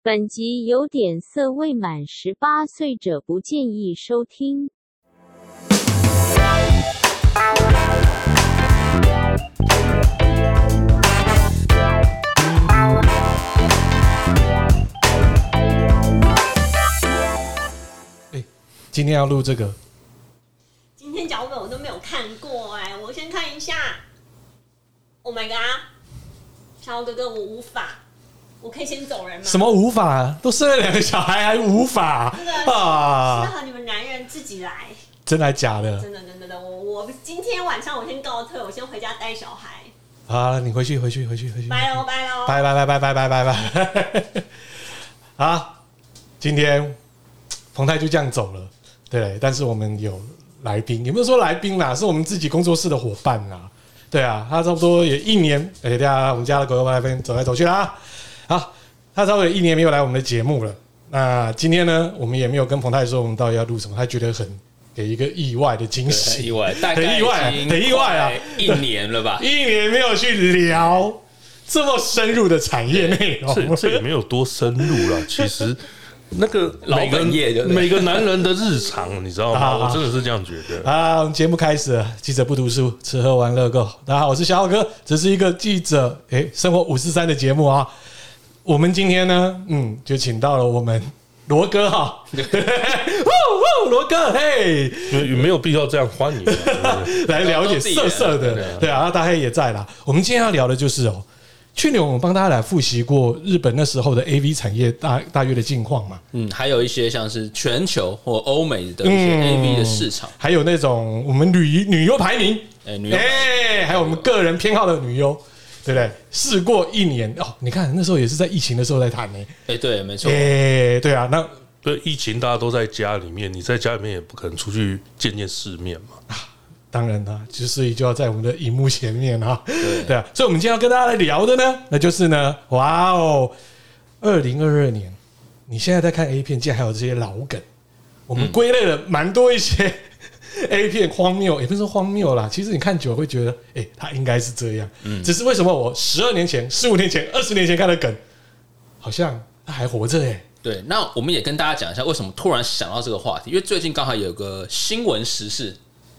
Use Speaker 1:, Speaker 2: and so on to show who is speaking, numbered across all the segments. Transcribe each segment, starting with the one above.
Speaker 1: 本集有点色，未满十八岁者不建议收听。
Speaker 2: 哎今天要录这个，
Speaker 3: 今天脚本我都没有看过哎、我先看一下。Oh my god，小哥哥，我无法，我可以先走人吗？
Speaker 2: 什？么无法？都生了两个小孩还无法
Speaker 3: 这个适
Speaker 2: 啊？
Speaker 3: 合你们男人自己来，
Speaker 2: 真的还假的？
Speaker 3: 真的真的真的，我我今天晚上我先告退，我先回家带小孩，
Speaker 2: 好啊了，你回去，回去，回去，回去。
Speaker 3: 拜哦喽拜喽。
Speaker 2: 拜拜拜拜拜拜拜拜。 好，今天彭泰就这样走了，对。但是我们有来宾，也不是说来宾啦，是我们自己工作室的伙伴啦。对啊，他差不多也一年，哎、大家我们家的狗狗来宾走来走去啦。好，他差不多有一年没有来我们的节目了。那今天呢，我们也没有跟彭泰说我们到底要录什么，他觉得很给一个意外的惊
Speaker 4: 对很
Speaker 2: 喜
Speaker 4: 意。外，大概
Speaker 2: 很意外
Speaker 4: 已经
Speaker 2: 很意外啊
Speaker 4: 快一年了吧？
Speaker 2: 一年没有去聊这么深入的产业内
Speaker 4: 哦
Speaker 2: 容，
Speaker 5: 这这也没有多深 入了，其实。那个
Speaker 4: 老
Speaker 5: 每个
Speaker 4: 本业对不对啊
Speaker 5: 每个男人的日常，你知道
Speaker 2: 好
Speaker 5: 吗？
Speaker 2: 好
Speaker 5: 我真的是这样觉得。
Speaker 2: 啊，我们节目开始了，记者不读书，吃喝玩乐购。大家好，我是小浩哥，这是一个记者诶、生活五四三的节目啊。我们今天呢，嗯，就请到了我们罗哥哈， 哦，罗哥嘿，
Speaker 5: 没有没有必要这样欢迎啊，对不 对
Speaker 2: 来了解色色的，对啊，大黑也在啦。我们今天要聊的就是哦，去年我们帮大家来复习过日本那时候的 AV 产业大大约的近况嘛，
Speaker 4: 嗯，还有一些像是全球或欧美的一些
Speaker 2: 嗯
Speaker 4: AV 的市场，
Speaker 2: 还有那种我们女女优排名，
Speaker 4: 哎，女
Speaker 2: 哎、还有我们个人偏好的女优，对不对？试过一年哦，你看那时候也是在疫情的时候在谈呢、
Speaker 4: 哎，对，没错
Speaker 2: 哎、，对啊，那
Speaker 5: 对疫情大家都在家里面，你在家里面也不可能出去见见世面嘛。
Speaker 2: 当然啦，就所以就要在我们的荧幕前面啊，对啊，所以我们今天要跟大家来聊的呢，那就是呢，哇哦，二零二二年，你现在在看 A 片，竟然还有这些老梗，我们归类了蛮多一些 A 片荒谬，也不是说荒谬啦，其实你看久了会觉得，哎、它应该是这样，
Speaker 4: 嗯
Speaker 2: 只是为什么我十二年前、十五年前、二十年前看的梗，好像它还活着哎、
Speaker 4: 对。那我们也跟大家讲一下，为什么突然想到这个话题，因为最近刚好有个新闻时事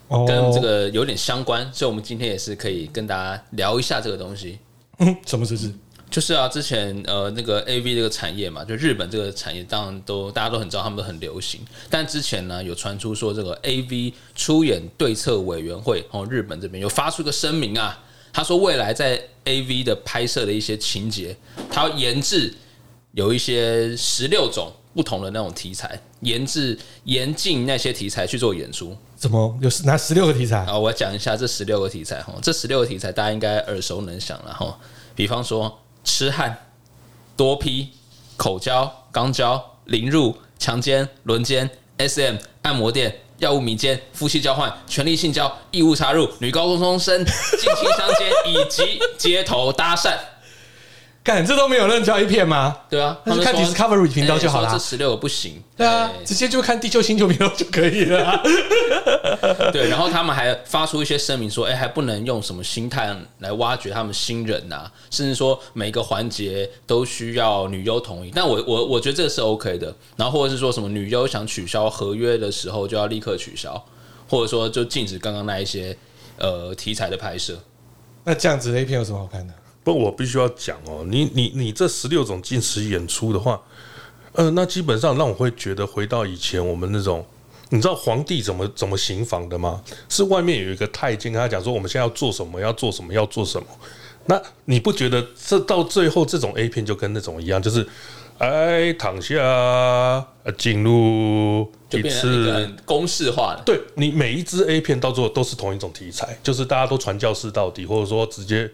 Speaker 2: 哦
Speaker 4: 跟这个有点相关，所以我们今天也是可以跟大家聊一下这个东西。
Speaker 2: 嗯什么事情？
Speaker 4: 就是啊，之前呃那个 A V 这个产业嘛，就日本这个产业，当然都大家都很知道，他们都很流行。但之前呢，有传出说这个 A V 出演对策委员会哦，日本这边有发出一个声明啊，他说未来在 A V 的拍摄的一些情节，他要研制有一些十六种不同的那种题材，研制严禁那些题材去做演出。
Speaker 2: 怎么有拿十六个题材？
Speaker 4: 啊，我讲一下这十六个题材哈，这十六个题材大家应该耳熟能详了哈。比方说痴汉、多批、口交、肛交、凌辱、强奸、轮奸、SM、按摩店、药物迷奸、夫妻交换、权力性交、义务插入、女高中生、近亲相奸以及街头搭讪。
Speaker 2: 干这都没有人教 A 片吗？
Speaker 4: 对啊，
Speaker 2: 那
Speaker 4: 他
Speaker 2: 就
Speaker 4: 们
Speaker 2: 看
Speaker 4: 说
Speaker 2: Discovery 频道
Speaker 4: 哎
Speaker 2: 就好啦
Speaker 4: 说这十六个不行。
Speaker 2: 对啊
Speaker 4: 哎，
Speaker 2: 直接就看地球星球频道就可以了 啊、
Speaker 4: 对，然后他们还发出一些声明说，哎、还不能用什么心态来挖掘他们新人呐、甚至说每个环节都需要女优同意。但我我我觉得这个是 OK 的。然后或者是说什么女优想取消合约的时候就要立刻取消，或者说就禁止刚刚那一些呃题材的拍摄。
Speaker 2: 那这样子的 A 片有什么好 看的？
Speaker 5: 不，我必须要讲哦，你你你这十六种禁食演出的话，呃，那基本上让我会觉得回到以前我们那种，你知道皇帝怎么怎么行房的吗？是外面有一个太监跟他讲说，我们现在要做什么，要做什么，要做什么。那你不觉得这到最后这种 A 片就跟那种一样，就是哎躺下呃进入
Speaker 4: 就
Speaker 5: 一
Speaker 4: 变成一个
Speaker 5: 次
Speaker 4: 很公式化的，
Speaker 5: 对你每一支 A 片到最后都是同一种题材，就是大家都传教士到底，或者说直接。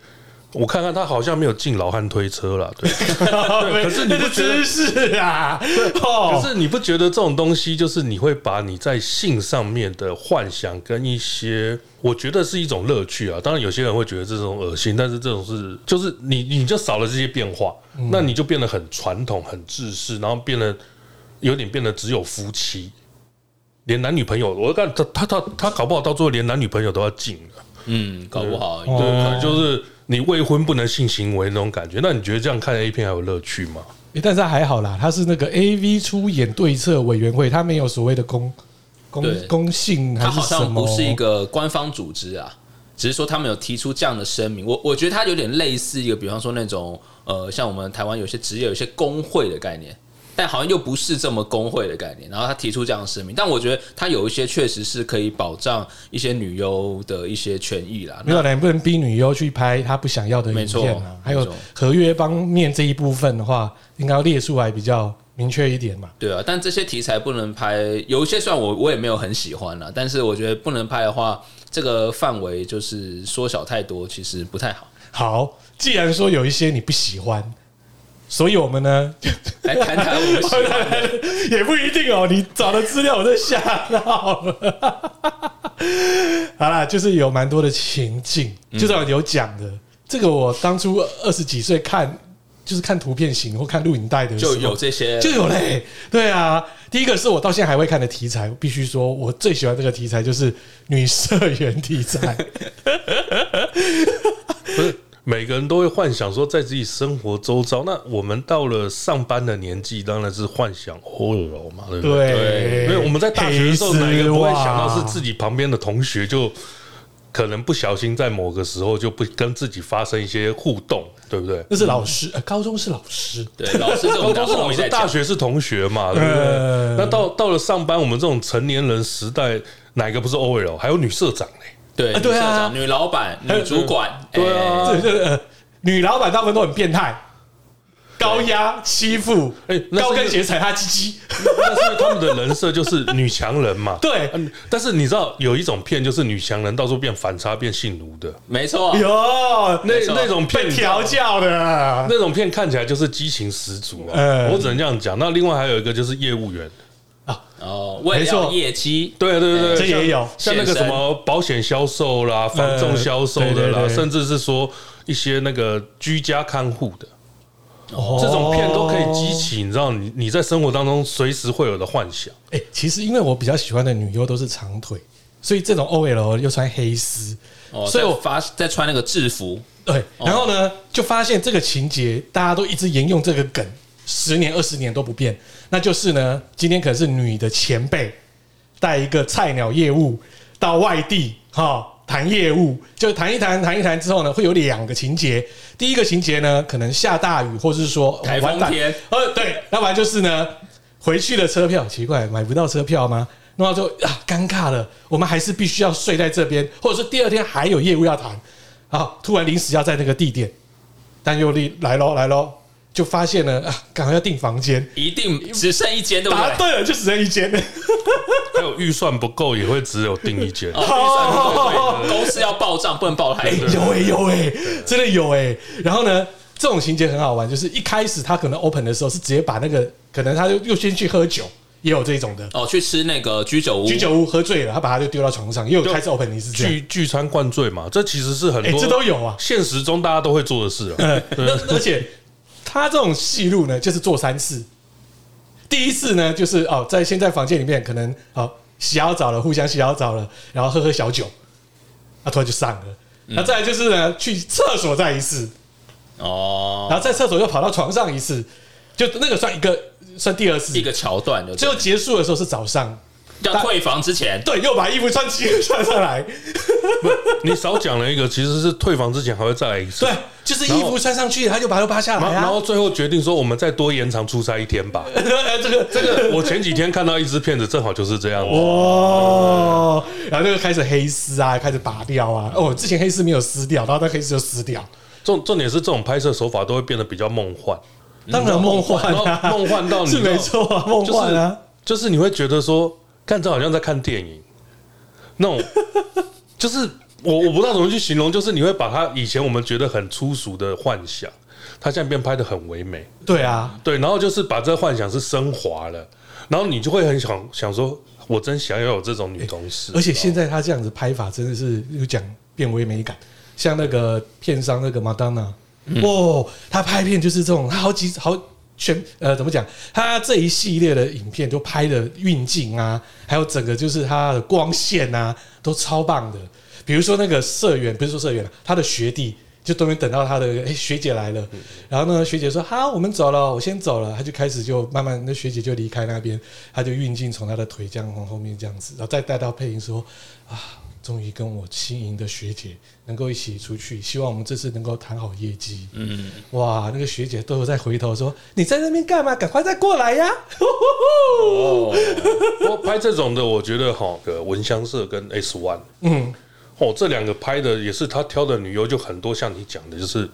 Speaker 5: 我看看他好像没有进老汉推车啦，对。可是你不觉
Speaker 2: 知
Speaker 5: 得？
Speaker 2: 识啊，哦
Speaker 5: 可是你不觉得这种东西就是你会把你在性上面的幻想跟一些，我觉得是一种乐趣啊。当然有些人会觉得这种恶心，但是这种是就是你你就少了这些变化，那你就变得很传统、很制式，然后变得有点变得只有夫妻，连男女朋友，我看他他他他搞不好到最后连男女朋友都要禁了，
Speaker 4: 嗯，搞不好
Speaker 2: 哦
Speaker 5: 对，可能就是你未婚不能性行为那种感觉。那你觉得这样看 A 片还有乐趣吗？
Speaker 2: 诶但是还好啦，他是那个 AV 出演对策委员会，他没有所谓的公
Speaker 4: 对
Speaker 2: 公公信
Speaker 4: 他
Speaker 2: 还
Speaker 4: 好
Speaker 2: 是什
Speaker 4: 像
Speaker 2: 么，
Speaker 4: 不是一个官方组织啊，只是说他们有提出这样的声明。我我觉得它有点类似一个，比方说那种呃，像我们台湾有些职业有一些工会的概念。但好像又不是这么工会的概念，然后他提出这样的声明，但我觉得他有一些确实是可以保障一些女优的一些权益啦。
Speaker 2: 没有啦，你不能逼女优去拍她不想要的影片
Speaker 4: 没错
Speaker 2: 啊。还有
Speaker 4: 没错
Speaker 2: 合约方面这一部分的话，应该要列出来比较明确一点嘛。
Speaker 4: 对啊，但这些题材不能拍，有一些虽然我我也没有很喜欢啦，但是我觉得不能拍的话，这个范围就是缩小太多，其实不太好。
Speaker 2: 好，既然说有一些你不喜欢，所以我们呢
Speaker 4: 来谈谈我们 喜欢的
Speaker 2: 也不一定哦。你找的资料我都吓到了。 好啦，就是有蛮多的情境，
Speaker 5: 嗯
Speaker 2: 就是有讲的。这个我当初二十几岁看，就是看图片型或看录影带的时候，
Speaker 4: 就有这些，
Speaker 2: 就有嘞、对啊，第一个是我到现在还会看的题材，必须说我最喜欢这个题材就是女社员题 材，
Speaker 5: 不是每个人都会幻想说，在自己生活周遭。那我们到了上班的年纪，当然是幻想 OL 嘛，对不对？
Speaker 2: 对，
Speaker 5: 因为我们在大学的时候，
Speaker 2: 黑丝
Speaker 5: 哪一个不会想到是
Speaker 2: 袜
Speaker 5: 自己旁边的同学就可能不小心在某个时候就不跟自己发生一些互动，对不对？
Speaker 2: 那是老师，呃高中是老师，
Speaker 4: 对老师这种打
Speaker 5: 高中是
Speaker 4: 后
Speaker 5: 老
Speaker 4: 面
Speaker 5: 师，
Speaker 4: 再
Speaker 5: 大
Speaker 4: 讲，
Speaker 5: 学是同学嘛，对不
Speaker 2: 嗯
Speaker 5: 对？那到到了上班，我们这种成年人时代，哪个不是 OL？还有女社长呢？
Speaker 4: 对
Speaker 2: 啊对啊
Speaker 4: 女社长女老板、
Speaker 2: 还有
Speaker 4: 女主管，
Speaker 5: 对啊
Speaker 4: 哎
Speaker 2: 这这呃，女老板大部分都很变态，高压欺负，
Speaker 5: 哎那是
Speaker 2: 高跟鞋踩她鸡鸡，
Speaker 5: 嗯那是因为他们的人设就是女强人嘛。
Speaker 2: 对
Speaker 5: 嗯，但是你知道有一种片就是女强人到时候变反差变性奴的
Speaker 4: 没错，
Speaker 2: 哟，
Speaker 5: 那
Speaker 4: 没错
Speaker 5: 那种片
Speaker 2: 被，调教的，
Speaker 5: 那种片看起来就是激情十足啊。
Speaker 2: 嗯
Speaker 5: 我只能这样讲。那另外还有一个就是业务员，
Speaker 4: 哦，为
Speaker 2: 没
Speaker 4: 了
Speaker 2: 错
Speaker 4: 要业绩，
Speaker 5: 对对对，
Speaker 2: 这也有
Speaker 5: 像像那个什么保险销售啦、房仲销售
Speaker 2: 嗯对对
Speaker 5: 的啦，
Speaker 2: 对
Speaker 5: 甚至是说一些那个居家看护的。
Speaker 2: 这
Speaker 5: 这种片都可以激起，你知道你你在生活当中随时会有的幻想。
Speaker 2: 哎、其实因为我比较喜欢的女优都是长腿，所以这种 OL 又穿黑丝，
Speaker 4: 哦，
Speaker 2: 所以
Speaker 4: 在
Speaker 2: 我
Speaker 4: 发在穿那个制服，
Speaker 2: 对，
Speaker 4: 哦
Speaker 2: 然后呢就发现这个情节大家都一直沿用这个梗，十年二十年都不变，那就是呢，今天可能是女的前辈带一个菜鸟业务到外地哈。谈业务就谈一谈，谈一谈之后呢，会有两个情节。第一个情节呢，可能下大雨，或是说
Speaker 4: 台风
Speaker 2: 哦完蛋
Speaker 4: 天
Speaker 2: 呃，对，要不然就是呢，回去的车票奇怪买不到车票吗？然后就啊尴尬了，我们还是必须要睡在这边，或者是第二天还有业务要谈，啊，突然临时要在那个地点，但又立来喽来喽，就发现呢啊，赶快要订房间，
Speaker 4: 一定只剩一间，对不
Speaker 2: 答
Speaker 4: 对？
Speaker 2: 对了就只剩一间，
Speaker 5: 还有预算不够也会只有定一间。
Speaker 4: 哦， 预算不对，公司要报账，不能报太多。
Speaker 2: 有哎、有哎、真的有哎、然后呢，这种情节很好玩，就是一开始他可能 open 的时候是直接把那个，可能他就又先去喝酒，也有这种的。
Speaker 4: 哦，去吃那个居酒屋，
Speaker 2: 居酒屋喝醉了，他把他就丢到床上，也有
Speaker 5: 就
Speaker 2: 开始 open 你是这样。
Speaker 5: 聚聚餐灌醉嘛，这其实是很
Speaker 2: 哎、
Speaker 5: 多
Speaker 2: 这都 有啊。
Speaker 5: 现实中大家都会做 的事啊。
Speaker 2: 而且他这种戏路呢，就是做三次。第一次呢，就是哦，在先在房间里面可能哦洗好澡了，互相洗好澡了，然后喝喝小酒，啊，突然就散了。那再来就是呢，去厕所再一次，然
Speaker 4: 哦，
Speaker 2: 后在厕所又跑到床上一次，就那个算一个算第二次
Speaker 4: 一。个桥段就
Speaker 2: 最后结束的时候是早上，
Speaker 4: 要退房之前，
Speaker 2: 对，又把衣服穿起穿上来，
Speaker 5: 你少讲了一个，其实是退房之前还会再来一次。
Speaker 2: 对，就是衣服穿上去，他就把它扒下
Speaker 5: 然后
Speaker 2: 来
Speaker 5: 然
Speaker 2: 啊
Speaker 5: 后。最后决定说，我们再多延长出差一天 吧。
Speaker 2: 这个
Speaker 5: 这个我前几天看到一支片子，正好就是这样。
Speaker 2: 哦，然后就开始黑丝啊，开始拔掉啊。哦，之前黑丝没有撕掉，然后那黑丝就撕掉，
Speaker 5: 重重点是这种拍摄手法都会变得比较梦幻，
Speaker 2: 当然梦幻啊，
Speaker 5: 然后梦幻到你
Speaker 2: 是没错啊，梦幻啊。
Speaker 5: 就是你会觉得说，看这好像在看电影，那种 就是我我不知道怎么去形容，就是你会把它以前我们觉得很粗俗的幻想，它现在变拍的很唯美，
Speaker 2: 对啊，
Speaker 5: 对，然后就是把这幻想是升华了，然后你就会很想想说，我真想要有这种女同事，
Speaker 2: 哎而且现
Speaker 5: 在
Speaker 2: 在他这样子拍法真的是又讲变唯美感，像那个片商那个 Madonna，哦，
Speaker 5: 嗯
Speaker 2: 他拍片就是这种，他好几好。全呃怎么讲？他这一系列的影片就拍的运镜啊，还有整个就是他的啊光线啊，都超棒的。比如说那个社员，不是说社员了、他的学弟就都没等到他的哎、学姐来了，然后呢学姐说好，我们走了，我先走了，他就开始就慢慢那学姐就离开那边，他就运镜从他的腿这样往后面这样子，然后啊再带到配音说啊，终于跟我心仪的学姐能够一起出去，希望我们这次能够谈好业绩。嗯，哇，那个学姐都有在回头说你在那边干嘛？赶快再过来呀！
Speaker 5: 哦，不过拍这种的，我觉得哈，呃，闻香社跟 S One，
Speaker 2: 嗯，
Speaker 5: 哦，这两个拍的也是他挑的女优，就很多像你讲的，就是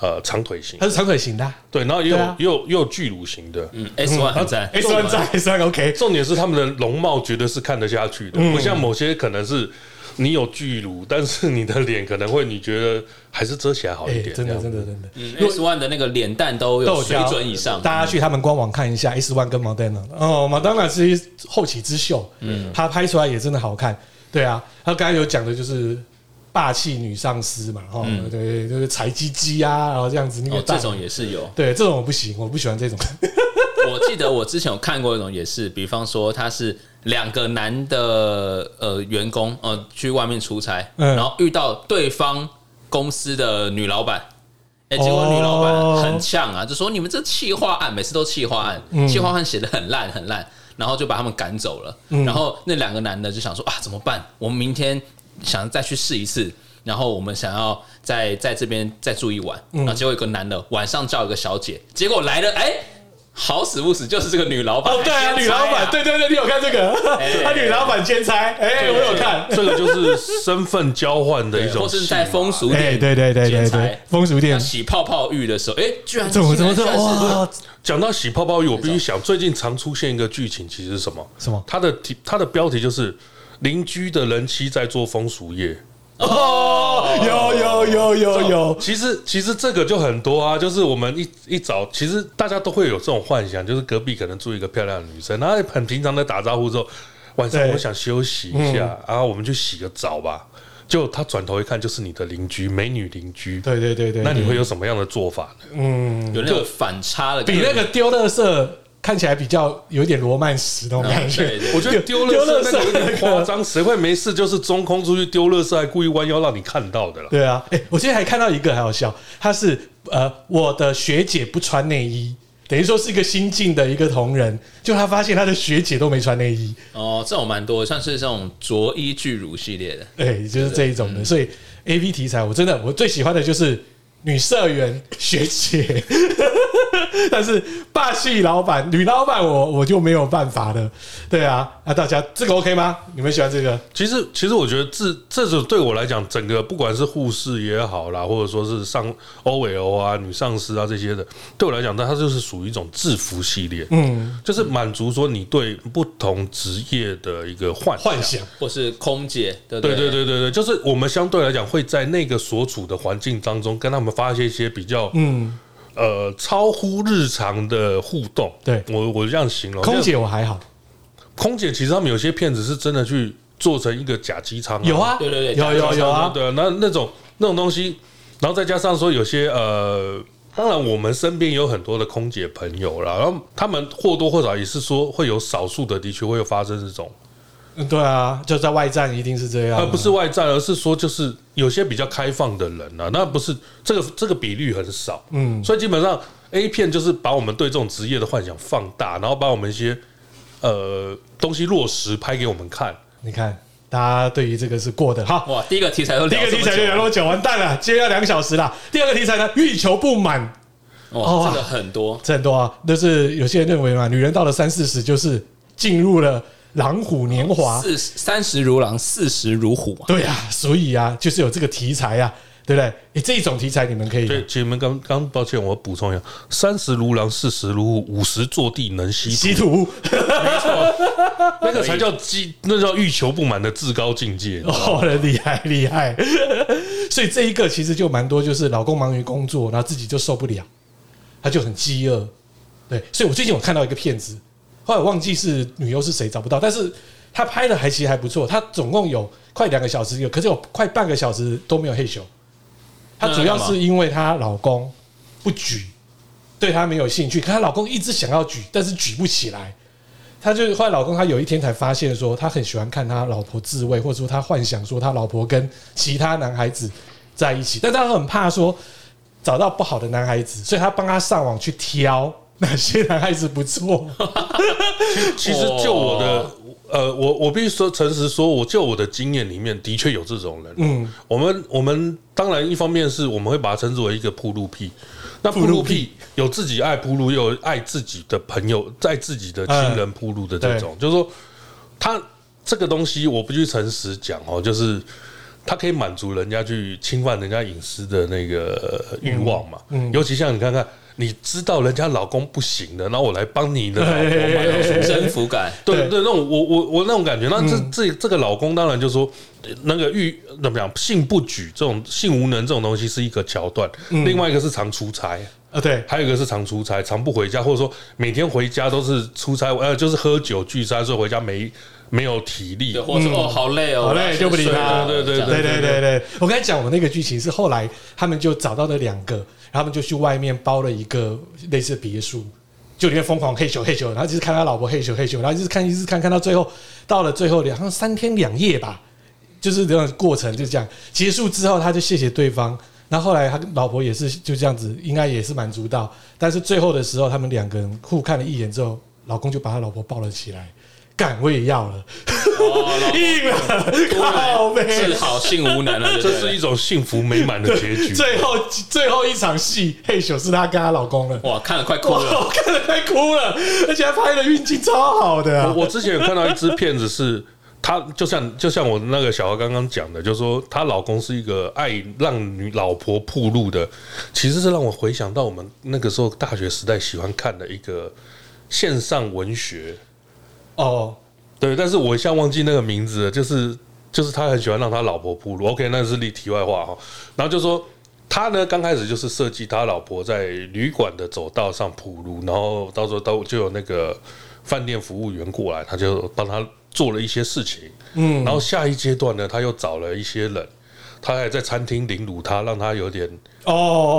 Speaker 5: 呃长腿型
Speaker 2: 他，是长腿型的啊、
Speaker 5: 对，然后也有、
Speaker 2: 对啊
Speaker 5: 也有也有巨乳型的。
Speaker 4: 嗯，S one 很赞
Speaker 2: ，S 三在 S 三 OK，
Speaker 5: 重点是他们的容貌绝对是看得下去
Speaker 2: 嗯
Speaker 5: 的，不像某些可能是你有巨乳，但是你的脸可能会你觉得还是遮起来好
Speaker 2: 哎、
Speaker 5: 一点。
Speaker 2: 真的真
Speaker 5: 的，
Speaker 2: 的真的，
Speaker 4: 嗯，S one 的那个脸蛋都有
Speaker 2: 豆
Speaker 4: 水
Speaker 2: 浆
Speaker 4: 准以上，嗯
Speaker 2: 大家去他们官网看一下 S One 跟 Madonna 哦，Madonna 是一后起之秀，嗯，她拍出来也真的好看，对啊，她刚才有讲的就是霸气女上司嘛，哈、对，就是踩鸡鸡啊，然后这样子那个
Speaker 4: 嗯哦，
Speaker 2: 大、
Speaker 4: 这种也是有。
Speaker 2: 对这种我不行，我不喜欢这种，
Speaker 4: 我记得我之前有看过一种，也是，比方说他是两个男的呃员工呃去外面出差，
Speaker 2: 嗯
Speaker 4: 然后遇到对方公司的女老板。哎、结果女老板很呛啊，就说你们这企划案每次都企划案，企划案写的很烂很烂，然后就把他们赶走了。然后那两个男的就想说啊，怎么办？我们明天想再去试一次，然后我们想要在在这边再住一晚。然后结果有个男的晚上叫一个小姐，结果来了，哎、好死不死就是这个女老板，
Speaker 2: 哦，对啊，女老板，对对对，你有看这个？
Speaker 4: 哎
Speaker 2: 她女老板兼差，哎、我有看，
Speaker 5: 这个就是身份交换的一种
Speaker 4: 或
Speaker 5: 戏
Speaker 4: 是
Speaker 5: 嘛，
Speaker 4: 在风俗
Speaker 2: 哎、
Speaker 4: 店，
Speaker 2: 对对对对
Speaker 4: 剪裁
Speaker 2: 对，风俗
Speaker 4: 要
Speaker 2: 店。
Speaker 4: 洗泡泡浴的时候，哎，居然
Speaker 2: 怎么怎么
Speaker 4: 居
Speaker 2: 怎
Speaker 4: 然
Speaker 2: 么
Speaker 4: 居然是
Speaker 2: 哇？
Speaker 5: 讲到洗泡泡浴，我必须想，最近常出现一个剧情，其实是什么？
Speaker 2: 什么
Speaker 5: 它的题，它的标题就是邻居的人妻在做风俗业。
Speaker 4: 哦，
Speaker 2: 有有有有有，
Speaker 5: 其实其实这个就很多啊，就是我们一一早，其实大家都会有这种幻想，就是隔壁可能住一个漂亮的女生，然后很平常的打招呼之后，晚上
Speaker 2: 对嗯
Speaker 5: 我想休息一下，然后我们去洗个澡吧。就他转头一看，就是你的邻居，美女邻居。
Speaker 2: 对对对对，嗯
Speaker 5: 那你会有什么样的做法呢？
Speaker 4: 有那种反差的感
Speaker 2: 比
Speaker 4: 觉，
Speaker 2: 那个丢垃圾看起来比较有点罗曼史那种感
Speaker 4: 嗯
Speaker 2: 觉
Speaker 4: 对。对
Speaker 5: 我觉得丢
Speaker 2: 丢
Speaker 5: 垃圾那
Speaker 2: 丢
Speaker 5: 个
Speaker 2: 垃圾 啊
Speaker 5: 有点
Speaker 2: 那个
Speaker 5: 夸张，谁会没事就是中空出去丢垃圾，还故意弯腰让你看到的 啦？
Speaker 2: 对啊，哎、我今天还看到一个很好笑，她是呃我的学姐不穿内衣，等于说是一个新进的一个同仁，就她发现她的学姐都没穿内衣，
Speaker 4: 哦，这种蛮多的，像是这种着衣巨乳系列的，
Speaker 2: 哎、就是这一种的。所以 A V 题材，我真的我最喜欢的就是女社员学姐， 但是霸气老板女老板我我就没有办法了。对啊，那大家这个 OK 吗？你们喜欢这个？
Speaker 5: 其实，其实我觉得这这种对我来讲，整个不管是护士也好啦，或者说是上 OL 啊、女上司啊这些的，对我来讲，那它就是属于一种制服系列，
Speaker 2: 嗯，
Speaker 5: 就是满足说你对不同职业的一个幻
Speaker 2: 幻想。
Speaker 4: 或是空姐，对不
Speaker 5: 对对
Speaker 4: 对
Speaker 5: 对对对，就是我们相对来讲会在那个所处的环境当中，跟他们发现一些比较
Speaker 2: 嗯，
Speaker 5: 呃超乎日常的互动。
Speaker 2: 对
Speaker 5: 我我这样形容，
Speaker 2: 空姐我还好，
Speaker 5: 空姐其实他们有些骗子是真的去做成一个假机舱、
Speaker 2: 有啊，
Speaker 4: 对对对
Speaker 2: 有有有啊，
Speaker 5: 嗯对啊，那那种那种东西，然后再加上说有些呃，当然我们身边有很多的空姐朋友啦，然后他们或多或少也是说会有少数的的确会发生这种，
Speaker 2: 嗯对啊，就在外站一定是这样啊，
Speaker 5: 而呃不是外在，而是说就是有些比较开放的人啊，那不是这个这个比率很少，
Speaker 2: 嗯
Speaker 5: 所以基本上 A 片就是把我们对这种职业的幻想放大，然后把我们一些呃东西落实拍给我们看。
Speaker 2: 你看大家对于这个是过的好。
Speaker 4: 哇，第一个题材都
Speaker 2: 第一
Speaker 4: 聊
Speaker 2: 个
Speaker 4: 这
Speaker 2: 题
Speaker 4: 么
Speaker 2: 材就
Speaker 4: 久
Speaker 2: 聊那么久，完蛋了，今天要两小时啦。第二个题材呢，欲求不满，哦
Speaker 4: 哇，这个很多，
Speaker 2: 这很多啊，就是有些人认为嘛，女人到了三四十就是进入了狼虎年华，
Speaker 4: 四十三十如狼，四十如虎啊，
Speaker 2: 对啊，所以啊，就是有这个题材啊，对不对？诶，这种题材你们可以
Speaker 5: 对，其实你们刚刚抱歉，我补充一下：三十如狼，四十如虎，五十坐地能吸土，
Speaker 2: 稀土，
Speaker 5: 那个才叫激，那叫欲求不满的至高境界。
Speaker 2: 哦， 厉害厉害！ 所以这一个其实就蛮多，就是老公忙于工作，然后自己就受不了，他就很饥饿。对，所以我最近我看到一个片子，后来我忘记是女优是谁找不到，但是他拍的还其实还不错，他总共有快两个小时有，可是有快半个小时都没有嘿咻。她主要是因为她老公不举，对她没有兴趣，可她老公一直想要举，但是举不起来。她就后来老公，她有一天才发现说，他很喜欢看他老婆自慰，或者说他幻想说他老婆跟其他男孩子在一起，但他很怕说找到不好的男孩子，所以他帮他上网去挑哪些男孩子不 错。
Speaker 5: 其实就我的
Speaker 4: 哦，
Speaker 5: 呃，我我必须说诚实说，我就我的经验里面的确有这种人。哦
Speaker 2: 嗯，
Speaker 5: 我们我们当然一方面是我们会把它称之为一个铺路癖，那铺
Speaker 2: 铺
Speaker 5: 路
Speaker 2: 路
Speaker 5: 癖
Speaker 2: 癖
Speaker 5: 有自己爱铺路，又有爱自己的朋友，在自己的亲人铺路的这种，就是说他这个东西，我不去诚实讲哦，就是。他可以满足人家去侵犯人家隐私的那个欲望嘛？尤其像你看看，你知道人家老公不行的，然后我来帮你的老
Speaker 2: 哎
Speaker 5: 公买到什么
Speaker 4: 征服感，
Speaker 5: 对对
Speaker 2: 对
Speaker 5: 那种我我我那种感觉，那这、这这个老公当然就说呃那个欲怎么讲，性不举这种性无能这种东西是一个桥段，另外一个是常出差，
Speaker 2: 呃，对，
Speaker 5: 还有一个是常出差，常不回家，或者说每天回家都是出差，呃，就是喝酒聚餐，所以回家没没有体力
Speaker 4: 对，，或者说哦好累
Speaker 2: 嗯
Speaker 4: 哦，
Speaker 2: 好累
Speaker 4: 我要先
Speaker 2: 就不理
Speaker 4: 睡
Speaker 2: 他
Speaker 4: 了
Speaker 5: 对对
Speaker 4: 这样
Speaker 2: 对对对对，我刚才讲我那个剧情是后来他们就找到了两个，然后他们就去外面包了一个类似别墅，就里面疯狂嘿咻嘿咻，然后就是看他老婆嘿咻嘿咻，然后就是看一直看看到最后，到了最后两好像三天两夜吧，就是这种过程就这样结束之后，他就谢谢对方。然后后来他老婆也是就这样子，应该也是满足到，但是最后的时候，他们两个人互看了一眼之后，老公就把他老婆抱了起来，干我也要了，
Speaker 4: 哦老
Speaker 2: 硬了，靠背，
Speaker 4: 治好性无能了，
Speaker 5: 这是一
Speaker 4: 一
Speaker 5: 种幸福美满的 结局。
Speaker 2: 最后最后一场戏，嘿咻是她跟她老公了，
Speaker 4: 哇，看了快哭
Speaker 2: 哇，
Speaker 4: 了，
Speaker 2: 我看了快哭了，而且还拍的运镜超好的啊、
Speaker 5: 我我之前有看到一支片子是。她就像就像我那个小孩刚刚讲的，就是说她老公是一个爱让女老婆铺路的，其实是让我回想到我们那个时候大学时代喜欢看的一个线上文学，
Speaker 2: 哦，
Speaker 5: 对，但是我一下忘记那个名字了，就是就是他很喜欢让他老婆铺路。OK，那是例题外话哈。然后就说他呢，刚开始就是设计他老婆在旅馆的走道上铺路，然后到时候都就有那个饭店服务员过来，他就帮他做了一些事情。嗯，然后下一阶段呢，他又找了一些人。他还在餐厅凌辱他，让他有点
Speaker 2: 哦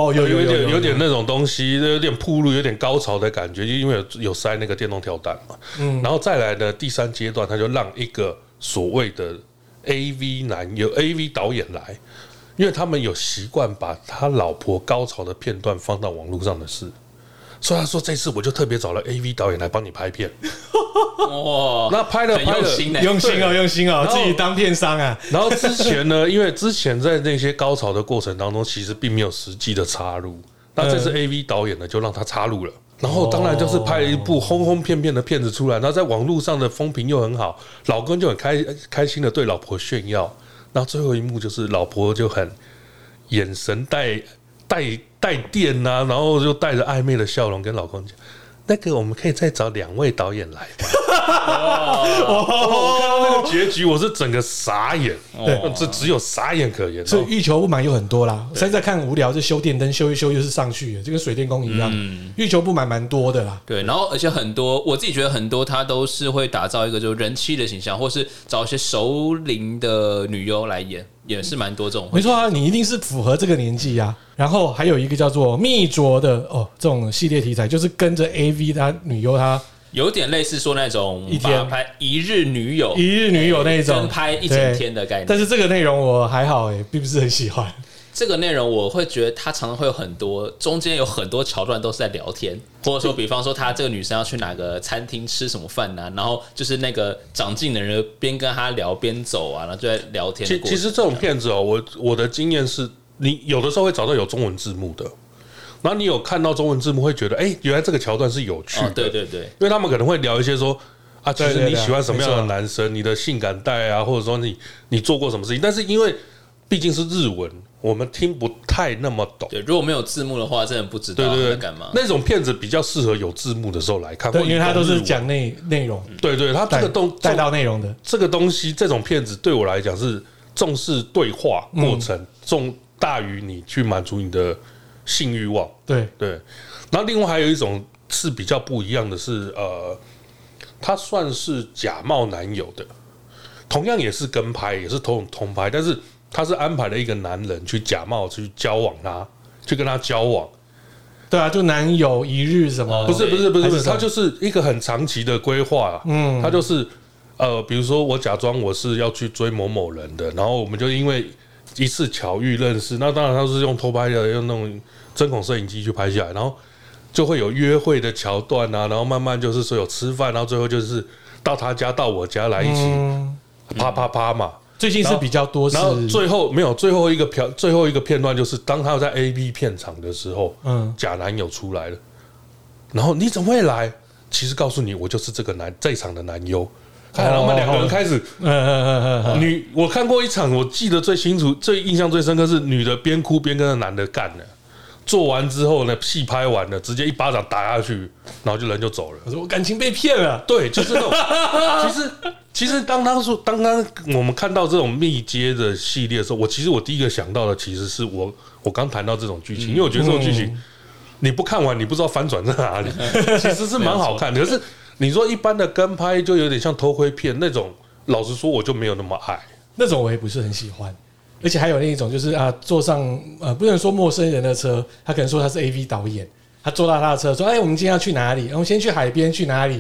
Speaker 2: 哦，有有
Speaker 5: 有一
Speaker 2: 有
Speaker 5: 点有点那种东西，有点铺路，有点高潮的感觉，因为有有塞那个电动跳蛋嘛。嗯，然后再来呢，第三阶段他就让一个所谓的 A V 男有 A V 导演来，因为他们有习惯把他老婆高潮的片段放到网络上的事。所以他说这次我就特别找了 A V 导演来帮你拍片，
Speaker 4: 哇，
Speaker 5: 那拍了
Speaker 4: 很
Speaker 5: 拍
Speaker 4: 用
Speaker 5: 了，
Speaker 4: 心欸呢，
Speaker 2: 用心哦，用心哦
Speaker 5: 然，后
Speaker 2: 自己当片商啊，
Speaker 5: 然后之前呢，因为之前在那些高潮的过程当中，其实并没有实际的插入。那这次 A V 导演呢，就让他插入了。然后当然就是拍了一部轰轰片片的片子出来，然后在网络上的风评又很好，老公就很开开心的对老婆炫耀。然后最后一幕就是老婆就很眼神带带带电呐、然后就带着暧昧的笑容跟老公讲：“那个我们可以再找两位导演来。”那个结局我是整个傻眼，
Speaker 4: 对
Speaker 5: 这只有傻眼可言。哦
Speaker 2: 所以欲求不满有很多啦。现在看无聊就修电灯，修一修又是上去了，就跟水电工一样，
Speaker 5: 嗯
Speaker 2: 欲求不满蛮多的啦。
Speaker 4: 对，然后而且很多，我自己觉得很多他都是会打造一个就人妻的形象，或是找一些熟龄的女优来演，也是蛮多这种。
Speaker 2: 没错啊，你一定是符合这个年纪啊。然后还有一个叫做密着的哦，这种系列题材就是跟着 A V 她女优她
Speaker 4: 有点类似说那种
Speaker 2: 一天
Speaker 4: 把拍一日女
Speaker 5: 哦
Speaker 4: 友，
Speaker 2: 一日女友那一种
Speaker 4: 跟拍一整天的概念
Speaker 2: 但是这个内容我还好诶、并不是很喜欢。
Speaker 5: 啊
Speaker 4: 这个内容我会觉得他常常会有很多，中间有很多桥段都是在聊天，或者说，比方说他这个女生要去哪个餐厅吃什么饭呐、然后就是那个长进的人边跟他聊边走啊，然后就在聊天的
Speaker 5: 其
Speaker 4: 过程。
Speaker 5: 其实这种片子哦，我我的经验是，你有的时候会找到有中文字幕的，然后你有看到中文字幕会觉得，哎，原来这个桥段是有趣
Speaker 4: 啊、
Speaker 5: 的，
Speaker 4: 哦，对对对，
Speaker 5: 因为他们可能会聊一些说啊，其
Speaker 2: 对
Speaker 5: 实
Speaker 2: 对
Speaker 5: 你
Speaker 2: 对
Speaker 5: 喜欢什么样的
Speaker 2: 没错
Speaker 5: 男生，你的性感带啊，或者说你你做过什么事情，但是因为毕竟是日文，我们听不太那么懂。
Speaker 4: 对，如果没有字幕的话，真的不知道
Speaker 5: 对
Speaker 4: 他
Speaker 5: 对
Speaker 4: 在
Speaker 5: 对，
Speaker 4: 干嘛。
Speaker 5: 那种片子比较适合有字幕的时候来看，
Speaker 2: 对，
Speaker 5: 或者
Speaker 2: 因为它都
Speaker 5: 你
Speaker 2: 是
Speaker 5: 懂日文
Speaker 2: 讲内内容，
Speaker 5: 对对，他这
Speaker 2: 带
Speaker 5: 个东
Speaker 2: 带到内容的。
Speaker 5: 这个东西，这种片子对我来讲是重视对话过程，
Speaker 2: 嗯
Speaker 5: 重大于你去满足你的性欲望。
Speaker 2: 对，
Speaker 5: 对，然后另外还有一种是比较不一样的是，呃，他算是假冒男友的，同样也是跟拍，也是同同拍，但是他是安排了一个男人去假冒去交往他，去跟他交往。
Speaker 2: 对啊，就男友一日什么，
Speaker 5: 不是不是不是
Speaker 2: 还
Speaker 5: 不
Speaker 2: 是
Speaker 5: 是，
Speaker 2: 什么
Speaker 5: 他就是一个很长期的规划啦。嗯，他就是呃，比如说我假装我是要去追某某人的，然后我们就因为一次巧遇认识，那当然他是用偷拍的，用那种针孔摄影机去拍下来，然后就会有约会的桥段啊，然后慢慢就是说有吃饭，啊然后最后就是到他家到我家来一起
Speaker 2: 嗯，
Speaker 5: 啪啪啪嘛。
Speaker 2: 最近是比较多是
Speaker 5: 然，后最后没有最后一个片，最后一个片段就是当他在 A B 片场的时候，
Speaker 2: 嗯，
Speaker 5: 假男友出来了，然后你怎么会来？其实告诉你，我就是这个男这一场的男优。看，然后我们两个人开始，
Speaker 2: 嗯嗯嗯嗯
Speaker 5: 女我看过一场，我记得最清楚、最印象最深刻是女的边哭边跟那男的干了，做完之后呢，戏拍完了，直接一巴掌打下去，然后就人就走了。
Speaker 2: 我说我感情被骗了，
Speaker 5: 对，就是 那种。其实，其实当当初当当我们看到这种密接的系列的时候，我其实我第一个想到的其实是我我刚谈到这种剧
Speaker 2: 嗯
Speaker 5: 情，因为我觉得这种剧情、你不看完你不知道反转在 哪里，其实是蛮好看的。可是你说一般的跟拍就有点像偷窥片那种，老实说我就没有那么爱。
Speaker 2: 那种我也不是很喜欢。而且还有另一种就是啊，坐上呃不能说陌生人的车，他可能说他是 A V 导演，他坐到他的车说：“哎，我们今天要去哪里？我们先去海边去哪里？”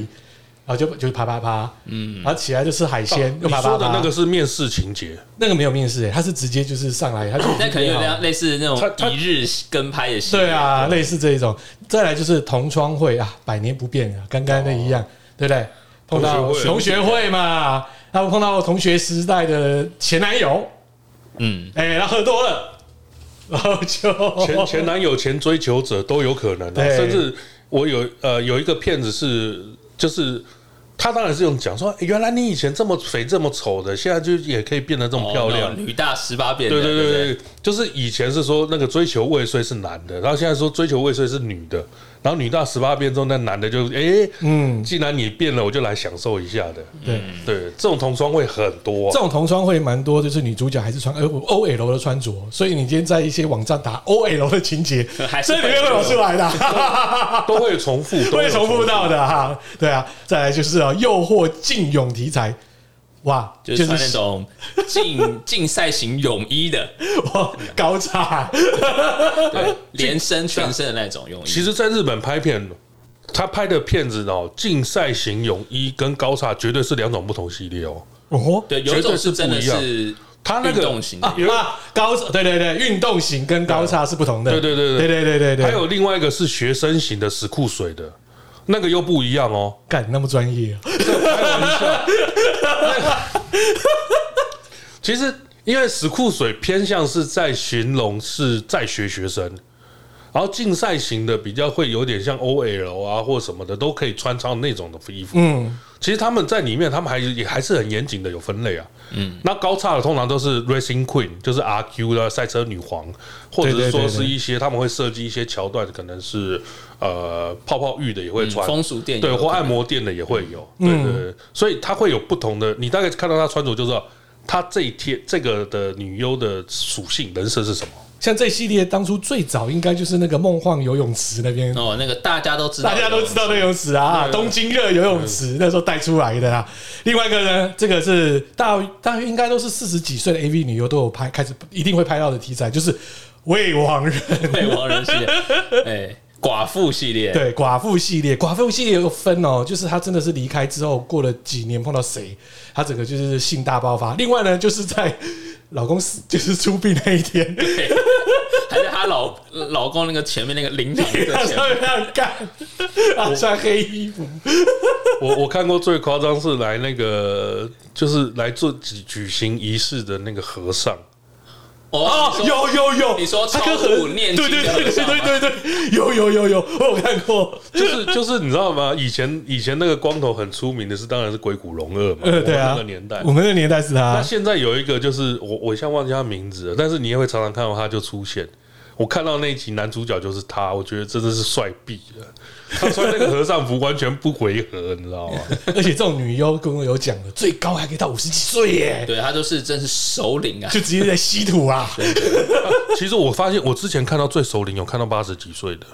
Speaker 2: 然后就就啪啪啪，嗯，然后起来就吃海鲜，又
Speaker 5: 哦你
Speaker 2: 啪
Speaker 5: 说
Speaker 2: 啪
Speaker 5: 的
Speaker 2: 啪。
Speaker 5: 那个是面试情节，
Speaker 2: 那个没有面试、欸，他是直接就是上来，他就
Speaker 4: 那可能有
Speaker 2: 对啊
Speaker 4: 点类似那
Speaker 5: 他他
Speaker 4: 种一日跟拍的戏，
Speaker 2: 对啊，类似这一种。再来就是同窗会啊，百年不变啊，跟刚才那一样，对不对？碰到
Speaker 5: 哦同学会
Speaker 2: 同学会嘛，然后碰到同学时代的前男友，
Speaker 4: 嗯，
Speaker 2: 哎、然后喝多了，然后就
Speaker 5: 前前男友、前追求者都有可能、啊，
Speaker 2: 对
Speaker 5: 甚至我有呃有一个骗子是，就是他当然是用讲说、欸原来你以前这么肥这么丑的，现在就也可以变得这么漂亮。
Speaker 4: 哦那种女大十八变的，
Speaker 5: 对对
Speaker 4: 不
Speaker 5: 对对，就是以前是说那个追求未遂是男的，然后现在说追求未遂是女的，然后女大十八变之后，那男的就哎、欸
Speaker 2: 嗯，
Speaker 5: 既然你变了，我就来享受一下的。
Speaker 2: 对，
Speaker 5: 对，这种同窗会很多、
Speaker 2: 这种同窗会蛮多，就是女主角还是穿 O O L 的穿着，所以你今天在一些网站打 O L 的情节，
Speaker 4: 还是
Speaker 2: 这
Speaker 4: 会
Speaker 2: 里面会有出来的、
Speaker 5: 都会重复，都
Speaker 2: 会重复
Speaker 5: 的。
Speaker 2: 到的哈、对啊，再来就是啊，诱惑竞泳题材，哇，
Speaker 4: 就
Speaker 2: 就是是
Speaker 4: 穿那种竞 竞赛型泳衣的，
Speaker 2: 哇高叉，
Speaker 4: 对，连身全身的那种泳衣。
Speaker 5: 其实，在日本拍片，他拍的片子哦，竞赛型泳衣跟高叉绝对是两种不同系列哦。
Speaker 2: 哦，
Speaker 4: 对，有一种是真的
Speaker 5: 绝对
Speaker 4: 是
Speaker 5: 他那
Speaker 4: 运
Speaker 5: 个
Speaker 4: 动型
Speaker 2: 啊
Speaker 4: 的，
Speaker 2: 啊，高对对对，运动型跟高叉是不同的，
Speaker 5: 对对对
Speaker 2: 对对对对对，
Speaker 5: 还有另外一个是学生型的石库水的，那个又不一样哦。
Speaker 2: 干那么专业啊，
Speaker 5: 开玩笑，其实因为石库水偏向是在寻龙是在学学生，然后竞赛型的比较会有点像 OL 啊或什么的，都可以穿插那种的衣服。
Speaker 2: 嗯，
Speaker 5: 其实他们在里面，他们还也还是很严谨的有分类啊。嗯，那高叉的通常都是 Racing Queen，就是 RQ 的赛车女皇，或者是
Speaker 2: 对对对
Speaker 5: 说
Speaker 2: 对
Speaker 5: 是一些他们会设计一些桥段，可能是呃泡泡浴的也会
Speaker 4: 嗯
Speaker 5: 穿，
Speaker 4: 风俗店
Speaker 5: 对，
Speaker 4: 有
Speaker 5: 或
Speaker 4: 可能
Speaker 5: 按摩店的也会有，对对对，所以它会有不同的，你大概看到他穿着就知道他这一天这个的女优的属性人设是什么。
Speaker 2: 像这系列当初最早应该就是那个梦幻游泳池那边。
Speaker 4: 哦，那个大家都知道，
Speaker 2: 大家都知道那游泳池啊，
Speaker 5: 对
Speaker 2: 东京热游泳池那时候带出来的啦。另外一个呢，这个是大大约应该都是四十几岁的 AV 女优都有拍，开始一定会拍到的题材，就是未亡人。
Speaker 4: 对王人 系列，哎，寡妇系列，
Speaker 2: 对，寡妇系列，寡妇系列有分哦，就是她真的是离开之后，过了几年碰到谁，她整个就是性大爆发。另外呢，就是在老公死就是出殡那一天，
Speaker 4: 对， 还是她老老公那个前面那个灵堂的
Speaker 2: 她
Speaker 4: 前
Speaker 2: 上
Speaker 4: 面，
Speaker 2: 面要干，她穿黑衣服，
Speaker 5: 我我看过最夸张是来那个就是来做举举行仪式的那个和尚，
Speaker 4: 哦
Speaker 2: 哦，
Speaker 4: 你说
Speaker 2: 有有有，
Speaker 4: 你说
Speaker 2: 他跟
Speaker 4: 超
Speaker 2: 和
Speaker 4: 度念经
Speaker 2: 对对
Speaker 4: 的
Speaker 2: 对
Speaker 4: 和
Speaker 2: 对
Speaker 4: 尚吗
Speaker 2: 对对对，有有有有，我有看过，
Speaker 5: 就是 就是你知道吗？以前以前那个光头很出名的是当然是鬼谷荣二嘛，
Speaker 2: 呃，对啊，
Speaker 5: 我们那个年代
Speaker 2: 我。们那个年代是
Speaker 5: 那
Speaker 2: 他，
Speaker 5: 现在有一个就是我我一下忘记他名字了，但是你也会常常看到他就出现。我看到那一集男主角就是他，我觉得真的是帅毙了。他穿那个和尚服完全不违和，你知道吗？
Speaker 2: 而且这种女优跟我有讲的，最高还可以到五十几岁耶，
Speaker 4: 对她就是真是首领啊，
Speaker 2: 就直接在吸土啊，
Speaker 5: 其实我发现我之前看到最熟龄有看到八十几岁的，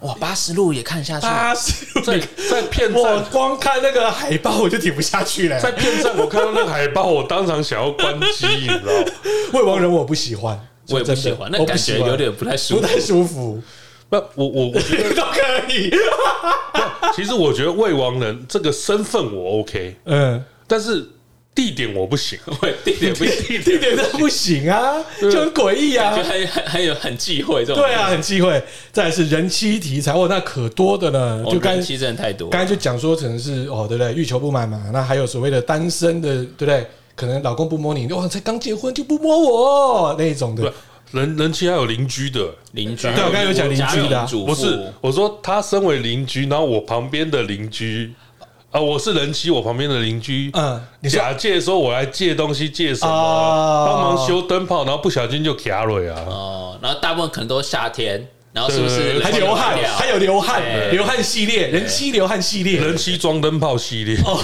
Speaker 4: 哇，八十路也看下去，
Speaker 2: 八十
Speaker 5: 在在片
Speaker 2: 我
Speaker 5: 站
Speaker 2: 光看那个海报我就挺不下去了。
Speaker 5: 在片站我看到那个海报，我当场想要关机，你知道吗？
Speaker 2: 未亡人我不喜欢，
Speaker 4: 我也
Speaker 2: 说
Speaker 4: 不
Speaker 2: 真的
Speaker 4: 喜欢，那
Speaker 2: 我不
Speaker 4: 感
Speaker 2: 喜
Speaker 4: 觉
Speaker 2: 欢
Speaker 4: 有点不太舒
Speaker 2: 不
Speaker 4: 服。
Speaker 2: 太舒 服，
Speaker 5: 那我我我觉得，
Speaker 2: 都可以。
Speaker 5: 其实我觉得未亡人这个身份我 OK，
Speaker 2: 嗯，
Speaker 5: 但是地点我不行，
Speaker 4: 会地点不行，
Speaker 2: 地点都不行啊，
Speaker 4: 嗯
Speaker 2: 就很诡异啊
Speaker 4: 就。还还还有很忌讳这种。
Speaker 2: 对啊，，很忌讳。再来是人妻题材，哦，那可多的呢，
Speaker 4: 哦
Speaker 2: 就刚
Speaker 4: 人气真的太多。
Speaker 2: 刚才就讲说，可能是哦，对不对？欲求不满嘛，那还有所谓的单身的，对不对？可能老公不摸你，哇，哦才刚结婚就不摸我那一种的
Speaker 5: 不，人人妻还有邻居的，
Speaker 4: 邻居，
Speaker 2: 对我刚才有讲邻居的啊
Speaker 4: 家庭主妇
Speaker 5: 不是我说他身为邻居，然后我旁边的邻居啊，我是人妻，我旁边的邻居，
Speaker 2: 嗯，你说
Speaker 5: 假借说我来借东西借什么，
Speaker 2: 哦
Speaker 5: 帮忙修灯泡，然后不小心就卡了啊，
Speaker 4: 哦，然后大部分可能都是夏天，然后是不
Speaker 5: 对
Speaker 4: 是
Speaker 2: 还流汗，还有流汗
Speaker 4: 哎，
Speaker 2: 流汗系列，人妻流汗系列。
Speaker 5: 人妻装灯泡系列，
Speaker 2: 哦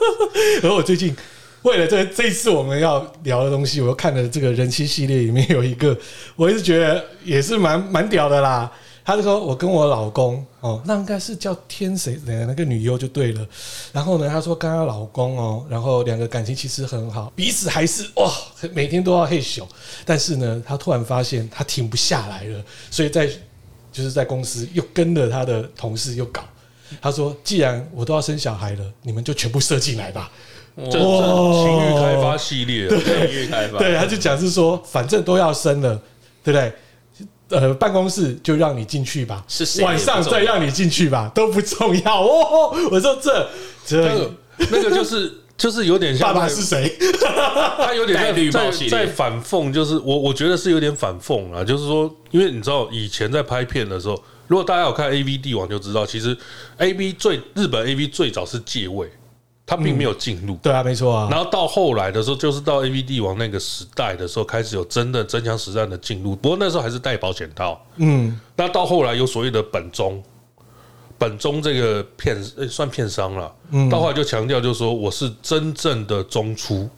Speaker 2: 而我最近为了这这一次我们要聊的东西，我又看了这个人妻系列里面有一个， 我一直觉得也是蛮蛮屌的啦。他就说我跟我老公哦，那应该是叫天谁的那个女优就对了。然后呢，他说跟她老公哦，然后两个感情其实很好，彼此还是哇、每天都要嘿咻。但是呢，他突然发现他停不下来了，所以在就是在公司又跟了他的同事又搞。他说：“既然我都要生小孩了，你们就全部射进来吧。”
Speaker 5: 这这
Speaker 4: 哦
Speaker 5: 情欲开发系列，
Speaker 4: 对欲开发，
Speaker 2: 对，他就讲是说，反正都要生了，对不对？呃，办公室就让你进去吧，
Speaker 4: 是谁
Speaker 2: 晚上再让你进去吧，都不重要哦。我说这
Speaker 5: 那
Speaker 2: 这
Speaker 5: 个那个就是就是有点像
Speaker 2: 爸爸
Speaker 5: 在
Speaker 2: 是谁？
Speaker 5: 他有点
Speaker 4: 戴
Speaker 5: 在
Speaker 4: 绿帽
Speaker 5: 在
Speaker 4: 系列
Speaker 5: 在反讽，就是我我觉得是有点反讽啊，就是说，因为你知道以前在拍片的时候，如果大家有看 A V 帝王就知道，其实 A V 最日本 A V 最早是借位，它并没有进入。
Speaker 2: 对啊，没错啊，
Speaker 5: 然后到后来的时候，就是到 A V 帝王那个时代的时候，开始有真的真枪实弹的进入。不过那时候还是戴保险套。
Speaker 2: 嗯，
Speaker 5: 那到后来有所谓的本宗，本宗这个片呃算片商了。到后来就强调，就是说我是真正的中出，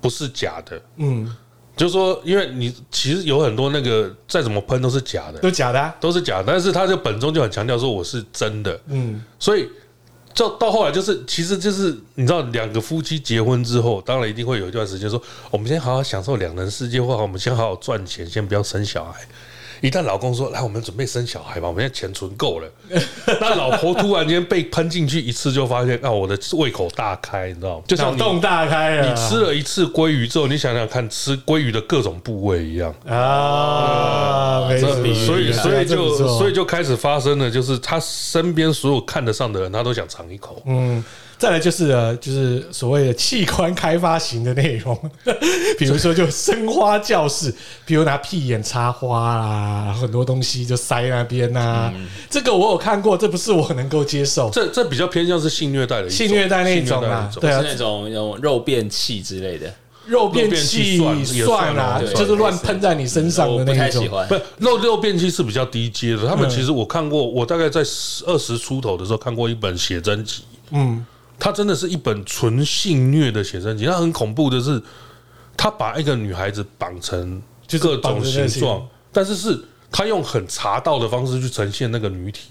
Speaker 5: 不是假的。
Speaker 2: 嗯，
Speaker 5: 就是说，因为你其实有很多那个再怎么喷都是假的，
Speaker 2: 都假的、啊，
Speaker 5: 都是假的。但是他就本宗就很强调说我是真的，
Speaker 2: 嗯，
Speaker 5: 所以就到后来就是，其实就是你知道，两个夫妻结婚之后，当然一定会有一段时间说，我们先好好享受两人世界，或者我们先好好赚钱，先不要生小孩。一旦老公说哎来，我们准备生小孩吧，我们现在钱存够了， 那老婆突然间被喷进去一次，就发现啊，我的胃口大开，你知道吗？就像
Speaker 2: 脑
Speaker 5: 你
Speaker 2: 洞大开啊了，
Speaker 5: 你吃了一次鲑鱼之后，你想想看，吃鲑鱼的各种部位一样，
Speaker 2: 啊，没错
Speaker 4: 这比喻啊，
Speaker 5: 所以所以就所以
Speaker 2: 就
Speaker 5: 就开始发生了，就是他身边所有看得上的人，他都想尝一口。
Speaker 2: 嗯。再来就是呃，就是所谓的器官开发型的内容， 比如说就生花教室，比如拿屁眼插花啊，很多东西就塞那边啊。这个我有看过，这不是我能够接受。
Speaker 5: 这这比较偏向是性虐待的一种
Speaker 2: 性虐待那一种
Speaker 5: 性虐待
Speaker 2: 啊
Speaker 5: 的一，
Speaker 2: 对啊
Speaker 4: 是，那种那种肉变器之类的，
Speaker 2: 肉变
Speaker 5: 肉
Speaker 2: 器
Speaker 5: 变器算
Speaker 2: 算啊，
Speaker 5: 也算
Speaker 4: 啊
Speaker 2: 就是乱喷在你身上
Speaker 4: 我
Speaker 2: 的
Speaker 4: 不
Speaker 2: 那
Speaker 4: 太
Speaker 2: 一
Speaker 4: 喜
Speaker 2: 种。
Speaker 4: 欢
Speaker 5: 不。肉肉变器是比较低阶的。他
Speaker 2: 嗯
Speaker 5: 们其实我看过，我大概在二十出头的时候看过一本写真集，
Speaker 2: 嗯，
Speaker 5: 它真的是一本纯性虐的写真集。它很恐怖的是，他把一个女孩子绑成
Speaker 2: 就是
Speaker 5: 各
Speaker 2: 绑
Speaker 5: 种
Speaker 2: 着那
Speaker 5: 形
Speaker 2: 个
Speaker 5: 状，但是是他用很茶道的方式去呈现那个女体。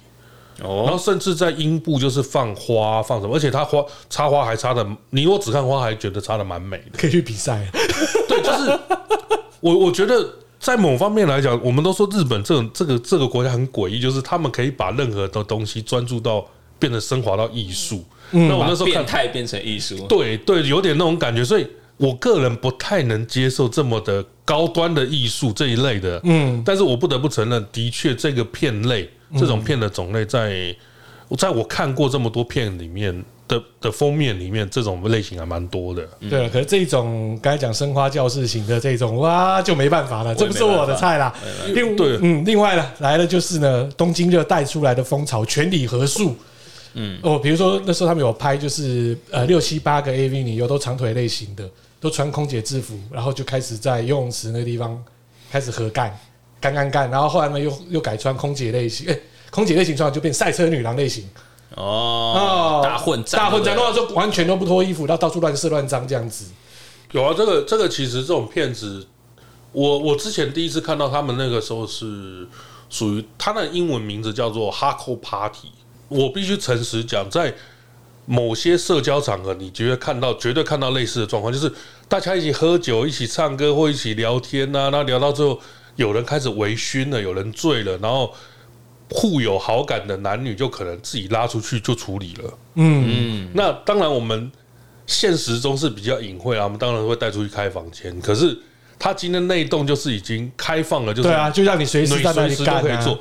Speaker 5: 然后
Speaker 4: 哦，
Speaker 5: 甚至在阴部就是放花放什么，而且他花插花还插的，你如果只看花还觉得插的蛮美的。
Speaker 2: 可以去比赛。
Speaker 5: 对，就是我我觉得在某方面来讲，我们都说日本这种这个这个国家很诡异，就是他们可以把任何的东西专注到变得升华到艺术。
Speaker 2: 嗯
Speaker 5: 那我那时候看
Speaker 4: 变，态变成艺术，
Speaker 5: 对对，有点那种感觉，所以我个人不太能接受这么的高端的艺术这一类的。
Speaker 2: 嗯，
Speaker 5: 但是我不得不承认，的确这个片类这种片的种类在，在我看过这么多片里面的的封面里面，这种类型还蛮多的。
Speaker 2: 对了，可是这种刚才讲生花教室型的这种，哇，就没办法了，这不是我的菜啦。另
Speaker 5: 对
Speaker 2: 嗯，另外呢，来了就是呢，东京热带出来的风潮，全体合宿。嗯，哦，比如说那时候他们有拍，就是呃六七八个 AV 女优都长腿类型的，都穿空姐制服，然后就开始在游泳池那个地方开始合干，干干干，然后后来呢又又改穿空姐类型，哎、空姐类型穿完就变赛车女郎类型，
Speaker 4: 哦，大混战，
Speaker 2: 大混战，
Speaker 4: 对
Speaker 2: 然
Speaker 4: 不
Speaker 2: 后就完全都不脱衣服，然后到处乱射乱脏这样子。
Speaker 5: 有啊，这个这个其实这种片子，我我之前第一次看到他们那个时候是属于它的英文名字叫做 Hardcore Party。我必须诚实讲，在某些社交场合，你绝对看到绝对看到类似的状况，就是大家一起喝酒、一起唱歌或一起聊天呐、啊，然后聊到最后，有人开始微醺了，有人醉了，然后互有好感的男女就可能自己拉出去就处理了。
Speaker 2: 嗯，
Speaker 5: 那当然，我们现实中是比较隐晦啊，我们当然会带出去开房间。可是他今天那一栋就是已经开放了，就是
Speaker 2: 对啊，就让你随时
Speaker 5: 你
Speaker 2: 在那
Speaker 5: 随
Speaker 2: 里
Speaker 5: 时都
Speaker 2: 干
Speaker 5: 可以
Speaker 2: 啊
Speaker 5: 做。。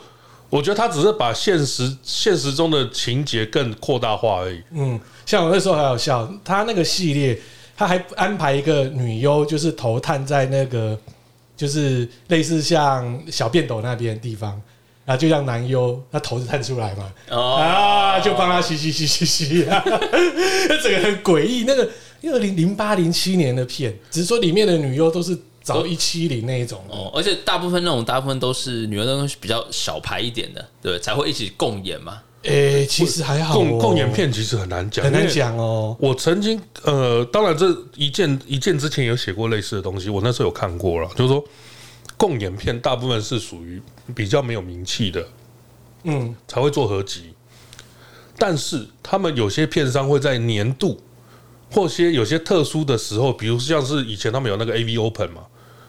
Speaker 5: 我觉得他只是把现实现实中的情节更扩大化而已。
Speaker 2: 嗯，像我那时候很好笑，他那个系列，他还安排一个女优，就是头探在那个，就是类似像小便斗那边的地方，然后就让男优他头子探出来嘛，
Speaker 4: 哦
Speaker 2: 啊，就帮他吸吸吸吸吸， 啊那整个很诡异。那个二零零八零七年的片，只是说里面的女优都是早一七零那一种的，
Speaker 4: 哦，而且大部分那种大部分都是女儿都是比较小牌一点的，对，才会一起共演嘛。
Speaker 2: 诶、其实还好、哦
Speaker 5: 共共演片其实很难讲，
Speaker 2: 很难
Speaker 5: 因为
Speaker 2: 讲哦。
Speaker 5: 我曾经呃，当然这一件一件之前有写过类似的东西，我那时候有看过了，就是说共演片大部分是属于比较没有名气的
Speaker 2: 嗯，
Speaker 5: 才会做合集，但是他们有些片商会在年度或些有些特殊的时候，比如像是以前他们有那个 AV Open 嘛，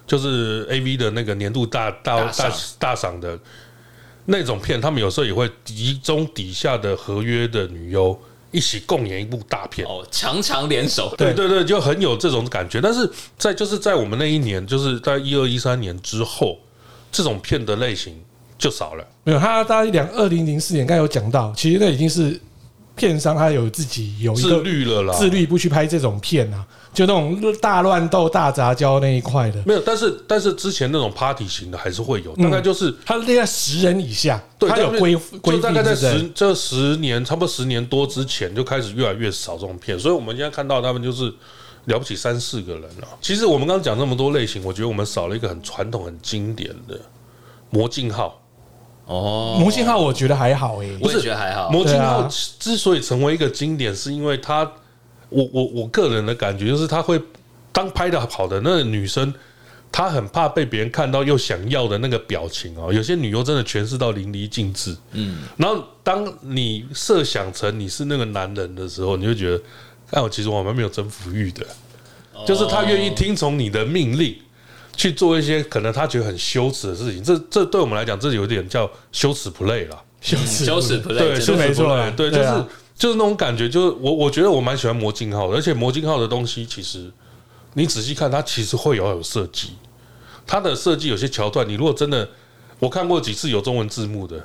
Speaker 5: 就是 AV 的那个年度大大
Speaker 4: 大赏
Speaker 5: 大大赏的那种片，他们有时候也会集中底下的合约的女优一起共演一部大片。
Speaker 4: 哦，强强联手，
Speaker 5: 对
Speaker 2: 对
Speaker 5: 对对，就很有这种感觉。但是在就是在我们那一年，就是在一二一三年之后，这种片的类型就少了。
Speaker 2: 没有，他大概两二零零四年刚才有讲到，其实那已经是片商他有自己有一
Speaker 5: 自
Speaker 2: 个
Speaker 5: 律啊了啦，
Speaker 2: 自律不去拍这种片啊，就那种大乱斗、大杂交那一块的，
Speaker 5: 没有，但是但是之前那种 party 型的还是会有，
Speaker 2: 嗯
Speaker 5: 大概就是、
Speaker 2: 他大概十人以下，
Speaker 5: 对，
Speaker 2: 他有
Speaker 5: 但
Speaker 2: 规
Speaker 5: 是
Speaker 2: 规
Speaker 5: 就大概
Speaker 2: 定
Speaker 5: 在
Speaker 2: 是不是
Speaker 5: 十这十年，差不多十年多之前就开始越来越少这种片，所以我们现在看到他们就是了不起三四个人了。其实我们刚刚讲那么多类型，我觉得我们少了一个很传统、很经典的魔镜号。
Speaker 4: 哦，
Speaker 2: 魔镜号我觉得还好欸诶、
Speaker 4: 我也觉得还好。
Speaker 5: 魔镜
Speaker 2: 对
Speaker 5: 号
Speaker 2: 啊
Speaker 5: 之所以成为一个经典，是因为它，我我我个人的感觉就是，它会当拍的好的那个女生，她很怕被别人看到又想要的那个表情哦。有些女优真的诠释到淋漓尽致，嗯。然后当你设想成你是那个男人的时候，你就觉得，哎，我其实我蛮没有征服欲的，就是她愿意听从你的命令。去做一些可能她觉得很羞耻的事情，这这对我们来讲，这有点叫羞耻 play 啦。
Speaker 2: 羞耻
Speaker 4: 羞耻 play，真的
Speaker 5: 对，就是
Speaker 2: 没错
Speaker 5: 啦
Speaker 2: 啦
Speaker 5: 对，就
Speaker 2: 对
Speaker 5: 是
Speaker 2: 啊
Speaker 5: 就是那种感觉，就是我我觉得我蛮喜欢魔镜号的，而且魔镜号的东西其实你仔细看，它其实会有有设计，它的设计有些桥段，你如果真的我看过几次有中文字幕的，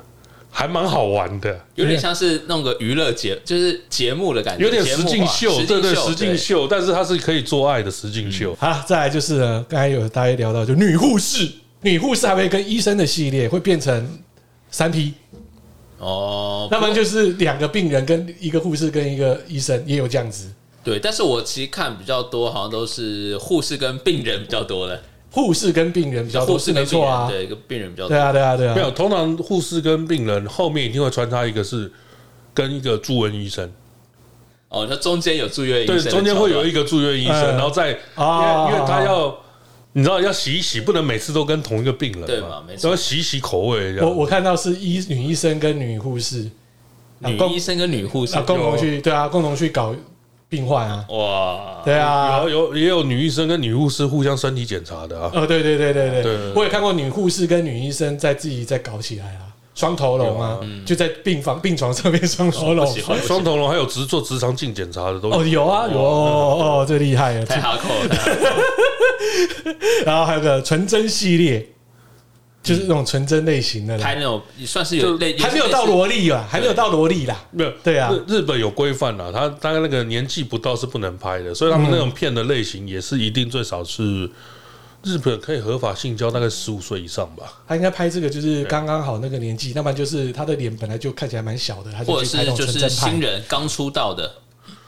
Speaker 5: 还蛮好玩的，
Speaker 4: 有点像是弄个娱乐节，就是节目的感觉，
Speaker 5: 有点
Speaker 4: 节
Speaker 5: 实
Speaker 4: 目化
Speaker 5: 境秀，对对，实境
Speaker 4: 对
Speaker 5: 秀，但是它是可以做爱的实境秀，
Speaker 2: 好了，再来就是呢，刚才有大家聊到，就女护士，女护士还会跟医生的系列会变成三 P，
Speaker 4: 哦，
Speaker 2: 那么就是两个病人跟一个护士跟一个医生也有这样子。
Speaker 4: 对。但是我其实看比较多，好像都是护士跟病人比较多的，
Speaker 2: 护士跟病人比较
Speaker 4: 护
Speaker 2: 多
Speaker 4: 士
Speaker 2: 是
Speaker 4: 跟
Speaker 2: 没
Speaker 4: 病
Speaker 2: 错
Speaker 4: 人
Speaker 2: 啊，
Speaker 4: 对，跟病人比较
Speaker 2: 对
Speaker 4: 多。
Speaker 2: 啊，对啊，对啊，
Speaker 5: 没有，通常护士跟病人后面一定会穿插一个是跟一个驻文医生。
Speaker 4: 哦，那中间有住院医生
Speaker 5: 对，
Speaker 4: 的桥
Speaker 5: 中
Speaker 4: 段，
Speaker 5: 间会有一个住院医生，
Speaker 2: 嗯
Speaker 5: 然后再因为
Speaker 2: 哦
Speaker 5: 因为他要。你知道要洗一洗，不能每次都跟同一个病人
Speaker 4: 对嘛没错
Speaker 5: 要洗一洗口味这样。
Speaker 2: 我我看到是医女医生跟女护士，啊
Speaker 4: 女医
Speaker 2: 共
Speaker 4: 生跟女护士
Speaker 2: 啊，共同去对啊，共同去搞病患啊，
Speaker 4: 哇，
Speaker 2: 对啊
Speaker 5: 有，有也有女医生跟女护士互相身体检查的啊，
Speaker 2: 呃，对对对对
Speaker 5: 对
Speaker 2: 对，我也看过女护士跟女医生在自己在搞起来啊，双头龙啊，就在病房病床上面双头龙
Speaker 4: 不，喜欢
Speaker 5: 双头龙还有只做直肠镜检查的都
Speaker 2: 哦，
Speaker 5: 有。
Speaker 2: 有啊有哦哦，这厉害
Speaker 4: 太
Speaker 2: 了，
Speaker 4: 哈扣了，太哈扣了
Speaker 2: 然后还有个纯真系列，就是那种纯真类型的啦，
Speaker 4: 拍那种也算是有类，
Speaker 2: 还没有到萝莉啊，还没有到萝莉啦，
Speaker 5: 没有，
Speaker 2: 对啊
Speaker 5: 日日本有规范啦，他大概那个年纪不到是不能拍的，所以他们那种片的类型也是一定最少是日本可以合法性交大概十五岁以上吧。
Speaker 2: 他应该拍这个就是刚刚好那个年纪，要不然就是他的脸本来就看起来蛮小的，他
Speaker 4: 或
Speaker 2: 就
Speaker 4: 者
Speaker 2: 去拍那
Speaker 4: 是
Speaker 2: 种
Speaker 4: 就
Speaker 2: 纯
Speaker 4: 是
Speaker 2: 真派，
Speaker 4: 新人刚出道的，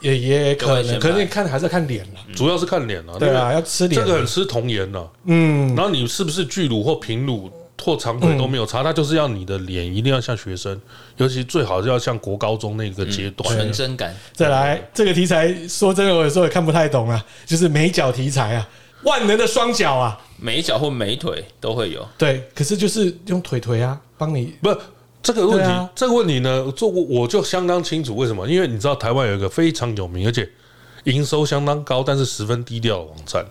Speaker 2: 也也可
Speaker 4: 就会先
Speaker 2: 能，可
Speaker 4: 拍
Speaker 2: 是你看还是要看脸了，
Speaker 5: 主要是看脸啊，
Speaker 2: 嗯对
Speaker 5: 因
Speaker 2: 啊，
Speaker 5: 为
Speaker 2: 要吃脸
Speaker 5: 这，个很吃童颜呐、
Speaker 2: 嗯，
Speaker 5: 然后你是不是巨乳或平乳或长腿都没有差，
Speaker 2: 嗯
Speaker 5: 它就是要你的脸一定要像学生，尤其最好是要像国高中那个阶
Speaker 2: 嗯
Speaker 5: 段。
Speaker 4: 纯真感，
Speaker 2: 再来这个题材，说真的，我有时候也看不太懂啊，就是美脚题材啊，万能的双脚啊，
Speaker 4: 每一脚或每一腿都会有。
Speaker 2: 对，可是就是用腿腿啊帮你，
Speaker 5: 不，这个问题，
Speaker 2: 对啊
Speaker 5: 这个问题呢，做我我就相当清楚为什么，因为你知道台湾有一个非常有名而且营收相当高，但是十分低调的网站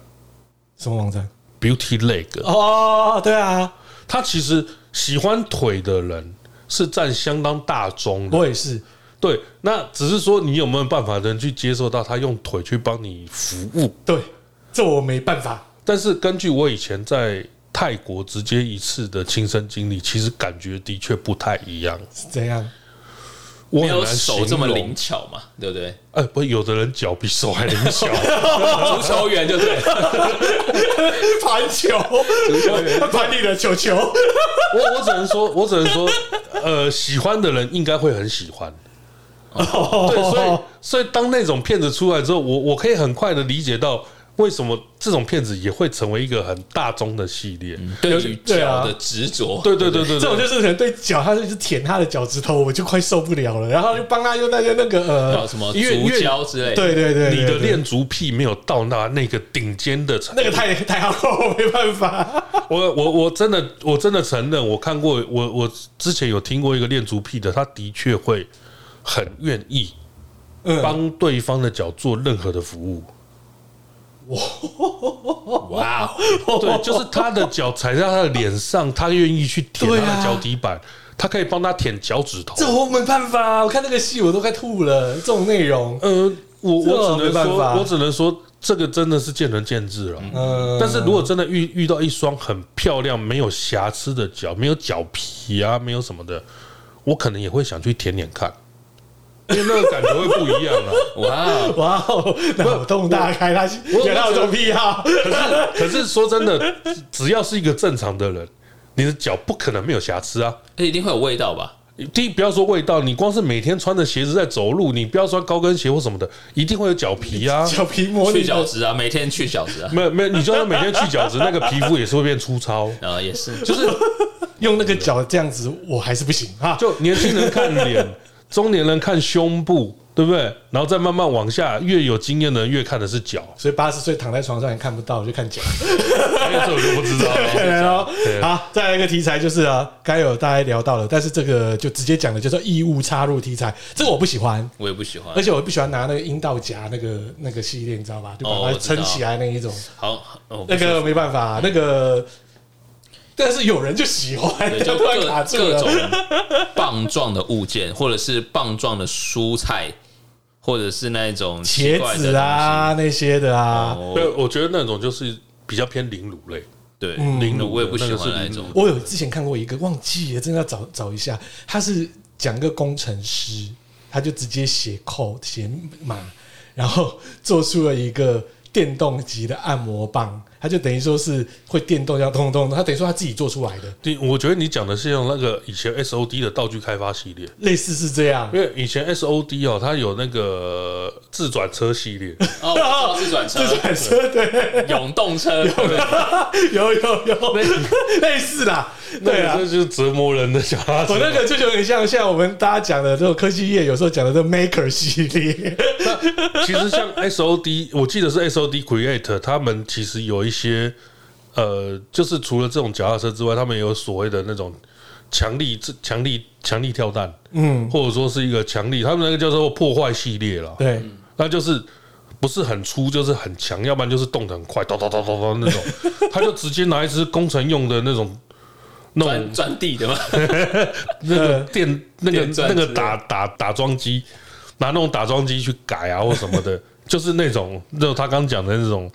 Speaker 2: 什么网站？
Speaker 5: Beauty Leg，
Speaker 2: 哦，对啊，
Speaker 5: 它其实喜欢腿的人是占相当大宗的。
Speaker 2: 我也是，
Speaker 5: 对，那只是说你有没有办法能去接受到他用腿去帮你服务？
Speaker 2: 对，这我没办法。
Speaker 5: 但是根据我以前在泰国直接一次的亲身经历，其实感觉的确不太一样。
Speaker 2: 是怎样？
Speaker 5: 我
Speaker 4: 没
Speaker 5: 很
Speaker 4: 有
Speaker 5: 难形
Speaker 4: 手
Speaker 5: 容
Speaker 4: 这么灵，巧嘛，对不对？
Speaker 5: 哎，不，有的人脚比手还灵巧。
Speaker 4: 足球员 就对了，
Speaker 2: 盘球， 盘你的球球。
Speaker 5: 我我只能说，我只能说，呃，喜欢的人应该会很喜欢。对，所以所以当那种骗子出来之后，我我可以很快的理解到为什么这种骗子也会成为一个很大众的系列。
Speaker 4: 对于
Speaker 2: 对啊
Speaker 4: 脚的执着，
Speaker 5: 对对对对，对
Speaker 2: 这种就是可能对脚，他就是舔他的脚趾头，我就快受不了了。然后就帮他用那些那个
Speaker 4: 叫
Speaker 2: 呃
Speaker 4: 什么
Speaker 2: 因为因
Speaker 4: 足
Speaker 2: 为
Speaker 4: 胶之类的，
Speaker 2: 对对对，
Speaker 5: 你的
Speaker 2: 对对
Speaker 5: 练足癖没有到达那个顶尖的程
Speaker 2: 那个太太好，我没办法。
Speaker 5: 我我我真的我真的承认，我看过我我之前有听过一个练足癖的，他的确会很愿意
Speaker 2: 嗯，
Speaker 5: 帮对方的脚做任何的服务。
Speaker 4: 哇哦，
Speaker 5: 对，就是他的脚踩在他的脸上，他愿意去舔
Speaker 2: 对
Speaker 5: 他
Speaker 2: 啊
Speaker 5: 的脚底板，他可以帮他舔脚趾头。
Speaker 2: 这我没办法，我看那个戏我都快吐了。这种内容，
Speaker 5: 呃，我我
Speaker 2: 这
Speaker 5: 只
Speaker 2: 没
Speaker 5: 能
Speaker 2: 办法
Speaker 5: 说，我只能说，这个真的是见仁见智了。
Speaker 2: 嗯，
Speaker 5: 但是如果真的遇遇到一双很漂亮、没有瑕疵的脚，没有脚皮啊，没有什么的，我可能也会想去舔舔看，因为那个感觉会不一样啊。
Speaker 4: 哇哦，
Speaker 2: 哇哦，脑洞大开，他原来有这种癖好，
Speaker 5: 可是说真的，只要是一个正常的人，你的脚不可能没有瑕疵啊。
Speaker 4: 这一定会有味道吧？
Speaker 5: 第一，不要说味道，你光是每天穿着鞋子在走路，你不要穿高跟鞋或什么的，一定会有脚皮啊。
Speaker 2: 小皮模拟
Speaker 4: 去
Speaker 2: 的
Speaker 4: 角质啊，每天去角质啊，
Speaker 5: 没有没有，你就算每天去角质，那个皮肤也是会变粗糙。
Speaker 4: 呃，也是，
Speaker 5: 就是
Speaker 2: 用那个脚这样子，我还是不行啊。
Speaker 5: 就年轻人看脸， 中年人看胸部，对不对？然后再慢慢往下，越有经验的人越看的是脚。
Speaker 2: 所以八十岁躺在床上也看不到，我就看脚。
Speaker 5: 哎这我就不知道
Speaker 2: 可
Speaker 5: 了。
Speaker 2: 能哦。好，再来一个题材就是啊，该有大家聊到了，但是这个就直接讲的叫做异物插入题材，这个我不喜欢，
Speaker 4: 我也不喜欢
Speaker 2: 而。且我不喜欢拿那个阴道夹那个那个系列，你知道吧？就
Speaker 4: 哦
Speaker 2: 把它
Speaker 4: 我知道
Speaker 2: 撑起来那一种，
Speaker 4: 好，哦
Speaker 2: 那个没办法，那个。但是有人就喜欢，
Speaker 4: 对，
Speaker 2: 就
Speaker 4: 就
Speaker 2: 突然
Speaker 4: 各
Speaker 2: 卡住
Speaker 4: 各
Speaker 2: 了
Speaker 4: 种。棒状的物件，或者是棒状的蔬菜，或者是那种奇
Speaker 2: 茄
Speaker 4: 怪的
Speaker 2: 子啊，那些的啊，
Speaker 4: 东西，
Speaker 5: 对，
Speaker 4: 哦
Speaker 5: 我觉得那种就是比较偏凌辱类。
Speaker 4: 对，
Speaker 2: 嗯
Speaker 5: 凌
Speaker 4: 那
Speaker 5: 辱
Speaker 4: 我也不喜
Speaker 5: 那个
Speaker 4: 欢
Speaker 5: 是
Speaker 4: 那
Speaker 5: 凌
Speaker 4: 种
Speaker 5: 辱。
Speaker 2: 我有之前看过一个，忘记了，真的要找找一下。他是讲一个工程师，他就直接写扣写码，然后做出了一个电动级的按摩棒，他就等于说是会电动这样咚咚咚，他等于说他自己做出来的，
Speaker 5: 你我觉得你讲的是像那个以前 S O D 的道具开发系列，
Speaker 2: 类似是这样。
Speaker 5: 因为以前 S O D 哦，它有那个自转车系列，
Speaker 4: 哦，我知道自转车、
Speaker 2: 自转车对，
Speaker 4: 永动 车，对
Speaker 2: 有有有，类似啦， 对啊
Speaker 5: 那个，就是折磨人的小哈
Speaker 2: 我那个就有点像像我们大家讲的这种科技业，有时候讲的这 Maker 系列，
Speaker 5: 其实像 S O D，我记得是 S O D Create，他们其实有一些呃，就是除了这种脚踏车之外，他们也有所谓的那种强力、强力、强力跳蛋，
Speaker 2: 嗯，
Speaker 5: 或者说是一个强力，他们那个叫做破坏系列了。
Speaker 2: 对，
Speaker 5: 那就是不是很粗，就是很强，要不然就是动得很快，叨叨叨叨叨那种。他就直接拿一支工程用的那种。那种
Speaker 4: 转转地的嘛，
Speaker 5: 那个
Speaker 2: 呃
Speaker 5: 电那个
Speaker 4: 电钻
Speaker 5: 那个
Speaker 4: 之类的
Speaker 5: 打打打桩机，拿那种打桩机去改啊或什么的， 就是那种就他刚讲的那种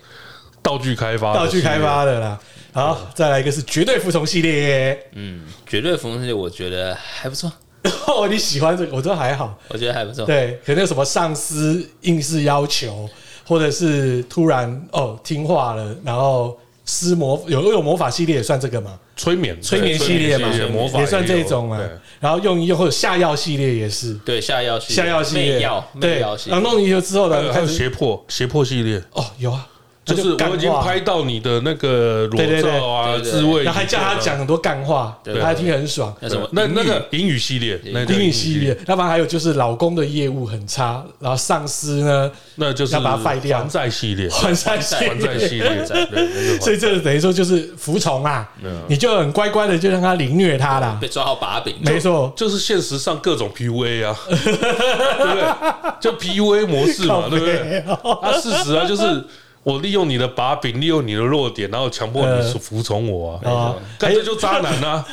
Speaker 5: 道具开发的
Speaker 2: 道具
Speaker 5: 系列
Speaker 2: 开，发的啦。好，再来一个是绝对服从系列。
Speaker 4: 嗯，绝对缝制，我觉得还不错，
Speaker 2: 哦，你喜欢这个，我都还好。
Speaker 4: 我觉得还不错，
Speaker 2: 对，可能有什么上司硬是要求，或者是突然哦听话了，然后施魔有有魔法系列也算这个嘛，
Speaker 5: 催眠
Speaker 2: 催眠
Speaker 5: 对
Speaker 2: 系列嘛，
Speaker 5: 催眠魔法
Speaker 2: 也算这
Speaker 5: 有
Speaker 2: 种啊嘛
Speaker 5: 对。呃
Speaker 2: 然后用一用或者下药系列也是
Speaker 4: 对，下药系列
Speaker 2: 下药系列，
Speaker 4: 媚药媚
Speaker 2: 对，
Speaker 4: 药系
Speaker 2: 然
Speaker 4: 列
Speaker 2: 后，弄一个之后
Speaker 5: 还
Speaker 2: 呢，
Speaker 5: 有还
Speaker 2: 开
Speaker 5: 有
Speaker 2: 始
Speaker 5: 胁迫胁迫系列，
Speaker 2: 哦有啊，
Speaker 5: 就是
Speaker 2: 干
Speaker 5: 我已经
Speaker 2: 话
Speaker 5: 拍到你的那个裸
Speaker 2: 对对对
Speaker 5: 照啊，
Speaker 4: 对对
Speaker 5: 自慰影片啊，
Speaker 2: 然后还叫他讲很多干话，
Speaker 4: 对对
Speaker 2: 他还听得很爽。
Speaker 4: 那什么
Speaker 5: 呃那那
Speaker 4: 英语
Speaker 5: 个英语系列，那叫
Speaker 2: 英语系列，，要不然还有就是老公的业务很差，然后上司呢
Speaker 5: 那就是
Speaker 2: 要把它废掉
Speaker 5: 还债系列，
Speaker 2: 还债系
Speaker 5: 还债系列，对那 个
Speaker 2: 所以这个等于说就是服从啊，你就很乖乖的就让他凌虐他啦，
Speaker 4: 被抓到把柄，
Speaker 2: 嗯没错，
Speaker 5: 就是现实上各种 PUA 啊， 对
Speaker 2: 哦
Speaker 5: 不对？就 PUA 模式嘛，对不对？啊，事实啊，就是我利用你的把柄，利用你的弱点，然后强迫你服从我啊！
Speaker 2: 呃啊，
Speaker 5: 干这就渣男 啊！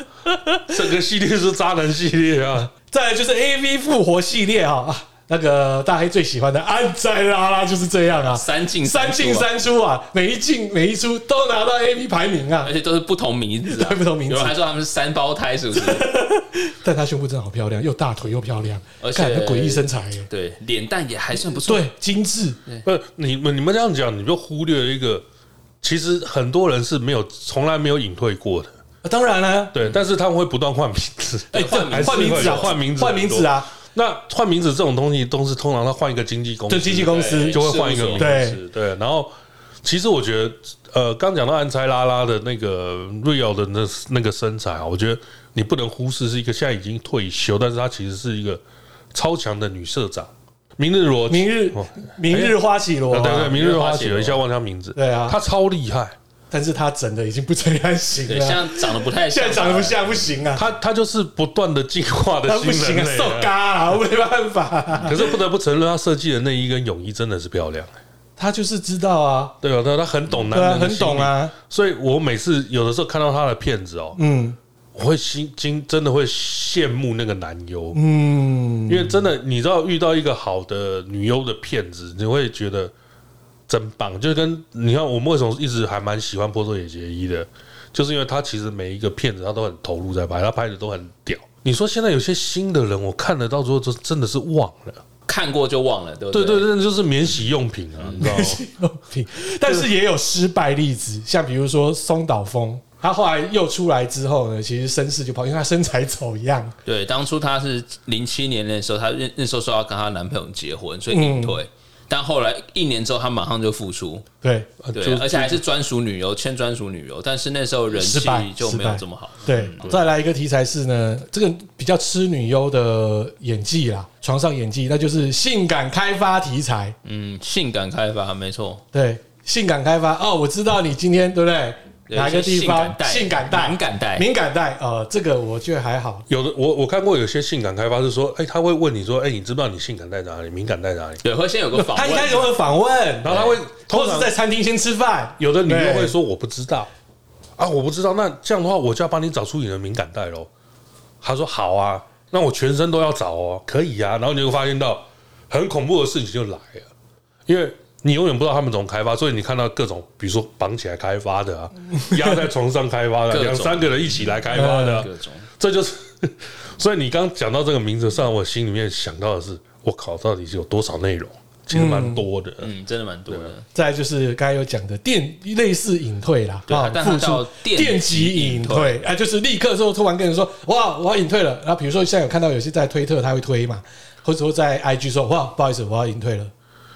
Speaker 5: 整个系列是渣男系列啊！
Speaker 2: 再来就是 A V 复活系列啊啊，那个大黑最喜欢的安塞拉拉就是这样啊，
Speaker 4: 三进
Speaker 2: 三
Speaker 4: 出啊
Speaker 2: 进，三出啊，每一进每一出都拿到 A V 排名啊
Speaker 4: 而，且都是不同名字啊，
Speaker 2: 对不同名字
Speaker 4: 有人还说他们是三胞胎，是不是？
Speaker 2: 但她胸部真的好漂亮，又大腿又漂亮，
Speaker 4: 而且
Speaker 2: 看那诡异身材耶，
Speaker 4: 对，脸蛋也还算不错。
Speaker 2: 对，精致，
Speaker 5: 不，你们你们这样讲，你就忽略了一个，其实很多人是没有从来没有隐退过的，
Speaker 2: 啊当然了，
Speaker 5: 对，但是他们会不断换名字。
Speaker 4: 哎
Speaker 2: 换
Speaker 4: 换名
Speaker 2: 换名
Speaker 4: 字
Speaker 2: 字啊，
Speaker 5: 换名字
Speaker 2: 换名字啊，
Speaker 5: 那换名字这种东西，都是通常他换一个经纪公司，
Speaker 2: 就经纪公司
Speaker 4: 对
Speaker 5: 就会换一个
Speaker 4: 事务
Speaker 5: 名
Speaker 4: 所
Speaker 5: 字。对，然后其实我觉得，呃，刚讲到安塞拉拉的那个 real 的那那个身材啊，我觉得你不能忽视是一个现在已经退休，但是她其实是一个超强的女社长。明日罗，
Speaker 2: 明日
Speaker 5: 哦
Speaker 2: 明日花绮罗
Speaker 5: 啊
Speaker 2: 啊，
Speaker 5: 对对，明日花
Speaker 4: 明日花绮
Speaker 5: 绮
Speaker 4: 罗
Speaker 5: 罗，一下忘记她名字。
Speaker 2: 对啊
Speaker 5: 她超厉害，
Speaker 2: 但是她整的已经不这样行
Speaker 4: 对，
Speaker 2: 了，
Speaker 4: 像长得不太
Speaker 2: 啊
Speaker 4: 像，
Speaker 2: 现在长得不像不行啊，
Speaker 5: 她她就是不断的进化的
Speaker 2: 她不
Speaker 5: 新
Speaker 2: 行啊
Speaker 5: 人，类
Speaker 2: 瘦
Speaker 5: 啊。
Speaker 2: 嘎啊，我没办法啊，
Speaker 5: 可是不得不承认，她设计的内衣跟泳衣真的是漂亮。
Speaker 2: 她就是知道啊，
Speaker 5: 对啊，她她很懂男
Speaker 2: 对啊，
Speaker 5: 人，
Speaker 2: 很懂。啊，
Speaker 5: 所以我每次有的时候看到她的片子哦，
Speaker 2: 嗯
Speaker 5: 我会心惊，真的会羡慕那个男优，
Speaker 2: 嗯
Speaker 5: 因，为真的你知道遇到一个好的女优的片子，你会觉得真棒。就跟你看我们为什么一直还蛮喜欢波多野结衣的，就是因为她其实每一个片子她都很投入在拍，她拍的都很屌。你说现在有些新的人，我看了到最后就真的是忘了，
Speaker 4: 看过就忘了，对不
Speaker 5: 对对
Speaker 4: 对
Speaker 5: 对，那就是免洗用品啊，你知道吗？
Speaker 2: 但是也有失败例子，像比如说松岛枫，她后来又出来之后呢，其实身世就跑，因为她身材走样，
Speaker 4: 对，当初她是零七年的时候，她那那时候说要跟她男朋友结婚，所以隐退。
Speaker 2: 嗯
Speaker 4: 但后来一年之后，她马上就复出，
Speaker 2: 对
Speaker 5: 啊
Speaker 4: 对
Speaker 5: 就，
Speaker 4: 而且还是专属女优，签专属女优。但是那时候人
Speaker 2: 失
Speaker 4: 气
Speaker 2: 败
Speaker 4: 就没
Speaker 2: 失
Speaker 4: 有
Speaker 2: 败
Speaker 4: 这么好。
Speaker 2: 对。再来一个题材是呢，这个比较吃女优的演技啦，床上演技，那就是性感开发题材，
Speaker 4: 嗯，性感开发没错，
Speaker 2: 对，性感开发哦，我知道你今天对不对？
Speaker 4: 对
Speaker 2: 哪个地方
Speaker 4: 性感带
Speaker 2: 带、
Speaker 4: 敏感带
Speaker 2: 敏感带？呃，这个我觉得还好。
Speaker 5: 有的我我看过有些性感开发是说，哎、他会问你说，哎、你知不知道你性感在哪里，敏感在哪里？
Speaker 4: 对，会先有个访
Speaker 2: 他一开始
Speaker 4: 问，
Speaker 2: 会访问，
Speaker 5: 然后他会
Speaker 2: 或
Speaker 5: 通
Speaker 2: 者
Speaker 5: 常
Speaker 2: 是在餐厅先吃饭，
Speaker 5: 有的女
Speaker 2: 对
Speaker 5: 优会说我不知道啊，我不知道。那这样的话，我就要帮你找出你的敏感带喽。他说好啊，那我全身都要找哦，可以啊。然后你就会发现到很恐怖的事情就来了，因为你永远不知道他们怎么开发，所以你看到各种，比如说绑起来开发的啊，压在床上开发 的
Speaker 4: 各种
Speaker 5: 啊，
Speaker 4: 嗯
Speaker 5: 两三个人一起来开发的啊，
Speaker 4: 各种
Speaker 5: 这就是。 所以你刚讲到这个名字上，我心里面想到的是，我靠，到底是有多少内容？其实蛮多的。啊
Speaker 4: 嗯，真的蛮多的。
Speaker 2: 再来就是刚才有讲的电类似隐退啦，
Speaker 4: 对
Speaker 2: 啊，
Speaker 4: 但它
Speaker 2: 付
Speaker 4: 叫
Speaker 2: 出
Speaker 4: 电
Speaker 2: 极隐
Speaker 4: 隐
Speaker 2: 退
Speaker 4: 退
Speaker 2: 啊，就是立刻之后突然跟人说哇，我要隐退了。然后比如说现在有看到有些在推特他会推嘛，或者说在 IG 说哇，不好意思，我要隐退了。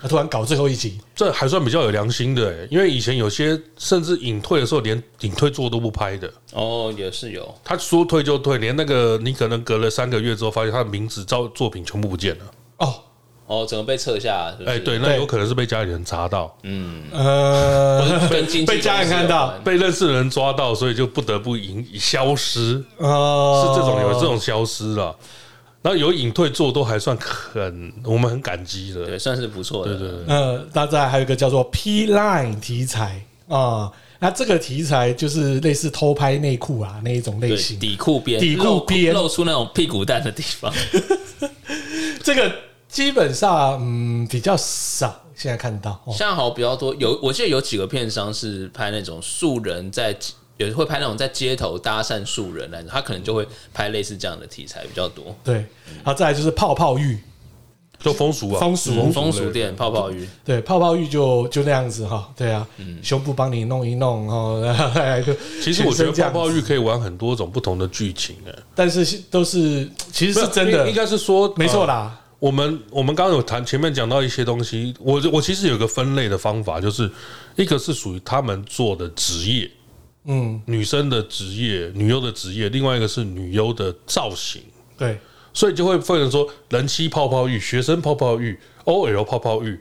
Speaker 2: 啊突然搞最后一集，
Speaker 5: 这还算比较有良心的、欸，因为以前有些甚至隐退的时候连隐退座都不拍的，
Speaker 4: 哦，也是有，
Speaker 5: 他说退就退，连那个你可能隔了三个月之后发现他的名字、照作品全部不见了，
Speaker 2: 哦，
Speaker 4: 哦，整个被撤下
Speaker 2: 嗯
Speaker 4: 来，是不
Speaker 5: 哎、
Speaker 4: 是
Speaker 5: 对，，那
Speaker 2: 对
Speaker 5: 有可能是被家里人查到，
Speaker 2: 嗯
Speaker 4: 或
Speaker 2: 呃
Speaker 4: 者， 跟经纪
Speaker 2: 被家人看到
Speaker 4: 公司有关，
Speaker 5: 被认识的人抓到，所以就不得不隐消失，是
Speaker 2: 呃，
Speaker 5: 这种有这种消失了。然后有隐退座都还算很，我们很感激的，
Speaker 4: 对，算是不错的。
Speaker 5: 对对对，
Speaker 2: 呃，那再来还有一个叫做 P Line 题材啊、那这个题材就是类似偷拍内裤啊那一种类
Speaker 4: 对
Speaker 2: 型。
Speaker 4: 底裤边，
Speaker 2: 底裤
Speaker 4: 露
Speaker 2: 边
Speaker 4: 露出那种屁股蛋的地 方，
Speaker 5: 哦
Speaker 2: 这个基本上嗯比较少，现在看到哦。
Speaker 4: 现在好像比较多。有我记得有几个片商是拍那种素人在，有会拍那种在街头搭讪素人啊来着，他可能就会拍类似这样的题材比较多。
Speaker 2: 对，好，再来就是泡泡浴，
Speaker 5: 就风俗啊，
Speaker 2: 风俗
Speaker 4: 嗯风俗店泡泡浴，
Speaker 2: 对，泡泡浴就就那样子哈，对啊，胸部帮你弄一弄哦， 就
Speaker 5: 嗯其实我觉
Speaker 2: 全
Speaker 5: 得
Speaker 2: 身这
Speaker 5: 泡
Speaker 2: 样子
Speaker 5: 泡浴，可以玩很多种不同的剧情、欸，
Speaker 2: 但是是都是其实
Speaker 5: 哎，
Speaker 2: 是真的
Speaker 5: 应，该是说
Speaker 2: 没错
Speaker 5: 啦。
Speaker 2: 啦，
Speaker 5: 我们我们刚刚有谈前面讲到一些东西，我我其实有个分类的方法，就是一个是属于他们做的职业，呃
Speaker 2: 嗯，
Speaker 5: 女生的职业、女优的职业，另外一个是女优的造型，
Speaker 2: 对，
Speaker 5: 所以就会分成说人妻泡泡浴、学生泡泡浴、OL 泡泡浴，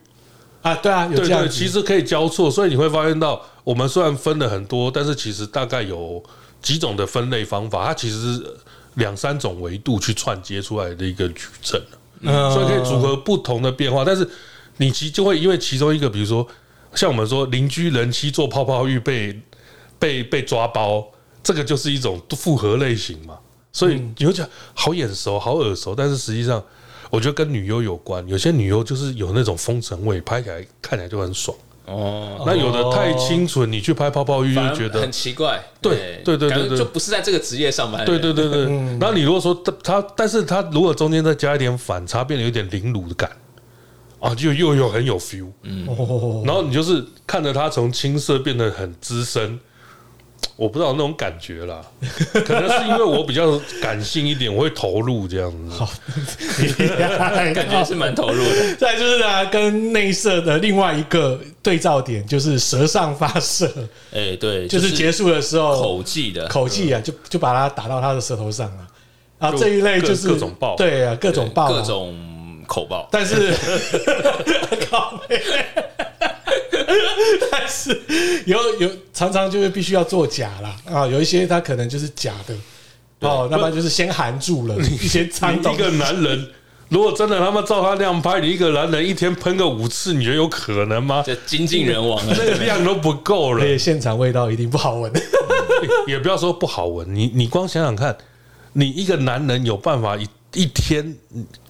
Speaker 2: 啊，对啊，有
Speaker 5: 对
Speaker 2: 这样
Speaker 5: 对，
Speaker 2: 子，
Speaker 5: 其实可以交错，所以你会发现到我们虽然分了很多，但是其实大概有几种的分类方法，它其实是两三种维度去串接出来的一个矩阵。
Speaker 2: 嗯
Speaker 5: 所以可以组合不同的变化。但是你其就会因为其中一个，比如说像我们说邻居人妻做泡泡浴被被被抓包，这个就是一种复合类型嘛。所以你会觉得好眼熟、好耳熟，但是实际上，我觉得跟女优有关。有些女优就是有那种风尘味，拍起来看起来就很爽。
Speaker 4: 哦，
Speaker 5: 那有的太清纯，你去拍泡泡浴就
Speaker 4: 反而
Speaker 5: 觉得
Speaker 4: 很奇怪，哎
Speaker 5: 对对对对
Speaker 4: 感觉
Speaker 5: 对
Speaker 4: 就不是在这个职业上班，
Speaker 5: 对对对对，然后你如果说他，他但是他如果中间再加一点反差，变得有点凌辱的感，啊，就又有很有 feel。
Speaker 2: 哦，
Speaker 5: 然后你就是看着他从青涩变得很资深，我不知道那种感觉啦，可能是因为我比较感性一点，我会投入这样子。
Speaker 4: 感觉是蛮投入 的。
Speaker 2: 再来就是呢，跟内射的另外一个对照点就是舌上发射，
Speaker 4: 哎，对，
Speaker 2: 就是结束的时候
Speaker 4: 口技的，
Speaker 2: 口技啊，就就把它打到他的舌头上了。啊，
Speaker 5: 就
Speaker 2: 这一类
Speaker 5: 各
Speaker 2: 就是
Speaker 5: 各种爆
Speaker 2: 对啊，各
Speaker 4: 各
Speaker 2: 种爆啊，
Speaker 4: 各种口爆。
Speaker 2: 但是， 靠背 但是有有常常就是必须要做假啦啊，有一些他可能就是假的哦，那么就是先含住了一些脏
Speaker 5: 你
Speaker 2: 东
Speaker 5: 一
Speaker 2: 西
Speaker 5: 个男人，如果真的他妈照他那样拍，你一个男人一天喷个五次，你觉得有可能吗？
Speaker 4: 这精尽人亡啊
Speaker 5: 那
Speaker 4: 了，
Speaker 5: 个量都不够了
Speaker 2: 而。且哎现场味道一定不好闻。
Speaker 5: 啊也不要说不好闻，你你光想想看，你一个男人有办法一一天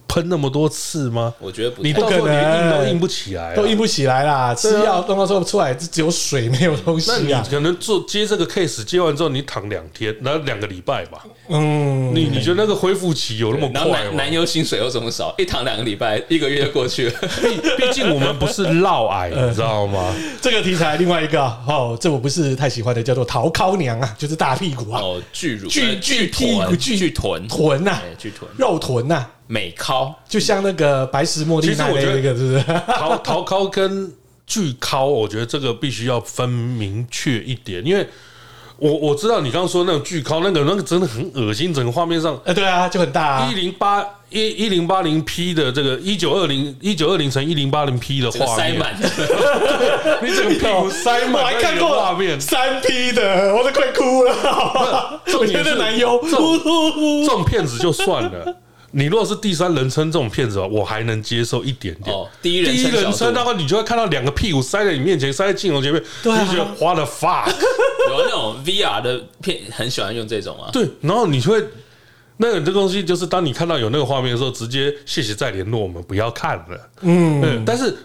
Speaker 5: 喷那么多次吗？
Speaker 4: 我觉得不太
Speaker 5: 你到时候
Speaker 2: 不可能
Speaker 5: 连硬都硬不起来啊、
Speaker 2: 都硬不起来啦，吃
Speaker 5: 对啊
Speaker 2: 药弄到最后出来只有水没有东
Speaker 5: 那
Speaker 2: 西
Speaker 5: 你
Speaker 2: 啊。
Speaker 5: 可能做接这个 case 接完之后，你躺两天，那两个礼拜吧。
Speaker 2: 嗯，
Speaker 5: 你你觉得那个恢复期有那么
Speaker 4: 然后
Speaker 5: 快
Speaker 4: 男
Speaker 5: 吗
Speaker 4: 男？优薪水又这么少，一躺两个礼拜，一个月就过去了。
Speaker 5: 毕竟我们不是嫪毐，你知道吗？
Speaker 2: 这个题材另外一个啊哦，这我不是太喜欢的，叫做桃尻娘啊，就是大屁股啊，
Speaker 4: 哦，巨乳、
Speaker 2: 巨
Speaker 4: 呃
Speaker 2: 巨屁股
Speaker 4: 臀、
Speaker 2: 巨
Speaker 4: 巨臀、
Speaker 2: 臀呐，
Speaker 4: 哎，巨臀、
Speaker 2: 肉臀呐，
Speaker 4: 美尻，
Speaker 2: 就像那个白石茉莉
Speaker 5: 其实
Speaker 2: 那
Speaker 5: 我
Speaker 2: 类
Speaker 5: 觉得
Speaker 2: 那个，是不是？
Speaker 5: 逃逃尻跟巨尻，我觉得这个必须要分明确一点，因为我我知道你刚刚说那种巨尻，那个那个真的很恶心，整个画面上
Speaker 2: 呃，对啊，就很大啊
Speaker 5: 一。零八一一零八零 P 的这个一九二零一九二零乘一零八零 P 的
Speaker 4: 这个
Speaker 5: 画
Speaker 4: 塞
Speaker 5: 面，
Speaker 4: 满，
Speaker 5: 你整个屁股塞 满，
Speaker 2: 我还看过
Speaker 5: 画面。
Speaker 2: 哦三 P 的，我都快哭了，好吧？
Speaker 5: 重
Speaker 2: 我
Speaker 5: 点
Speaker 2: 觉
Speaker 5: 是
Speaker 2: 得男优，
Speaker 5: 这这种片子就算了，你如果是第三人称这种片子吧，我还能接受一点点。
Speaker 4: 哦，第一
Speaker 5: 第
Speaker 4: 人
Speaker 5: 一
Speaker 4: 称
Speaker 5: 人
Speaker 4: 小
Speaker 5: 称，
Speaker 4: 度
Speaker 5: 然后你就会看到两个屁股塞在你面前，塞在镜头前面，
Speaker 2: 对啊
Speaker 5: 你就觉得花了 fuck，
Speaker 4: 有那种 VR 的片，很喜欢用这种啊。
Speaker 5: 对，然后你就会那个这东西就是当你看到有那个画面的时候，直接谢谢再联络，我们不要看了。嗯，但是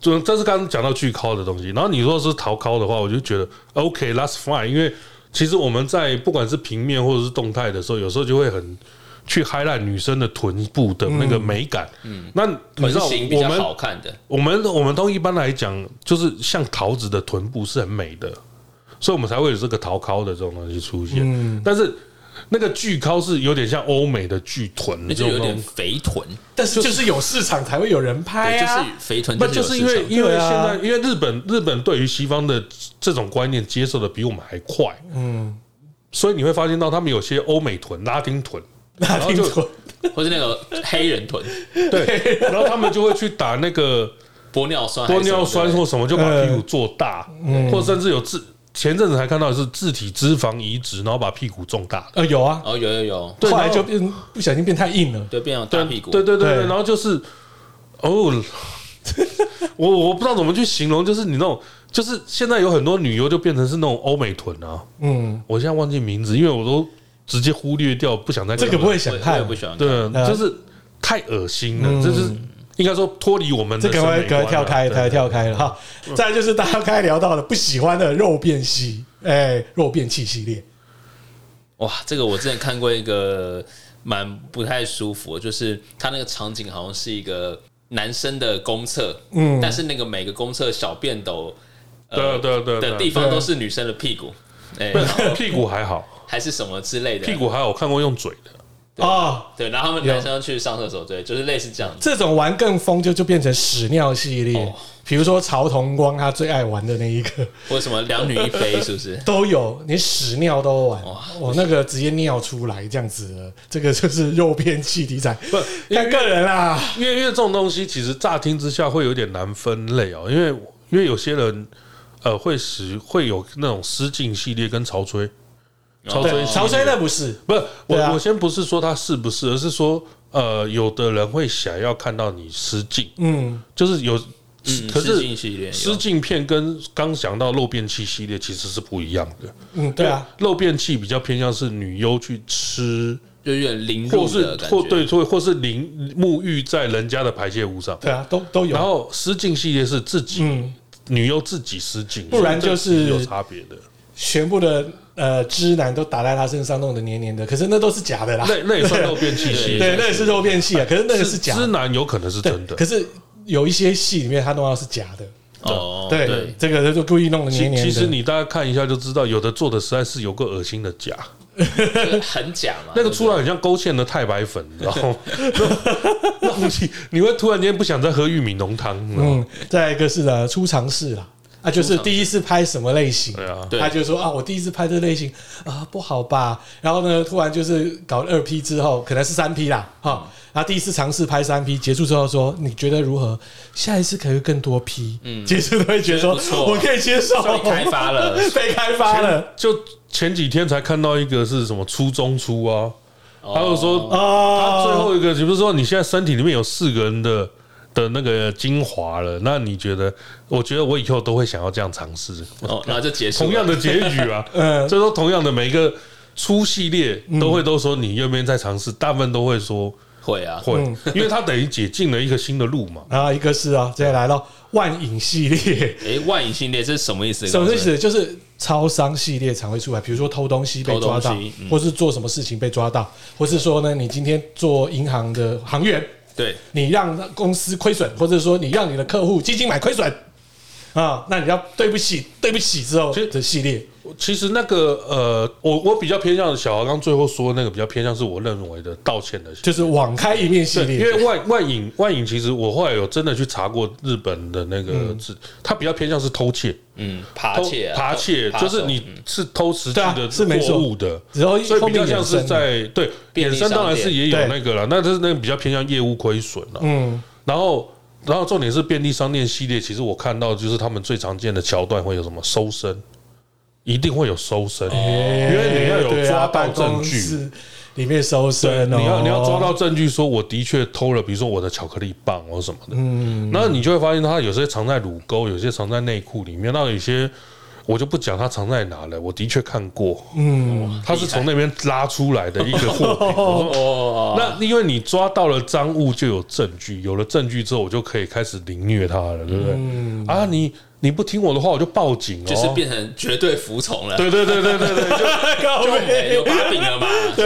Speaker 5: 这这是刚刚讲到巨高的东西，然后你说是逃高的话，我就觉得 OK，that's、fine，因为其实我们在不管是平面或者是动态的时候，有时候就会很。去 highlight 女生的臀部的那个美感，嗯，那你
Speaker 4: 臀
Speaker 5: 知道
Speaker 4: 型比
Speaker 5: 我
Speaker 4: 较
Speaker 5: 们
Speaker 4: 好看的，
Speaker 5: 我们我们都一般来讲，就是像桃子的臀部是很美的，所以我们才会有这个桃尻的这种东西出现。但是那个巨尻是有点像欧美的巨臀
Speaker 4: 那
Speaker 5: 这
Speaker 4: 就有
Speaker 5: 种东西
Speaker 4: 点肥臀，
Speaker 2: 但是就是有市场才会有人拍
Speaker 4: 对，就
Speaker 2: 啊
Speaker 4: 是。肥臀
Speaker 5: 哎不
Speaker 4: 有
Speaker 5: 就是
Speaker 4: 市场
Speaker 5: 因为因为
Speaker 2: 对
Speaker 5: 现
Speaker 2: 啊
Speaker 5: 在因为日本日本对于西方的这种观念接受的比我们还快，嗯，所以你会发现到他们有些欧美臀、拉丁臀，
Speaker 2: 那
Speaker 5: 然后
Speaker 2: 听
Speaker 5: 就
Speaker 2: 错，
Speaker 4: 或是那个黑人 臀、
Speaker 5: 对，然后他们就会去打那个
Speaker 4: 玻尿酸还
Speaker 5: 玻
Speaker 4: 是什么的、
Speaker 5: 尿酸或什么，就把屁股做大，或甚至有自前阵子还看到的是自体脂肪移植，然后把屁股种大，
Speaker 2: 呃，有啊，
Speaker 4: 哦，有有有，
Speaker 5: 对
Speaker 2: 后来
Speaker 5: 然后
Speaker 2: 就变不小心变太硬了。
Speaker 4: 对，变成大屁股，
Speaker 5: 对对对，
Speaker 2: 对
Speaker 5: 然后就是哦， 我我不知道怎么去形容，就是你那种，就是现在有很多女优就变成是那种欧美臀啊，
Speaker 2: 嗯，
Speaker 5: 我现在忘记名字，因为我都直接忽略掉，不想再
Speaker 2: 这个不
Speaker 5: 看了
Speaker 2: 会啊
Speaker 4: 我
Speaker 2: 想
Speaker 4: 也我
Speaker 2: 看
Speaker 4: 也，不喜欢看。
Speaker 5: 对，就是太恶心了，这就是应该说脱离我们的
Speaker 2: 嗯这
Speaker 5: 审
Speaker 2: 赶快
Speaker 5: 美观
Speaker 2: 赶
Speaker 5: 啊，
Speaker 2: 快跳开，
Speaker 5: 对
Speaker 2: 赶快跳开了哈。
Speaker 5: 嗯
Speaker 2: 再来就是大家刚才聊到的不喜欢的肉变系，哎，肉变器系列，
Speaker 4: 哇，这个我之前看过一个蛮不太舒服的，就是他那个场景好像是一个男生的公厕，嗯，但是那个每个公厕小便斗，
Speaker 5: 对对
Speaker 2: 呃
Speaker 5: 对对
Speaker 4: 的地方
Speaker 2: 对
Speaker 4: 都是女生的屁股，哎、
Speaker 5: 屁股还好，
Speaker 4: 还是什么之类的
Speaker 5: 屁。股还好，我看过用嘴的。
Speaker 4: 对
Speaker 2: 哦
Speaker 4: 对，然后他们
Speaker 2: 有
Speaker 4: 男生去上厕所，对，就是类似这样子。
Speaker 2: 这种玩更疯就就变成屎尿系列
Speaker 4: 哦，
Speaker 2: 比如说曹同光他最爱玩的那一个
Speaker 4: 或者什么两女一杯，是不 是？
Speaker 2: 都有，连屎尿都玩，
Speaker 4: 哇
Speaker 2: 我那个直接尿出来这样子的，这个就是肉片气题材，
Speaker 5: 不
Speaker 2: 看个人啦，
Speaker 5: 因为因为这种东西其实乍听之下会有点难分类哦，因为因为有些人呃会使会有那种失禁系列跟潮吹，潮
Speaker 4: 对
Speaker 5: 吹
Speaker 2: 对，
Speaker 5: 系
Speaker 2: 潮
Speaker 5: 列
Speaker 2: 吹那不是，
Speaker 5: 不是我、
Speaker 2: 对啊
Speaker 5: 我先不是说它是不是，而是说呃有的人会想要看到你失禁，
Speaker 2: 嗯，
Speaker 5: 就是有
Speaker 4: 嗯，
Speaker 5: 可是
Speaker 4: 失禁系列
Speaker 5: 失
Speaker 4: 有，
Speaker 5: 禁片跟刚讲到漏便器系列其实是不一样的。
Speaker 2: 嗯，对啊，
Speaker 5: 漏便器比较偏向是女优去吃，
Speaker 4: 就有点凌
Speaker 5: 或
Speaker 4: 辱
Speaker 5: 是
Speaker 4: 的感
Speaker 5: 或
Speaker 4: 觉。
Speaker 5: 对，或或是淋沐浴在人家的排泄物上。
Speaker 2: 对啊，都都
Speaker 5: 然
Speaker 2: 有。
Speaker 5: 后失禁系列是自己、
Speaker 2: 嗯，
Speaker 5: 女优自己失禁，
Speaker 2: 不然就是
Speaker 5: 所以这有差 别的。
Speaker 2: 全部的呃汁男都打在他身上，弄得黏黏的。可是那都是假的啦，
Speaker 5: 那那也算漏便器
Speaker 2: 对，
Speaker 5: 系列，
Speaker 2: 那也是肉便器啊。可是那个是假
Speaker 5: 直
Speaker 2: 的，
Speaker 5: 男有可能是
Speaker 2: 对
Speaker 5: 真的
Speaker 2: 可。是有一些戏里面他弄到是假的，
Speaker 4: 哦，
Speaker 2: 对，这个就故意弄得黏
Speaker 5: 其
Speaker 2: 黏的。
Speaker 5: 其实你大家看一下就知道，有的做的实在是有个恶心的假，
Speaker 2: 啊
Speaker 4: 这个很假嘛，
Speaker 5: 那个
Speaker 4: 对不对
Speaker 5: 出来很像勾芡的太白粉，你知道吗？ 那那你你会突然间不想再喝玉米浓汤，你知道吗
Speaker 2: 嗯，再一个是呢，初尝试啦，啊，就是第一次拍什么类型，
Speaker 5: 对啊
Speaker 4: 对
Speaker 2: 他就说啊，我第一次拍这类型啊，不好吧？然后呢，突然就是搞了二批之后，可能是三批啦，哈，然后第一次尝试拍三批，结束之后说你觉得如何？下一次可以更多批，嗯，结束都会觉得说
Speaker 4: 觉得不错
Speaker 2: 我可以接受，
Speaker 4: 被开发了，
Speaker 2: 被开发了
Speaker 5: 就前几天才看到一个是什么初中初啊，他就说他
Speaker 2: 哦，
Speaker 5: 最后一个，比如说你现在身体里面有四个人的的那个精华了，那你觉得？我觉得我以后都会想要这样尝试，
Speaker 4: 哦，然后就结束了，
Speaker 5: 同样的结局 啊，
Speaker 2: 嗯
Speaker 5: 所以说同样的每一个初系列都会都说你愿不愿意再尝试，大部分都会说
Speaker 4: 会啊，
Speaker 5: 会，因为他等于解禁了一个新的路嘛。
Speaker 2: 然后一个是啊，接下来咯，万影系列。
Speaker 4: 诶，万影系列这是什么意思？
Speaker 2: 什么意？思？就是超商系列常会出来，比如说偷东西被抓到
Speaker 4: 偷东西，嗯
Speaker 2: 或是做什么事情被抓到，或是说呢，你今天做银行的行员，
Speaker 4: 对，
Speaker 2: 你让公司亏损，或者说你让你的客户基金买亏损啊，那你要对不起，对不起之后
Speaker 5: 其实
Speaker 2: 的系列，
Speaker 5: 其实那个呃，我我比较偏向小豪刚最后说那个比较偏向是我认为的道歉的
Speaker 2: 就是网开一面系
Speaker 5: 对，因
Speaker 2: 列。
Speaker 5: 为万万影万影，其实我后来有真的去查过日本的那个字，它比较偏向是偷窃，
Speaker 4: 嗯，扒
Speaker 5: 偷
Speaker 4: 窃啊，
Speaker 5: 扒窃，
Speaker 4: 扒
Speaker 5: 就
Speaker 4: 手嗯
Speaker 5: 是你是偷实际
Speaker 2: 对啊
Speaker 5: 的
Speaker 2: 是没错
Speaker 5: 货物的，
Speaker 2: 然后
Speaker 5: 所以
Speaker 2: 后
Speaker 5: 比
Speaker 2: 面
Speaker 5: 较像
Speaker 2: 衍
Speaker 5: 是
Speaker 2: 生，
Speaker 5: 在对
Speaker 4: 便
Speaker 5: 衍
Speaker 4: 利
Speaker 5: 生
Speaker 4: 商店
Speaker 5: 当然是也有
Speaker 2: 啊对
Speaker 5: 那个了，那这是那个比较偏向业务亏损了。
Speaker 2: 嗯，
Speaker 5: 然后，然后重点是便利商店系列，其实我看到就是他们最常见的桥段会有什么搜身，一定会有搜身，因为你要有
Speaker 2: 哦对
Speaker 5: 抓
Speaker 2: 啊
Speaker 5: 到
Speaker 2: 办
Speaker 5: 证
Speaker 2: 公
Speaker 5: 据。
Speaker 2: 室里面搜
Speaker 5: 对，
Speaker 2: 身哦，
Speaker 5: 你要你要 抓到证据，说我的确偷了，比如说我的巧克力棒或什么的。嗯，那你就会发现它有些藏在乳沟，有些藏在内裤里面，那有些我就不讲它藏在哪了，我的确看过，
Speaker 2: 嗯，
Speaker 5: 它是从那边拉出来的一个货品。 我说
Speaker 4: 哦，
Speaker 5: 那因为你抓到了赃物，就有证据，有了证据之后，我就可以开始凌虐它了，对不对？啊，你你不听我的话，我就报警哦。
Speaker 4: 嗯就是变成绝对服从了，
Speaker 5: 对对对对对对，就
Speaker 2: 高
Speaker 4: 诶，有
Speaker 2: 位
Speaker 4: 把柄了嘛？
Speaker 2: 对，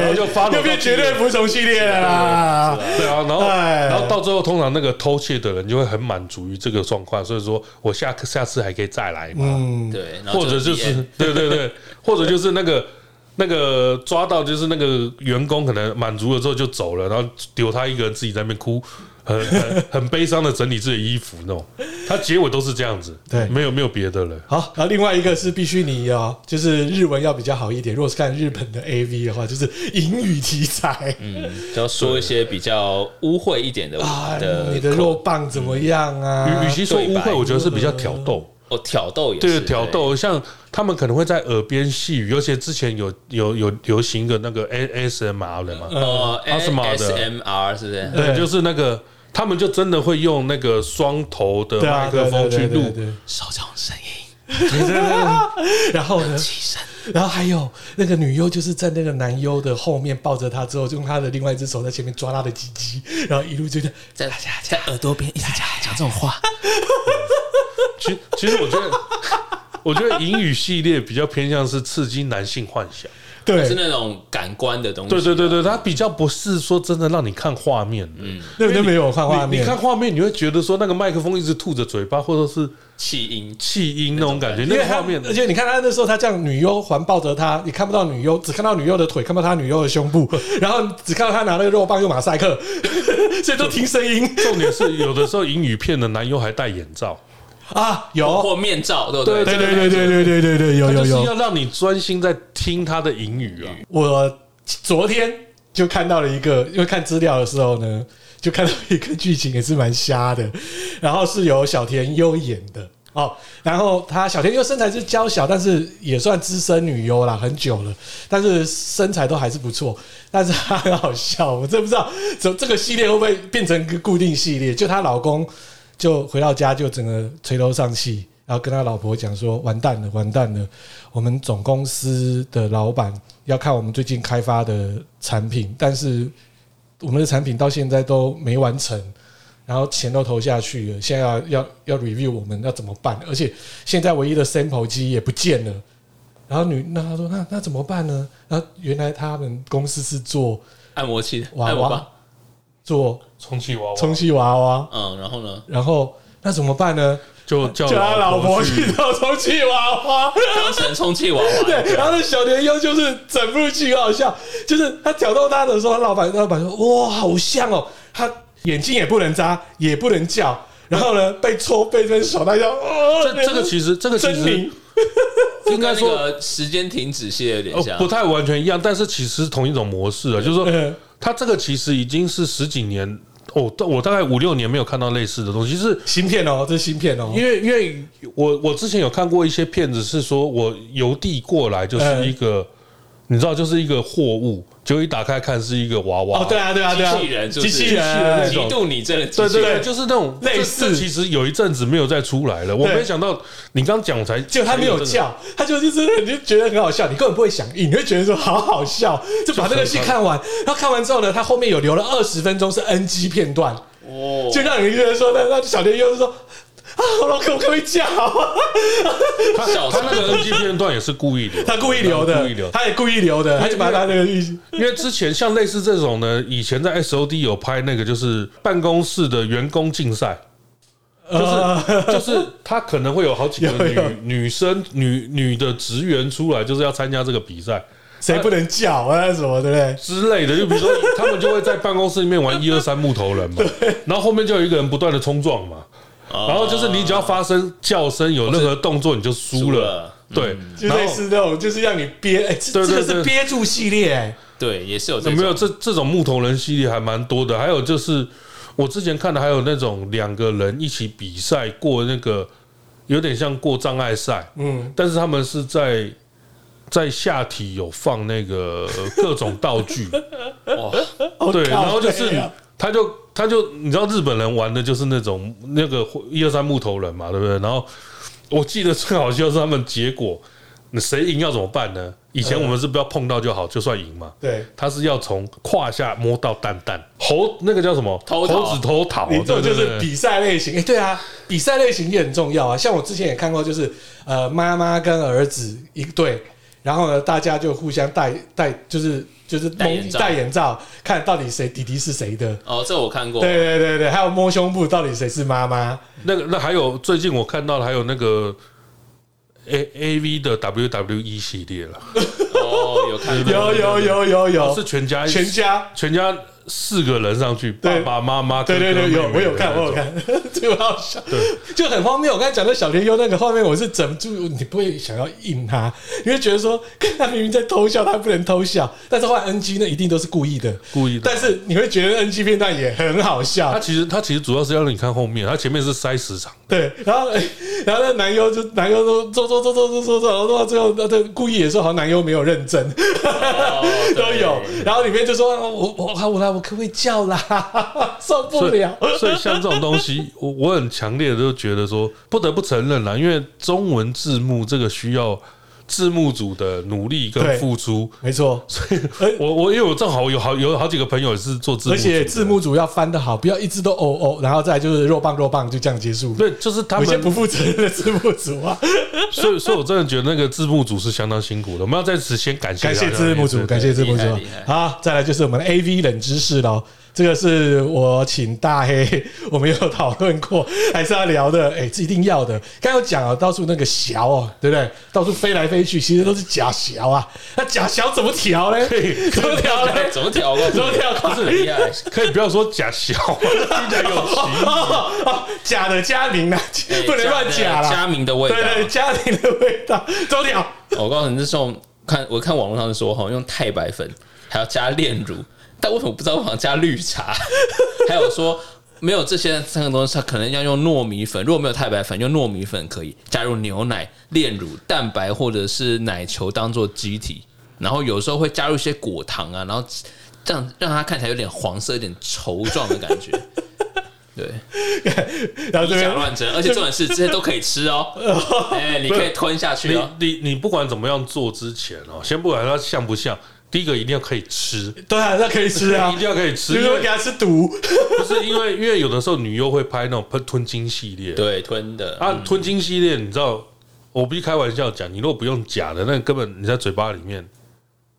Speaker 5: 然后就发了
Speaker 2: 又变绝对服从系列了啦。
Speaker 5: 对啊，然后
Speaker 2: 哎
Speaker 5: 然后到最后，通常那个偷窃的人就会很满足于这个状况，所以说我下下次还可以再来嘛，
Speaker 2: 嗯，
Speaker 4: 对，然后
Speaker 5: 或者就
Speaker 4: 体
Speaker 5: 是
Speaker 4: 验
Speaker 5: 对对对，或者就是那个那个抓到就是那个员工可能满足了之后就走了，然后留他一个人自己在那边哭，很很 很悲伤的整理自己的衣服那种，他结尾都是这样子，
Speaker 2: 对
Speaker 5: 没有没有别的了。
Speaker 2: 好，然后另外一个是必须你哦，就是日文要比较好一点。如果是看日本的 AV 的话，就是英语题材、
Speaker 4: 嗯，就要说一些比较污秽一点的
Speaker 2: 啊，
Speaker 4: 的
Speaker 5: 哎
Speaker 2: 你的肉棒怎么样啊？
Speaker 5: 嗯与与其说污
Speaker 4: 对白
Speaker 5: 秽，我觉得是比较挑逗。
Speaker 4: 哦，挑逗也
Speaker 5: 对
Speaker 4: 是哦
Speaker 5: 挑，
Speaker 2: 哎
Speaker 5: 逗，像他们可能会在耳边细语，而且之前有有有流行一个那个 A S M R 的嘛，
Speaker 4: 对哦
Speaker 5: 嗯 ASMR 的
Speaker 4: ASMR 是不是？
Speaker 5: 对，
Speaker 2: 呃对
Speaker 5: 就是那个他们就真的会用那个双头的
Speaker 2: 对啊，
Speaker 5: 麦克风去
Speaker 2: 对对对
Speaker 5: 录，
Speaker 2: 对对
Speaker 4: 手这种声音，
Speaker 2: 啊 然后呢，
Speaker 4: 气声，
Speaker 2: 然后还有那个女优，就是在那个男优的后面抱着他之后，就用他的另外一只手在前面抓他的鸡鸡，然后一路就这样。
Speaker 4: 在在耳朵边一直讲讲这种话，
Speaker 5: 其其实我觉得， 我觉得英语系列比较偏向是刺激男性幻想。
Speaker 2: 对，
Speaker 4: 是那种感官的东西。啊
Speaker 5: 对哎对对对，它比较不是说真的让你看画面的。
Speaker 2: 那边没有嗯看画
Speaker 5: 你
Speaker 2: 面，
Speaker 5: 你看画面，你会觉得说那个麦克风一直吐着嘴巴，或者是
Speaker 4: 气音，
Speaker 5: 气音那种感觉，
Speaker 2: 因
Speaker 5: 那
Speaker 2: 为
Speaker 5: 个
Speaker 2: 他
Speaker 5: 画面，
Speaker 2: 而且你看他那时候，他这样女优环抱着他，你看不到女优，只看到女优的腿，看不到他女优的胸部，然后只看到他拿那个肉棒用马赛克，所以都听声音
Speaker 5: 重点是有的时候英语片的男优还戴眼罩。
Speaker 2: 啊，
Speaker 4: 或
Speaker 2: 有，
Speaker 4: 面罩，对不对？
Speaker 2: 对对对对对对对对，有
Speaker 5: 他就
Speaker 2: 有
Speaker 5: 是
Speaker 2: 有，
Speaker 5: 要让你专心在听他的英语啊。
Speaker 2: 我昨天就看到了一个， 因为看资料的时候呢，就看到一个剧情也是蛮瞎的，然后是由小田优演的。哦，然后她小田优身材是娇小，但是也算资深女优啦，很久了，但是身材都还是不错。但是她很好笑，我真不知道，这这个系列会不会变成一个固定系列？就她老公，就回到家就整个垂头丧气，然后跟他老婆讲说：“完蛋了，完蛋了，我们总公司的老板要看我们最近开发的产品，但是我们的产品到现在都没完成。”然后钱都投下去了，现在要要要 review 我们要怎么办？而且现在唯一的 sample 机也不见了。然后女那她说那那怎么办呢？然后原来他们公司是做
Speaker 4: 按摩器的，
Speaker 2: 娃
Speaker 4: 按摩
Speaker 2: 娃
Speaker 4: 吧，，
Speaker 2: 做
Speaker 5: 充气娃娃，
Speaker 2: 充气娃娃，
Speaker 4: 嗯，然后呢，
Speaker 2: 然后那怎么办呢？
Speaker 5: 就叫
Speaker 2: 叫他老婆去
Speaker 5: 去，
Speaker 2: 做充气娃娃。
Speaker 4: 当成充气娃 娃，
Speaker 5: 啊
Speaker 2: 对，然后那小年优就是整部剧很好笑，就是他挑逗他的时候，老板老板说：“哇，好像哦！”他眼睛也不能眨，也不能叫，然后呢被戳背跟手，他就哦，
Speaker 5: 这这个其实这个其
Speaker 2: 狰
Speaker 5: 实
Speaker 2: 狞，
Speaker 4: 就跟
Speaker 5: 该
Speaker 4: 那
Speaker 5: 说
Speaker 4: 个时间停止系列有点
Speaker 5: 哦
Speaker 4: 像
Speaker 5: 不，太完全一样，但是其实是同一种模式啊，就是说
Speaker 2: 嗯
Speaker 5: 它这个其实已经是十几年哦，我大概五六年没有看到类似的东西，是
Speaker 2: 芯片哦，这是芯片哦，
Speaker 5: 因为因为我我之前有看过一些片子，是说我邮递过来
Speaker 2: 嗯
Speaker 5: 就是一个，你知道就是一个货物，结果一打开看是一个娃娃，
Speaker 2: 哦，对啊，对啊，对啊，
Speaker 4: 机器人是不
Speaker 2: 机
Speaker 4: 是
Speaker 2: 器
Speaker 5: 那
Speaker 2: 人啊
Speaker 5: 种
Speaker 4: 极度你这个
Speaker 5: 对
Speaker 4: 机器
Speaker 5: 对
Speaker 4: 人
Speaker 5: 对，就是那种
Speaker 2: 类
Speaker 5: 这
Speaker 2: 似
Speaker 5: 这其实有一阵子没有再出来了，我
Speaker 2: 对
Speaker 5: 没想到你刚讲我才，
Speaker 2: 就他没有
Speaker 5: 才这个，
Speaker 2: 叫，他就就是你就觉得很好笑，你根本不会想应，你会觉得说好好笑，就把这个戏看完。然后看完之后呢，他后面有留了二十分钟是 NG 片段，
Speaker 4: 哦，
Speaker 2: 就让你觉得说，那那小天又说 啊，我老公可不可以叫啊？
Speaker 4: 他小时候
Speaker 5: 他那个 NG 片段也是故意的，
Speaker 2: 他故意留的
Speaker 5: 故意留，，
Speaker 2: 他也故意留的，他就把他那个意思
Speaker 5: 因为之前像类似这种呢，以前在 SOD 有拍那个就是办公室的员工竞赛。
Speaker 2: 就是
Speaker 5: 就是他可能会有好几
Speaker 2: 呃 有
Speaker 5: 个
Speaker 2: 有
Speaker 5: 女女生、女女的职员出来，就是要参加这个比赛
Speaker 2: 谁不能叫啊什么，对不对？
Speaker 5: 之类的。就比如说，他们就会在办公室里面玩一二三木头人 嘛，然后后面就有一个人不断的冲撞嘛，
Speaker 4: 哦
Speaker 5: 然后就是你只要发生叫声，有任何动作你就输
Speaker 4: 输
Speaker 5: 了。嗯
Speaker 4: 了，
Speaker 5: 对，
Speaker 2: 就
Speaker 5: 然
Speaker 2: 类
Speaker 5: 后
Speaker 2: 似那种，就是让你憋，哎，这这
Speaker 5: 对对
Speaker 2: 个是
Speaker 5: 对
Speaker 2: 憋住系列，哎
Speaker 4: 对，也是有这
Speaker 5: 有
Speaker 4: 种
Speaker 5: 呃没有这这种木头人系列还蛮多的？还有就是我之前看的，还有那种两个人一起比赛过那个，有点像过障碍赛，
Speaker 2: 嗯，
Speaker 5: 但是他们是在在下体有放那个呃各种道 具，
Speaker 4: 哇，
Speaker 2: 呃
Speaker 5: 对，
Speaker 2: 靠
Speaker 5: 然后就
Speaker 2: 背
Speaker 5: 是
Speaker 2: 啊
Speaker 5: 他就他就你知道日本人玩的就是那种那个一二三木头人嘛，对不对？然后我记得最好笑是他们结果，那谁赢要怎么办呢？以前我们是不要碰到就好，就算赢嘛。
Speaker 2: 对。
Speaker 5: 他是要从胯下摸到蛋蛋，猴那个叫什么？
Speaker 4: 头桃
Speaker 5: 猴子头桃，啊
Speaker 2: 你这种就
Speaker 5: 哦对
Speaker 2: 是
Speaker 5: 对对
Speaker 2: 比赛类型，哎、对啊，比赛类型也很重要啊。像我之前也看过，就是呃，妈妈跟儿子一对，然后呢，大家就互相戴戴，就是就是
Speaker 4: 戴眼罩
Speaker 2: 戴眼罩，看到底谁弟弟是谁的。
Speaker 4: 哦，这我看过，
Speaker 2: 对对对对，还有摸胸部，到底谁是妈妈？
Speaker 5: 那个那还有最近我看到的还有那个 A A V 的 W W E 系列了，
Speaker 4: 哦，有看过，
Speaker 2: 有有有有
Speaker 5: 是
Speaker 2: 有，
Speaker 5: 全家一
Speaker 2: 哦全家。
Speaker 5: 全家四个人上去，爸
Speaker 2: 对
Speaker 5: 爸妈妈
Speaker 2: 对
Speaker 5: 跟
Speaker 2: 对对，
Speaker 5: 哥
Speaker 2: 有
Speaker 5: 哥妹妹
Speaker 2: 我有看，
Speaker 5: 那种
Speaker 2: 我有，看，这个好笑，就很荒谬。我刚才讲的小天优那个画面，我是忍不住，你不会想要应他，你会觉得说，看他明明在偷笑，他不能偷笑，但是换 NG 那一定都是故意的，
Speaker 5: 故意的
Speaker 2: 但是你会觉得 NG 片段也很好
Speaker 5: 他
Speaker 2: 笑，
Speaker 5: 其实他其实主要是要让你看后面，他前面是塞时长，
Speaker 2: 对。然后，然后那男优就男优都做做做做做做做，然后做到最后，那这故意也说好像男优没有认真，
Speaker 4: 哦
Speaker 2: 都有
Speaker 4: 对。
Speaker 2: 然后里面就说，我我我我我可不可以叫啦？受不
Speaker 5: 所以
Speaker 2: 了。
Speaker 5: 所以像这种东西，我我很强烈的就觉得说，不得不承认啦，因为中文字幕这个需要字幕组的努力
Speaker 2: 对
Speaker 5: 跟付出。
Speaker 2: 没错，
Speaker 5: 我我因为我正好有好有好几个朋友也是做字幕
Speaker 2: 而
Speaker 5: 组的，
Speaker 2: 且字幕组要翻的好，不要一直都哦哦，然后再来就是肉棒肉棒就这样结束。
Speaker 5: 对，就是他
Speaker 2: 有些不
Speaker 5: 们，
Speaker 2: 负责任的字幕组啊，
Speaker 5: 所以所以我真的觉得那个字幕组是相当辛苦的。我们要在此先感谢
Speaker 2: 感谢
Speaker 5: 他
Speaker 2: 字幕组，
Speaker 5: 对
Speaker 2: 感谢字幕组
Speaker 4: 厉害厉。害
Speaker 2: 好，再来就是我们的 A V 冷知识喽，这个是我请大黑，我们有讨论过，还是要聊的，哎，这一定要的。刚刚有讲啊，到处那个小哦，对不对？到处飞来飞去，其实都是假小啊。那假小怎么调嘞？怎么调嘞？
Speaker 4: 哎怎么调过？
Speaker 2: 怎么调过
Speaker 4: 是很厉害，
Speaker 5: 可以不要说假啊小吗，听起来有歧义
Speaker 2: 哦哦，假的加名啦，不能乱假啦。
Speaker 4: 哎加名的味道。
Speaker 2: 对对，家庭的味道，走掉。
Speaker 4: 哦我告诉你，那时候看我看网络上是说哈，用太白粉还要加炼乳，但为什么不知道往加绿茶？ 还有说没有这些三个东西，它可能要用糯米粉，如果没有太白粉，用糯米粉可以加入牛奶、炼乳、蛋白或者是奶球当做基体，然后有时候会加入一些果糖啊，然后这样让它看起来有点黄色、有点稠状的感觉。 对，
Speaker 2: 然后这
Speaker 4: 以假
Speaker 2: 边
Speaker 4: 乱真，而且重点是这些都可以吃哦，哎，你可以吞下去
Speaker 5: 你
Speaker 4: 哦。
Speaker 5: 你你不管怎么样做之前哦，先不管它像不像，第一个一定要可以吃，
Speaker 2: 对啊，那可以吃啊
Speaker 5: 一定，要可以吃，
Speaker 2: 比如
Speaker 5: 因
Speaker 2: 说给
Speaker 5: 为
Speaker 2: 他吃毒，
Speaker 5: 不是因为因为有的时候女优会拍那种吞吞金系列，
Speaker 4: 对，吞的
Speaker 5: 啊，吞金系列你知道，我不是开玩笑讲，你如果不用假的，那根本你在嘴巴里面。
Speaker 2: 嗯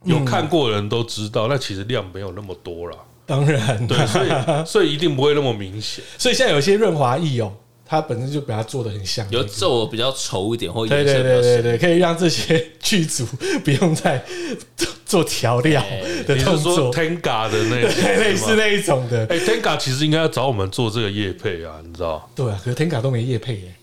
Speaker 5: 有看过的人都知道，那其实量没有那么多啦，
Speaker 2: 当然
Speaker 5: 对，所 以所以一定不会那么明显。
Speaker 2: 所以现在有些润滑液哦，它本身就把它做的很像，
Speaker 4: 有皱比较稠一点，或
Speaker 2: 对
Speaker 4: 颜色
Speaker 2: 对
Speaker 4: 比
Speaker 2: 对
Speaker 4: 较
Speaker 2: 对
Speaker 4: 深。
Speaker 2: 对，可以让这些剧组不用再做做调料
Speaker 4: 哎
Speaker 2: 的
Speaker 5: 你
Speaker 2: 动
Speaker 5: 是
Speaker 2: 作
Speaker 5: 说，Tenga 的那
Speaker 2: 对，类似
Speaker 5: 那？
Speaker 2: 那一种的。
Speaker 5: 哎，Tenga 其实应该要找我们做这个业配啊，你知道？
Speaker 2: 对啊，可是 Tenga 都没业配耶。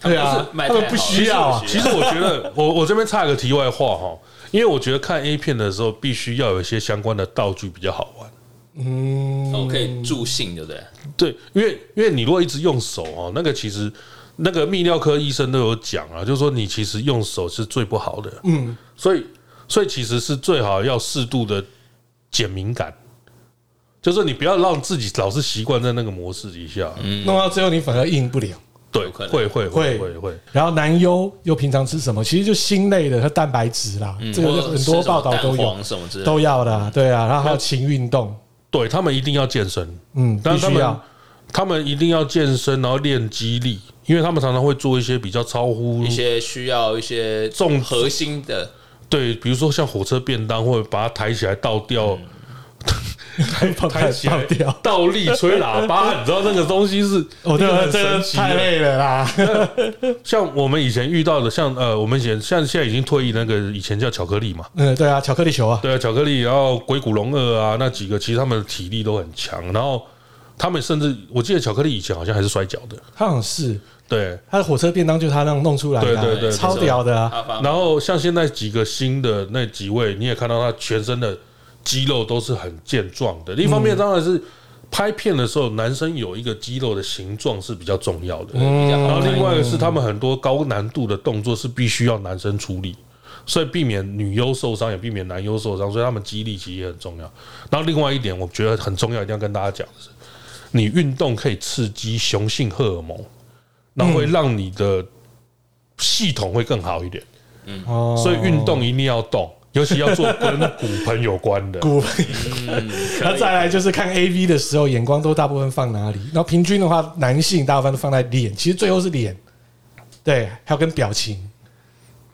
Speaker 4: 他们
Speaker 2: 对
Speaker 4: 不是
Speaker 2: 啊，
Speaker 4: 卖
Speaker 2: 他们
Speaker 4: 太
Speaker 2: 不
Speaker 4: 好
Speaker 2: 需要啊
Speaker 4: 其实不需
Speaker 5: 其实我觉 得，我我这边插一个题外话哈，因为我觉得看 A 片的时候，必须要有一些相关的道具比较好玩。
Speaker 2: 嗯，
Speaker 4: 哦，可以助兴，对不对？
Speaker 5: 对，因为因为你如果一直用手哦，那个其实那个泌尿科医生都有讲啊，就是说你其实用手是最不好的，
Speaker 2: 嗯，
Speaker 5: 所以所以其实是最好要适度的减敏感，就是你不要让自己老是习惯在那个模式底下，嗯，
Speaker 2: 弄到最后你反而应不了。
Speaker 5: 对，
Speaker 4: 有可能
Speaker 5: 会会
Speaker 2: 会
Speaker 5: 会会会，
Speaker 2: 然后男优又平常吃什么？其实就锌类的，它蛋白质啦，嗯这
Speaker 4: 嗯或
Speaker 2: 个
Speaker 4: 者
Speaker 2: 很
Speaker 4: 是
Speaker 2: 多
Speaker 4: 什么
Speaker 2: 报道
Speaker 4: 蛋
Speaker 2: 都有
Speaker 4: 黄什么之类的。
Speaker 2: 都要的，对啊。然后还有勤运动，
Speaker 5: 对他们一定要健身，
Speaker 2: 嗯，
Speaker 5: 但
Speaker 2: 必
Speaker 5: 是他
Speaker 2: 须
Speaker 5: 们
Speaker 2: 要。
Speaker 5: 他们一定要健身，然后练肌力，因为他们常常会做一些比较超乎
Speaker 4: 一些需要一些
Speaker 5: 重
Speaker 4: 核心的，
Speaker 5: 对，比如说像火车便当，或者把它抬起来倒 吊，
Speaker 2: 放
Speaker 5: 抬起来
Speaker 2: 放掉
Speaker 5: 倒立吹喇叭，你知道那个东西是
Speaker 2: 哦，
Speaker 5: 一
Speaker 2: 对
Speaker 5: 个
Speaker 2: 啊，
Speaker 5: 很
Speaker 2: 这
Speaker 5: 神
Speaker 2: 个
Speaker 5: 奇
Speaker 2: 太
Speaker 5: 的。
Speaker 2: 累了啦。
Speaker 5: 像我们以前遇到的，像呃，我们以前像现在已经退役那个，以前叫巧克力嘛，
Speaker 2: 嗯，对啊，巧克力球啊，
Speaker 5: 对啊，巧克力，然后鬼谷龙二啊，那几个其实他们的体力都很强，然后他们甚至我记得巧克力以前好像还是摔跤的，
Speaker 2: 它好像是
Speaker 5: 对。
Speaker 2: 它的火车便当就它那样弄出来的啊，
Speaker 5: 对对对
Speaker 2: 超屌的啊！
Speaker 4: 阿方
Speaker 5: 然后像现在几个新的那几位，你也看到他全身的肌肉都是很健壮的。另一方面当然是拍片的时候，男生有一个肌肉的形状是比较重要的。
Speaker 4: 比较
Speaker 5: 然
Speaker 2: 嗯
Speaker 4: 好
Speaker 5: 后
Speaker 4: 看
Speaker 5: 另外一个是他们很多高难度的动作是必须要男生处理，所以避免女优受伤，也避免男优受伤，所以他们肌力其实也很重要。然后另外一点，我觉得很重要，一定要跟大家讲的是，你运动可以刺激雄性荷尔蒙，然后会让你的系统会更好一点，
Speaker 2: 哦，
Speaker 5: 所以运动一定要动。 尤其要做跟骨盆有关 的，
Speaker 2: 骨，
Speaker 4: 可
Speaker 5: 嗯
Speaker 2: 然后
Speaker 4: 以
Speaker 2: 再来就是看 A V 的时候，眼光都大部分放哪里？然后平均的话，男性大部分都放在脸，其实最后是脸，对，还有跟表情，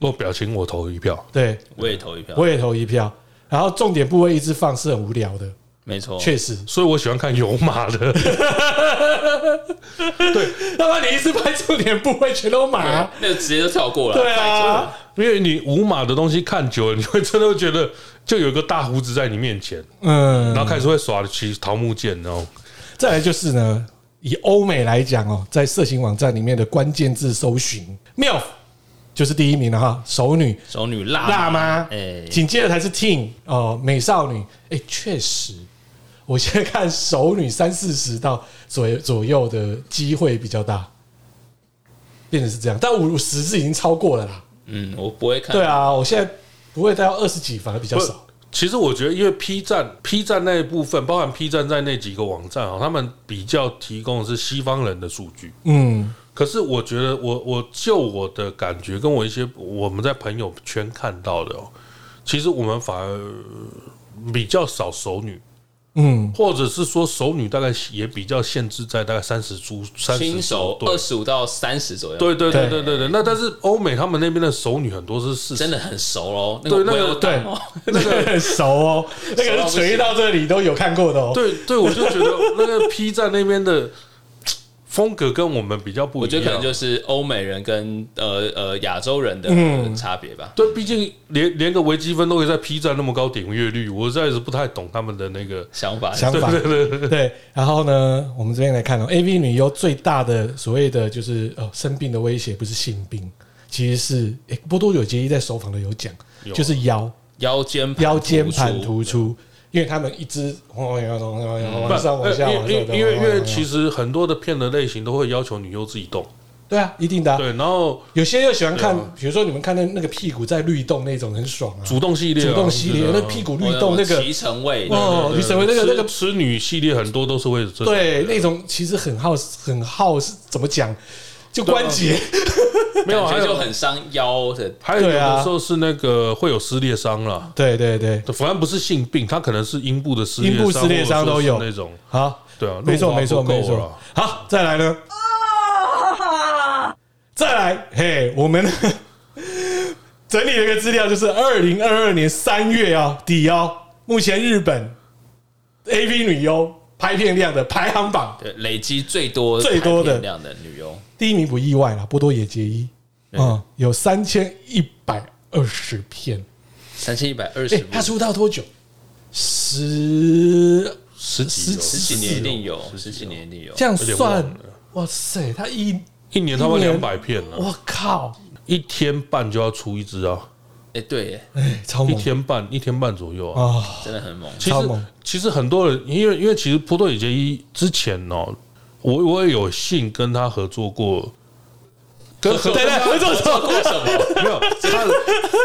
Speaker 5: 做表情我投一票。
Speaker 2: 对
Speaker 4: 我也投一票，
Speaker 2: 我也投一票。然后重点部位一直放是很无聊的，
Speaker 5: 哦
Speaker 4: 没错，
Speaker 2: 确实。
Speaker 5: 所以我喜欢看有马的，
Speaker 2: 那么你一直拍重点部位全都
Speaker 4: 啊
Speaker 2: 麻，，
Speaker 4: 那个直接就跳过了，
Speaker 2: 对
Speaker 4: 太久了
Speaker 2: 啊，
Speaker 5: 因为你无码的东西看久了，你会真的会觉得就有一个大胡子在你面前，
Speaker 2: 嗯
Speaker 5: 然，后开始会耍起桃木剑，然后
Speaker 2: 再来就是呢，以欧美来讲哦，在色情网站里面的关键字搜寻 MILF 就是第一名了哈，熟女、
Speaker 4: 熟女辣
Speaker 2: 辣妈，
Speaker 4: 哎，
Speaker 2: 紧接着才是 teen 哦，美少女，哎，确实。我现在看熟女三四十到左右左右的机会比较大，变成是这样，但五十是已经超过了啦。
Speaker 4: 嗯，我不会看，
Speaker 2: 对啊，我现在不会到二十几，反而比较
Speaker 5: 不
Speaker 2: 少。
Speaker 5: 其实我觉得，因为 P 站 P 站那一部分，包含 P 站在内几个网站啊，他们比较提供的是西方人的数据。
Speaker 2: 嗯，
Speaker 5: 可是我觉得我，我就我的感觉，跟我一些我们在朋友圈看到的、哦，其实我们反而比较少熟女，
Speaker 2: 嗯，
Speaker 5: 或者是说熟女大概也比较限制在大概三十出三十
Speaker 4: 新手
Speaker 5: 对
Speaker 4: 二十五到三十左右，
Speaker 5: 对对对
Speaker 2: 对
Speaker 5: 对对对，那但是欧美他们那边的熟女很多是四
Speaker 4: 真
Speaker 5: 十，
Speaker 4: 的很熟喽，那
Speaker 5: 对那
Speaker 4: 个
Speaker 5: 个
Speaker 2: 对
Speaker 4: 哦，
Speaker 2: 那个很熟哦，那个是垂到这里都有看过的哦。
Speaker 5: 对对，我就觉得那个 P 站那边的风格跟我们比较不一样，
Speaker 4: 我觉得可能就是欧美人跟呃呃亚洲人的
Speaker 2: 嗯
Speaker 4: 差别吧。
Speaker 5: 对，毕竟连连个微积分都可以在 P 站那么高点阅率，我实在是不太懂他们的那个。
Speaker 4: 想法
Speaker 2: 想法。对，然后呢，我们这边来看哦，A V 女优最大的所谓的就是呃生病的威胁不是性病，其实是诶波多有结衣在首访的有讲，
Speaker 5: 有啊
Speaker 2: 就是腰
Speaker 4: 腰间盘
Speaker 2: 腰间盘
Speaker 4: 突出
Speaker 2: 突出，因为他们一哦直往上往
Speaker 5: 不
Speaker 2: 上往下
Speaker 5: 呃
Speaker 2: 往
Speaker 5: 因
Speaker 2: 下，
Speaker 5: 因因为因为
Speaker 2: 其
Speaker 5: 其实很多的片的类型都会要求女优自己动，
Speaker 2: 对啊，一定的啊、
Speaker 5: 对，然后
Speaker 2: 有些又喜欢看
Speaker 5: 对啊，
Speaker 2: 比如说你们看那那个屁股在律动那种很爽啊，
Speaker 5: 主动系列啊、
Speaker 2: 主动系列
Speaker 5: 是，的
Speaker 2: 那屁股哦律动
Speaker 4: 我
Speaker 2: 那个，
Speaker 4: 骑乘位，
Speaker 2: 哦
Speaker 5: 对
Speaker 2: 你怎么那个
Speaker 5: 呃吃
Speaker 2: 那个
Speaker 5: 吃女系列很多都是为了这种
Speaker 2: 对，那种其实很耗很耗，是怎么讲？就关节，
Speaker 5: 没有，还
Speaker 4: 感觉就
Speaker 5: 有
Speaker 4: 很伤腰的。
Speaker 5: 还有有
Speaker 2: 对啊
Speaker 5: 的时候是那个会有撕裂伤了。
Speaker 2: 对对对，
Speaker 5: 反正不是性病，它可能是阴部的撕裂伤
Speaker 2: 阴部撕裂伤都有
Speaker 5: 或者说是那种。
Speaker 2: 好，
Speaker 5: 对啊，
Speaker 2: 没错
Speaker 5: 润滑
Speaker 2: 没错
Speaker 5: 不够
Speaker 2: 没错
Speaker 5: 了。
Speaker 2: 好，再来呢？再来，嘿，我们 整理了一个资料，就是二零二二年三月啊底哦，目前日本 A V 女优拍片量的排行榜
Speaker 4: 对，累积最多
Speaker 2: 最多的
Speaker 4: 含片量的女优，
Speaker 2: 第一名不意外啦，波多野结衣
Speaker 4: 嗯
Speaker 2: 啊、嗯有三千一百二十片。
Speaker 4: 三千一百二
Speaker 2: 哎、
Speaker 4: 十部，
Speaker 2: 他出道多久？十
Speaker 5: 十几
Speaker 2: 十
Speaker 5: 有
Speaker 4: 十几年一定有，
Speaker 5: 十
Speaker 4: 十
Speaker 5: 几
Speaker 4: 几年一定有
Speaker 2: 这。样
Speaker 5: 有点
Speaker 2: 算
Speaker 5: 忘了，
Speaker 2: 哇塞，他一
Speaker 5: 一年他妈
Speaker 2: 一
Speaker 5: 两
Speaker 2: 年
Speaker 5: 百片了，
Speaker 2: 我靠，
Speaker 5: 一天半就要出一支啊，
Speaker 4: 哎，对耶，
Speaker 2: 哎，超
Speaker 5: 一
Speaker 2: 猛
Speaker 5: 天半一天半左右啊。
Speaker 2: 啊！
Speaker 4: 真的很猛。
Speaker 5: 其
Speaker 2: 超
Speaker 5: 实
Speaker 2: 猛
Speaker 5: 其实很多人，因为因为其实波多野结衣之前哦，我我也有幸跟他合作过，跟合
Speaker 2: 对对，合作
Speaker 4: 做过什么？
Speaker 5: 没有他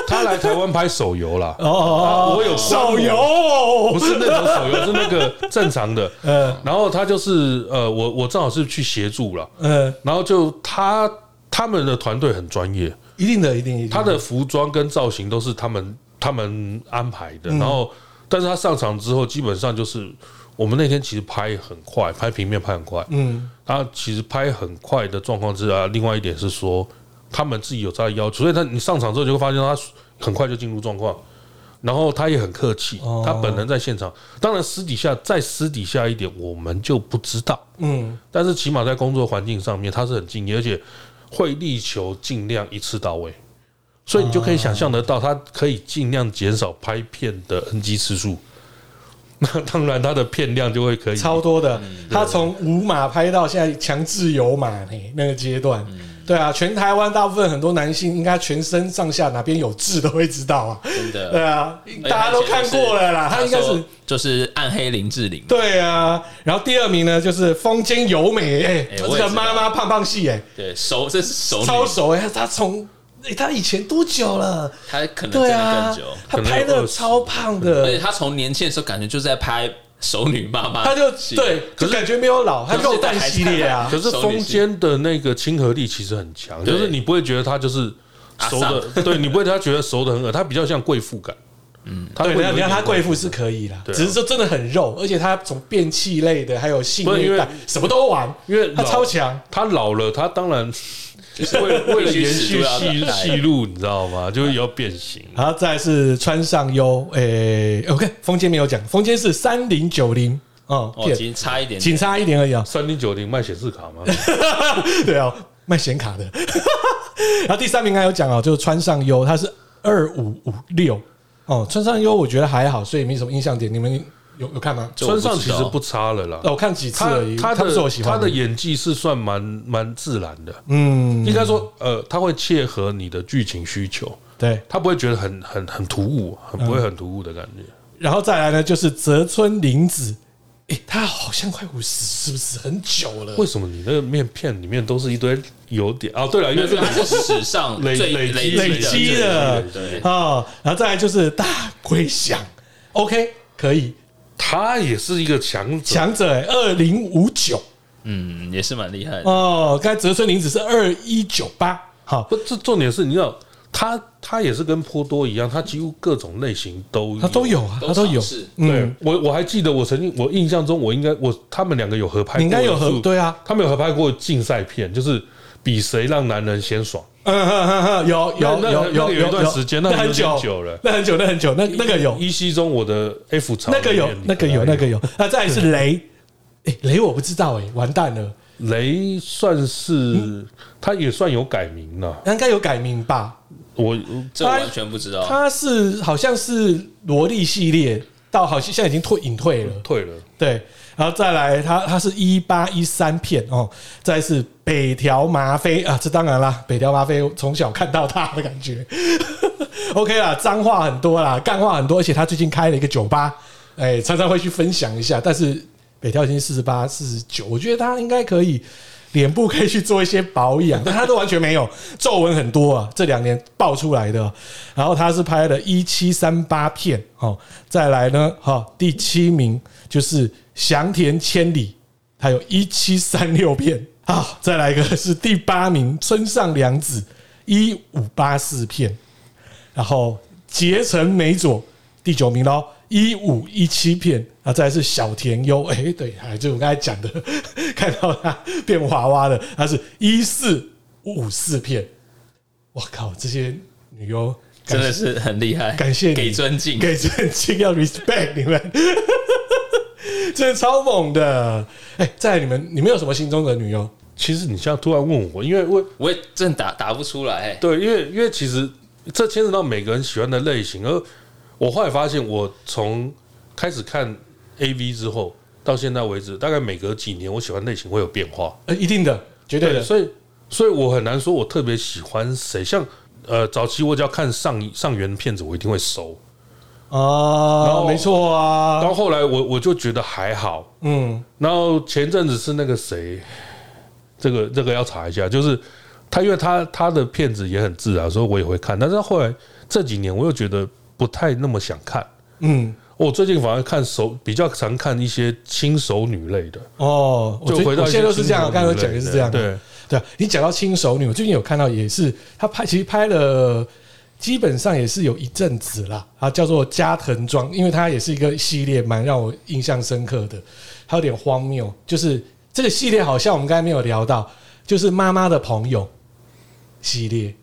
Speaker 5: 他来台湾拍手游啦，
Speaker 2: 哦哦，
Speaker 5: 我有
Speaker 2: 手
Speaker 5: 不
Speaker 2: 游，
Speaker 5: 是那种手游，是那个正常的。
Speaker 2: 呃
Speaker 5: 然后他就是呃，我我正好是去协助了，
Speaker 2: 呃，
Speaker 5: 然后就他他们的团队很专业，
Speaker 2: 一定的，一定，一定
Speaker 5: 他的服装跟造型都是他们他们安排
Speaker 2: 嗯
Speaker 5: 的。然后，但是他上场之后，基本上就是我们那天其实拍很快，拍平面拍很快。
Speaker 2: 嗯，
Speaker 5: 他其实拍很快的状况之下，另外一点是说他们自己有他的要求，所以他你上场之后就会发现他很快就进入状况。然后他也很客气
Speaker 2: 哦，
Speaker 5: 他本人在现场，当然私底下再私底下一点，我们就不知道。
Speaker 2: 嗯，
Speaker 5: 但是起码在工作环境上面，他是很敬业，而且会力求尽量一次到位，所以你就可以想象得到，他可以尽量减少拍片的 NG 次数。 那当然，他的片量就会可以
Speaker 2: 超多的。
Speaker 4: 嗯
Speaker 2: 他从无码拍到现在强制有码呢那个阶段，
Speaker 4: 嗯
Speaker 2: 对啊，全台湾大部分很多男性应该全身上下哪边有痣都会知道啊，
Speaker 4: 真
Speaker 2: 对
Speaker 4: 的，
Speaker 2: 啊，
Speaker 4: 哎
Speaker 2: 大家都看过了啦，他应该是。
Speaker 4: 就是暗黑林志玲，
Speaker 2: 对啊，然后第二名呢就是风间由美，哎、
Speaker 4: 哎
Speaker 2: 这
Speaker 4: 我也
Speaker 2: 个
Speaker 4: 知道
Speaker 2: 妈妈胖胖系，哎，
Speaker 4: 对熟，这是熟
Speaker 2: 超
Speaker 4: 女，
Speaker 2: 熟哎、她从哎、她以前多久了？
Speaker 4: 她可嗯能真
Speaker 2: 对
Speaker 4: 的
Speaker 2: 啊呃
Speaker 4: 更久，，
Speaker 2: 她
Speaker 5: 可能
Speaker 2: 拍
Speaker 5: 有
Speaker 2: 的
Speaker 5: 20
Speaker 2: 超胖
Speaker 4: 而且
Speaker 2: 的，
Speaker 4: 她从年轻的时候感觉就在拍熟女妈妈，
Speaker 2: 她就对，就感觉没有老，她
Speaker 4: 可是
Speaker 2: 肉蛋系列啊
Speaker 4: 她，
Speaker 5: 可是风间的那个亲和力其实很强，
Speaker 4: 对
Speaker 5: 就是你不会觉得他就是熟
Speaker 4: 阿
Speaker 5: 的，对你不会觉得他觉得熟的很恶，他比较像贵妇感。嗯，他
Speaker 2: 对，
Speaker 5: 会
Speaker 2: 你
Speaker 5: 有
Speaker 2: 看
Speaker 5: 一
Speaker 2: 你看
Speaker 5: 点
Speaker 2: 她贵妇是可以啦，
Speaker 5: 对啊
Speaker 2: 只是说真的很肉，而且她从变器类的，还有性
Speaker 5: 不是因
Speaker 2: 虐
Speaker 5: 为
Speaker 2: 待，什么都玩，
Speaker 5: 因为
Speaker 2: 她
Speaker 5: 老
Speaker 2: 超强。
Speaker 5: 他老了，他当然为为了
Speaker 4: 必须
Speaker 5: 延
Speaker 4: 尺度
Speaker 5: 续
Speaker 4: 要
Speaker 5: 戏
Speaker 4: 大
Speaker 5: 戏路，你知道吗？就要变形。
Speaker 2: 然后再来是川上优，诶、o k 风间没有讲，风间是三零九零哦，
Speaker 4: 哦，
Speaker 2: 片
Speaker 4: 其实差一点
Speaker 2: 仅
Speaker 4: 点，
Speaker 2: 差一点而已啊、
Speaker 5: 三零九零卖显 示卡吗？
Speaker 2: 对啊，卖显卡的。 然后第三名刚才有讲哦，就是川上优，他是二五五六哦，川上优我觉得还好，所以没什么印象点。你们有有看吗？
Speaker 4: 这我不
Speaker 5: 村
Speaker 4: 知道
Speaker 5: 上其实不差了啦
Speaker 2: 哦，。我看几次
Speaker 5: 他
Speaker 2: 而已，
Speaker 5: 他
Speaker 2: 不是我
Speaker 5: 的
Speaker 2: 喜
Speaker 5: 他
Speaker 2: 欢
Speaker 5: 的演技是算蛮蛮自然的，
Speaker 2: 嗯，
Speaker 5: 应该说呃，他会切合你的剧情需求，
Speaker 2: 对。
Speaker 5: 他不会觉得很很很突兀，很不会很突兀的感觉。
Speaker 2: 然后再来呢，就是泽村林子，诶，他好像快五十，是不是很久了？
Speaker 5: 为什么你那个面片里面都是一堆油点？哦，对了，因
Speaker 4: 因为
Speaker 5: 为这个
Speaker 4: 她是史上
Speaker 5: 累
Speaker 4: 最
Speaker 5: 累积
Speaker 2: 累
Speaker 4: 累
Speaker 2: 积的
Speaker 4: 的，对，
Speaker 2: 哦，然后再来就是大龟响，OK，可以，
Speaker 5: 他也是一个强者，
Speaker 2: 强者二零五九
Speaker 4: 嗯，也是蛮厉害的。
Speaker 2: 哦，刚才泽村林子是二一九八，好，
Speaker 5: 不，这重点是你知道，他他也是跟波多一样，他几乎各种类型都嗯
Speaker 2: 他都有。啊，他都有
Speaker 4: 尝试，
Speaker 5: 对，我我还记得，我曾经我印象中，我应该我他们两个有合拍过一
Speaker 2: 你
Speaker 5: 次，
Speaker 2: 应该有合对 啊，
Speaker 5: 他们有合拍过竞赛片，就是比谁让男人先爽。
Speaker 2: 嗯哼哼哼，有有
Speaker 5: 那那
Speaker 2: 有
Speaker 5: 那
Speaker 2: 有
Speaker 5: 个有一段时间那
Speaker 2: 那
Speaker 5: 个
Speaker 2: 很
Speaker 5: 有点
Speaker 2: 久
Speaker 5: 久了
Speaker 2: 那很久，那很久，那那个有，
Speaker 5: 依稀中我的 F 槽
Speaker 2: 那个有
Speaker 5: 里面，
Speaker 2: 那个有，
Speaker 5: 可能还
Speaker 2: 那个有。那再来是雷，哎，雷我不知道，哎，完蛋了，
Speaker 5: 雷算
Speaker 2: 嗯
Speaker 5: 是他也算有改名了，
Speaker 2: 应该有改名吧？
Speaker 5: 我
Speaker 4: 这我完全不知道。
Speaker 2: 他是好像是萝莉系列，到好像现在已经退隐退了，
Speaker 5: 退了。
Speaker 2: 对。然后再来，他他是一八一三片哦，再来是北条麻妃啊，这当然啦，北条麻妃从小看到大的感觉 ，OK 啦，脏话很多啦，干话很多，而且他最近开了一个酒吧，哎，常常会去分享一下，但是北条已经四十八、四十九，我觉得他应该可以。脸部可以去做一些保养， 但他都完全没有，皱纹很多啊，这两年爆出来的。然后他是拍了一七三八片，哦，再来呢，哈、第七名就是祥田千里，他有一七三六片。好，再来一个是第八名村上良子，一五八四片。然后结城美佐第九名喽，一五一七片啊，再来是小田优， 哎、对，还就我刚才讲的， 看到他变娃娃了，他是一四五四片，我靠，这些女优感
Speaker 4: 真
Speaker 2: 谢
Speaker 4: 的是很厉害，
Speaker 2: 感谢你
Speaker 4: 给尊敬，
Speaker 2: 给尊敬，要 respect 你们， 真的超猛的，哎、再来你们，你们有什么心中的女优？
Speaker 5: 其实你现在突然问我，因为我
Speaker 4: 我也真打打不出来、欸，
Speaker 5: 对，因为因为其实这牵扯到每个人喜欢的类型，而我后来发现，我从开始看 A V 之后到现在为止，大概每隔几年，我喜欢类型会有变化。
Speaker 2: 呃，一定的，绝对的，
Speaker 5: 所以所以我很难说我特别喜欢谁，像。呃，早期我只要看上上元片子，我一定会收。然
Speaker 2: 啊，
Speaker 5: 后
Speaker 2: 没错啊，
Speaker 5: 到后来我我就觉得还好，
Speaker 2: 嗯，
Speaker 5: 然后前阵子是那个谁，这个这个要查一下，就是他，因为他他的片子也很自然，所以我也会看。但是后来这几年，我又觉得不太那么想看。
Speaker 2: 嗯，
Speaker 5: 我最近反而看熟，比较常看一些轻熟女类的，
Speaker 2: 哦，我
Speaker 5: 就
Speaker 2: 最
Speaker 5: 回到
Speaker 2: 我
Speaker 5: 一些
Speaker 2: 现在都是这样，我啊
Speaker 5: 轻熟
Speaker 2: 刚
Speaker 5: 女
Speaker 2: 才
Speaker 5: 类
Speaker 2: 讲也是
Speaker 5: 的
Speaker 2: 这样，
Speaker 5: 对，
Speaker 2: 对啊，你讲到轻熟女，我最近有看到也是，她拍其实拍了。基本上也是有一阵子啦，啊，叫做加藤庄，因为它也是一个系列，蛮让我印象深刻的。它有点荒谬，就是这个系列好像我们刚才没有聊到，就是妈妈的朋友系列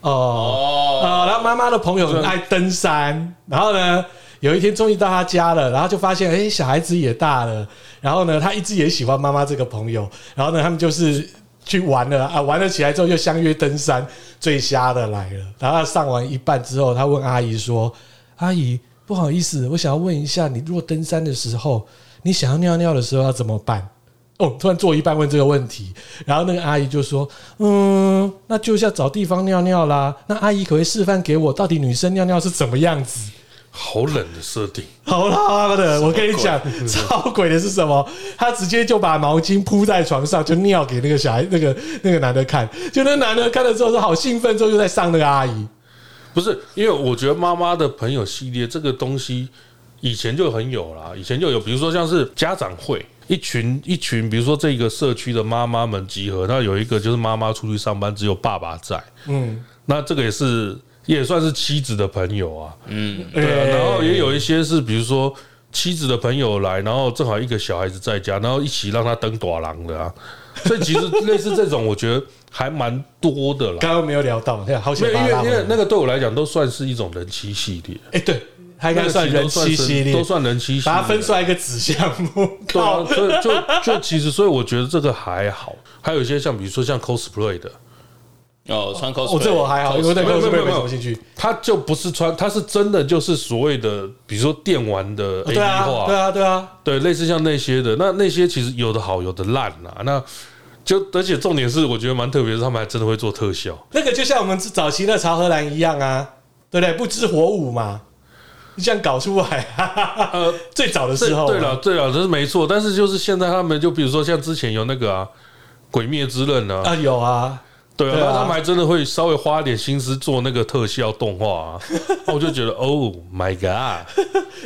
Speaker 2: 哦
Speaker 4: 哦，
Speaker 2: 啊、然后妈妈的朋友很爱登山，然后呢，有一天终于到她家了，然后就发现，哎，小孩子也大了，然后呢，她一直也喜欢妈妈这个朋友，然后呢，他们就是去玩了啊，玩了起来之后又相约登山，最瞎的来了，然后她上完一半之后，她问阿姨说：“阿姨，不好意思，我想要问一下，你如果登山的时候，你想要尿尿的时候要怎么办？”哦，突然做一半问这个问题，然后那个阿姨就说：“嗯，那就是要找地方尿尿啦。那阿姨可不可以示范给我，到底女生尿尿是怎么样子？”
Speaker 5: 好冷的设定。
Speaker 2: 好啦妈的，我跟你讲，超鬼的是什么？他直接就把毛巾铺在床上，就尿给那个小孩、那个那个男的看。就那男的看了之后，说好兴奋，之后就在上那个阿姨。
Speaker 5: 不是，因为我觉得妈妈的朋友系列这个东西以前就很有啦，以前就有，比如说像是家长会，一群一群，比如说这个社区的妈妈们集合，那有一个就是妈妈出去上班，只有爸爸在，
Speaker 2: 嗯，
Speaker 5: 那这个也是也算是妻子的朋友啊，对啊，
Speaker 2: 哎
Speaker 5: 然后也有一些是比如说。妻子的朋友来，然后正好一个小孩子在家，然后一起让他登短廊的啊，所以其实类似这种，我觉得还蛮多的啦。
Speaker 2: 刚刚没有聊到，对，好
Speaker 5: 没
Speaker 2: 想
Speaker 5: 有，因
Speaker 2: 把他
Speaker 5: 为
Speaker 2: 拉回
Speaker 5: 因为那
Speaker 2: 来。
Speaker 5: 个对我来讲都算是一种人妻系列。
Speaker 2: 哎，对，他应
Speaker 5: 那
Speaker 2: 该
Speaker 5: 个
Speaker 2: 算
Speaker 5: 其实
Speaker 2: 人
Speaker 5: 都算
Speaker 2: 妻
Speaker 5: 是
Speaker 2: 系列，
Speaker 5: 都算人妻系列，
Speaker 2: 把它分出来一个子项目。
Speaker 5: 对啊
Speaker 2: 靠，，
Speaker 5: 所以就就其实，所以我觉得这个还好。还有一些像比如说像 cosplay 的，
Speaker 4: 哦，穿 cos，
Speaker 2: 我这我还好，因为对
Speaker 5: 没有没
Speaker 2: cosplay
Speaker 5: 有没有
Speaker 2: 没什么兴趣。
Speaker 5: 他就不是穿，他是真的就是所谓的，比如说电玩的 A
Speaker 2: 对
Speaker 5: V
Speaker 2: 啊，
Speaker 5: 化，
Speaker 2: 对啊，对啊，
Speaker 5: 对，类似像那些的，那那些其实有的好，有的烂啊。那就而且重点是，我觉得蛮特别的是，他们还真的会做 特效。
Speaker 2: 那个就像我们早期的潮荷兰一样啊，对不对？不知火舞嘛，就这样搞出来、啊。
Speaker 5: 呃，
Speaker 2: 最早的
Speaker 5: 对
Speaker 2: 时候啊，
Speaker 5: 对了，对了，这是没错。但是就是现在他们就比如说像之前有那个啊，《鬼灭之刃》啊，
Speaker 2: 啊，有啊，
Speaker 5: 对啊，
Speaker 2: 对啊
Speaker 5: 那他们还真的会稍微花一点心思做那个特效动画 啊，那我就觉得 Oh my God，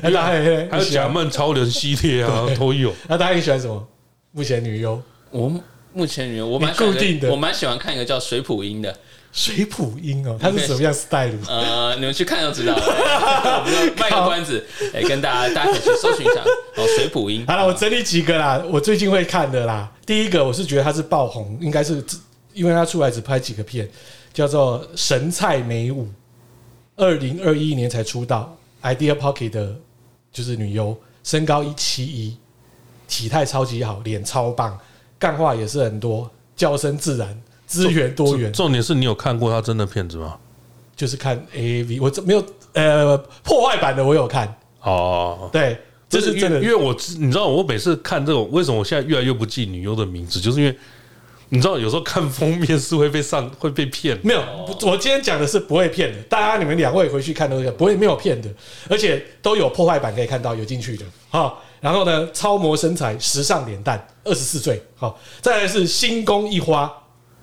Speaker 2: 哎那啊大家
Speaker 5: 啊还有假
Speaker 2: 梦，
Speaker 5: 曼超人系列啊都有。
Speaker 2: 那大家你喜欢什么？目前女优
Speaker 4: 我目前女我蛮
Speaker 2: 你固
Speaker 4: 喜欢
Speaker 2: 定的
Speaker 4: 我蛮喜欢看一个叫水普音的，
Speaker 2: 水普音哦，她是什么样 style？
Speaker 4: 呃，你们去看就知道了，我不知道卖个关子，哎，跟大家大家可以去搜寻一下哦，水普音，
Speaker 2: 好了，我整理几个啦，我最近会看的啦。第一个，我是觉得他是爆红，应该是因为他出来只拍几个片，叫做《神菜美舞》，二零二一年才出道，Idea Pocket 的就是女优，身高一七一，体态超级好，脸超棒，干话也是很多，叫声自然，资源多元，
Speaker 5: 重点是你有看过他真的片子吗？
Speaker 2: 就是看 A V，我这没有呃破坏版的我有看，
Speaker 5: 哦，
Speaker 2: 对，这是
Speaker 5: 因为
Speaker 2: 真的
Speaker 5: 因为我知你知道，我每次看这种，为什么我现在越来越不记女优的名字，就是因为你知道有时候看封面是会被上 会被骗，
Speaker 2: 没有，不我今天讲的是不会骗的，大家你们两位回去看都是不会没有骗的，而且都有破坏版可以看到有进去的，好、然后呢，超模身材，时尚脸蛋，二十四岁，好、再来是星宫一花，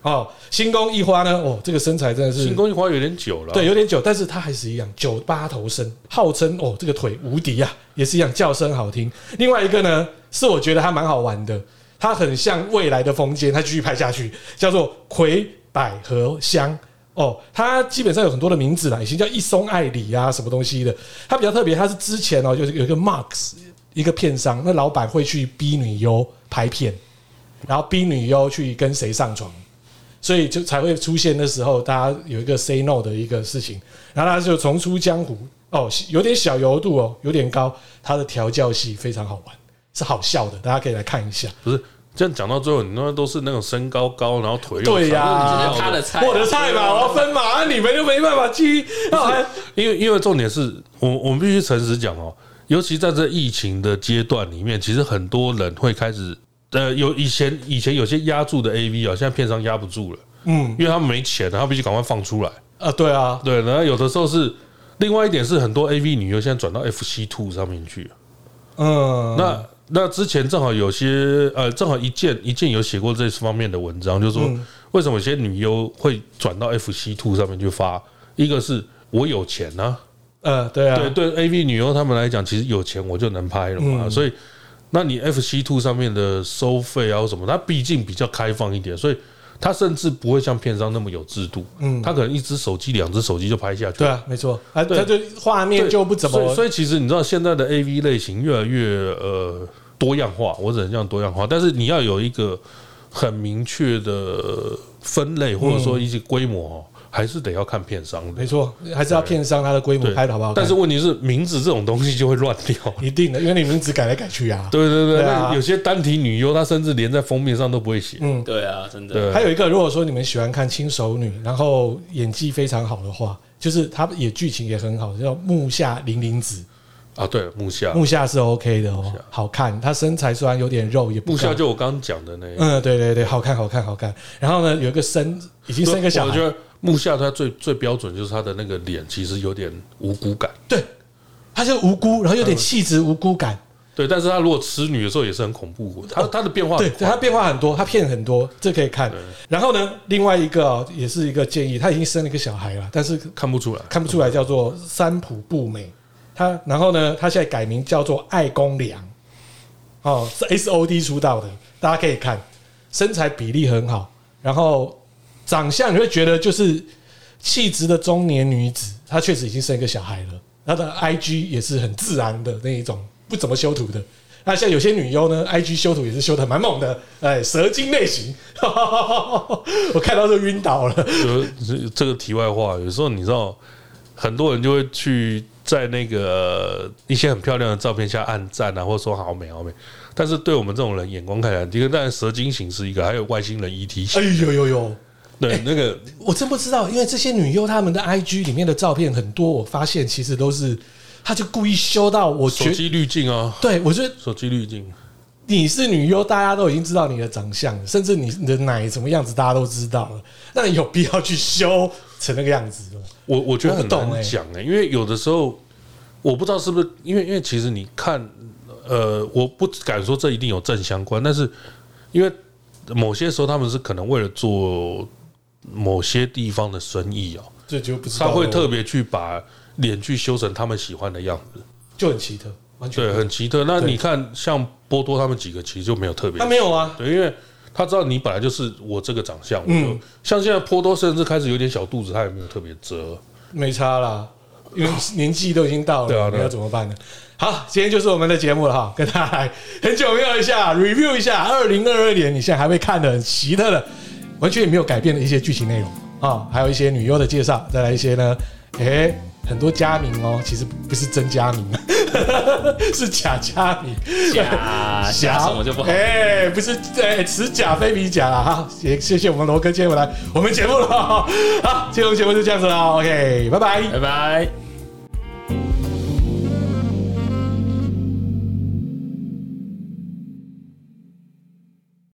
Speaker 2: 哦，星宫一花呢，哦，这个身材真的是
Speaker 5: 新公益花有点久了，啊
Speaker 2: 对，有点久，但是他还是一样九八头身，号称哦这个腿无敌啊，也是一样叫声好听。另外一个呢，是我觉得他蛮好玩的，他很像未来的风间，他继续拍下去，叫做葵百合香。哦，他基本上有很多的名字啦，以前叫一松爱里啊，什么东西的。他比较特别，他是之前哦，就是有一个 Max 一个片商，那老板会去逼女优拍片，然后逼女优去跟谁上床。所以就才会出现那时候大家有一个 say no 的一个事情，然后他就重出江湖哦，有点小油度哦，有点高，他的调教戏非常好玩，是好笑的，大家可以来看一下。
Speaker 5: 不是这样讲到最后，你那都是那种身高高，然后腿又
Speaker 2: 对呀、
Speaker 5: 长
Speaker 4: 这就是他的菜啊
Speaker 2: 我的菜嘛，我要分嘛，啊你们就没办法 去，那我还
Speaker 5: 因为因为重点是我我们必须诚实讲哦，尤其在这疫情的阶段里面，其实很多人会开始呃，有以前以前有些压住的 A V 啊，现在片商压不住了，
Speaker 2: 嗯
Speaker 5: 因为他们没钱，然后必须赶快放出来。
Speaker 2: 啊，对啊，
Speaker 5: 对，然后有的时候是另外一点是很多 A V 女优现在转到 F C Two 上面去了，
Speaker 2: 嗯，
Speaker 5: 那那之前正好有些呃，正好一件一件有写过这方面的文章，就是说
Speaker 2: 嗯
Speaker 5: 为什么有些女优会转到 F C Two 上面去发，一个是我有钱呢、啊。
Speaker 2: 呃，对啊，
Speaker 5: 对对，A V 女优他们来讲，其实有钱我就能拍了嘛，
Speaker 2: 嗯
Speaker 5: 所以那你 F C Two 上面的收费啊或什么，它毕竟比较开放一点，所以它甚至不会像片商那么有制度，
Speaker 2: 嗯
Speaker 5: 它可能一只手机、两只手机就拍下去
Speaker 2: 对
Speaker 5: 了。
Speaker 2: 啊，没错，啊，
Speaker 5: 对
Speaker 2: 他就画面
Speaker 5: 对，
Speaker 2: 就不怎
Speaker 5: 所以
Speaker 2: 么，
Speaker 5: 所以其实你知道现在的 A V 类型越来越呃多样化，我只能这样多样化，但是你要有一个很明确的分类或者说一些规模、哦，还是得要看片商的
Speaker 2: 没。错，还是要片商它的规模
Speaker 5: 对
Speaker 2: 拍的好不好看？
Speaker 5: 但是问题是，名字这种东西就会乱掉。
Speaker 2: 一定的，因为你名字改来改去啊，
Speaker 5: 对对对，
Speaker 2: 对啊
Speaker 5: 那有些单体女优，她甚至连在封面上都不会写。
Speaker 2: 嗯，
Speaker 4: 对啊，真的。
Speaker 5: 对，
Speaker 2: 还有一个，如果说你们喜欢看轻熟女，然后演技非常好的话，就是她也剧情也很好，叫木下玲玲子，
Speaker 5: 啊，对木下，
Speaker 2: 木下是 OK 的哦，好看。她身材虽然有点肉，也不
Speaker 5: 木下
Speaker 2: 高
Speaker 5: 就我刚刚讲的那个，
Speaker 2: 嗯，对对对，好看，好看，好看。然后呢，有一个生已经生一个小
Speaker 5: 我觉
Speaker 2: 孩，
Speaker 5: 得木下她最最标准就是她的那个脸其实有点无辜感，
Speaker 2: 对，她就无辜，然后有点气质无辜感，
Speaker 5: 对，但是她如果吃女的时候也是很恐怖，她她的变化
Speaker 2: 哦对，
Speaker 5: 很
Speaker 2: 对她
Speaker 5: 快，
Speaker 2: 变化很多，她骗很多，这可以看。然后呢，另外一个哦也是一个建议，她已经生了一个小孩了，但是
Speaker 5: 看不出来。
Speaker 2: 看不出来叫做三浦步美，他然后呢，他现在改名叫做爱公良，哦，是 S O D 出道的，大家可以看，身材比例很好，然后长相你会觉得就是气质的中年女子，她确实已经生一个小孩了，她的 I G 也是很自然的那一种，不怎么修图的。那像有些女优呢，IG 修图也是修的蛮猛的，哎，蛇精类型， 我看到就晕倒了。
Speaker 5: 就是这个题外话，有时候你知道，很多人就会去在那个一些很漂亮的照片下按赞啊，或者说好美好美。但是对我们这种人眼光看来，一个当然蛇精型是一个，还有外星人 ET
Speaker 2: 哎
Speaker 5: 型，
Speaker 2: 呦呦呦！
Speaker 5: 对那个
Speaker 2: 我真不知道，因为这些女优她们的 IG 里面的照片很多，我发现其实都是，她就故意修到我
Speaker 5: 手
Speaker 2: 觉，
Speaker 5: 机滤镜啊，
Speaker 2: 对我觉得
Speaker 5: 手机滤镜，
Speaker 2: 你是女优，大家都已经知道你的长相了，甚至你你的奶什么样子大家都知道了，那有必要去修成那个样子吗？
Speaker 5: 我我觉得
Speaker 2: 我
Speaker 5: 很
Speaker 2: 不懂
Speaker 5: 难
Speaker 2: 欸
Speaker 5: 讲哎、因为有的时候我不知道是不是因为因为其实你看，呃，我不敢说这一定有正相关，但是因为某些时候他们是可能为了做某些地方的生意哦、
Speaker 2: 这就不知道
Speaker 5: 他
Speaker 2: 了，
Speaker 5: 会特别去把脸去修成他们喜欢的样子，
Speaker 2: 就很奇特，完全
Speaker 5: 对，很奇特。那
Speaker 2: 对
Speaker 5: 你看，像波多他们几个其实就没有特别
Speaker 2: 他，没有啊，
Speaker 5: 对，因为他知道你本来就是我这个长相，我
Speaker 2: 嗯
Speaker 5: 就像现在波多甚至开始有点小肚子，他也没有特别遮。
Speaker 2: 没差啦，因为年纪都已经到了，
Speaker 5: 对啊对啊
Speaker 2: 你要怎么办呢？好，今天就是我们的节目了哈，跟大家来 很久没有一下 review 一下二零二二年，你现在还会看的很奇特的，完全也没有改变的一些剧情内容啊、还有一些女优的介绍，再来一些呢，诶、很多佳名哦，其实不是真佳名，啊 是假佳名，
Speaker 4: 假假什么就不好。
Speaker 2: 哎、不是，哎、此甲非彼甲了哈。也谢谢我们罗哥今天来我们节目了。好，今天我们节目就这样子了。OK，拜拜。
Speaker 4: 拜拜。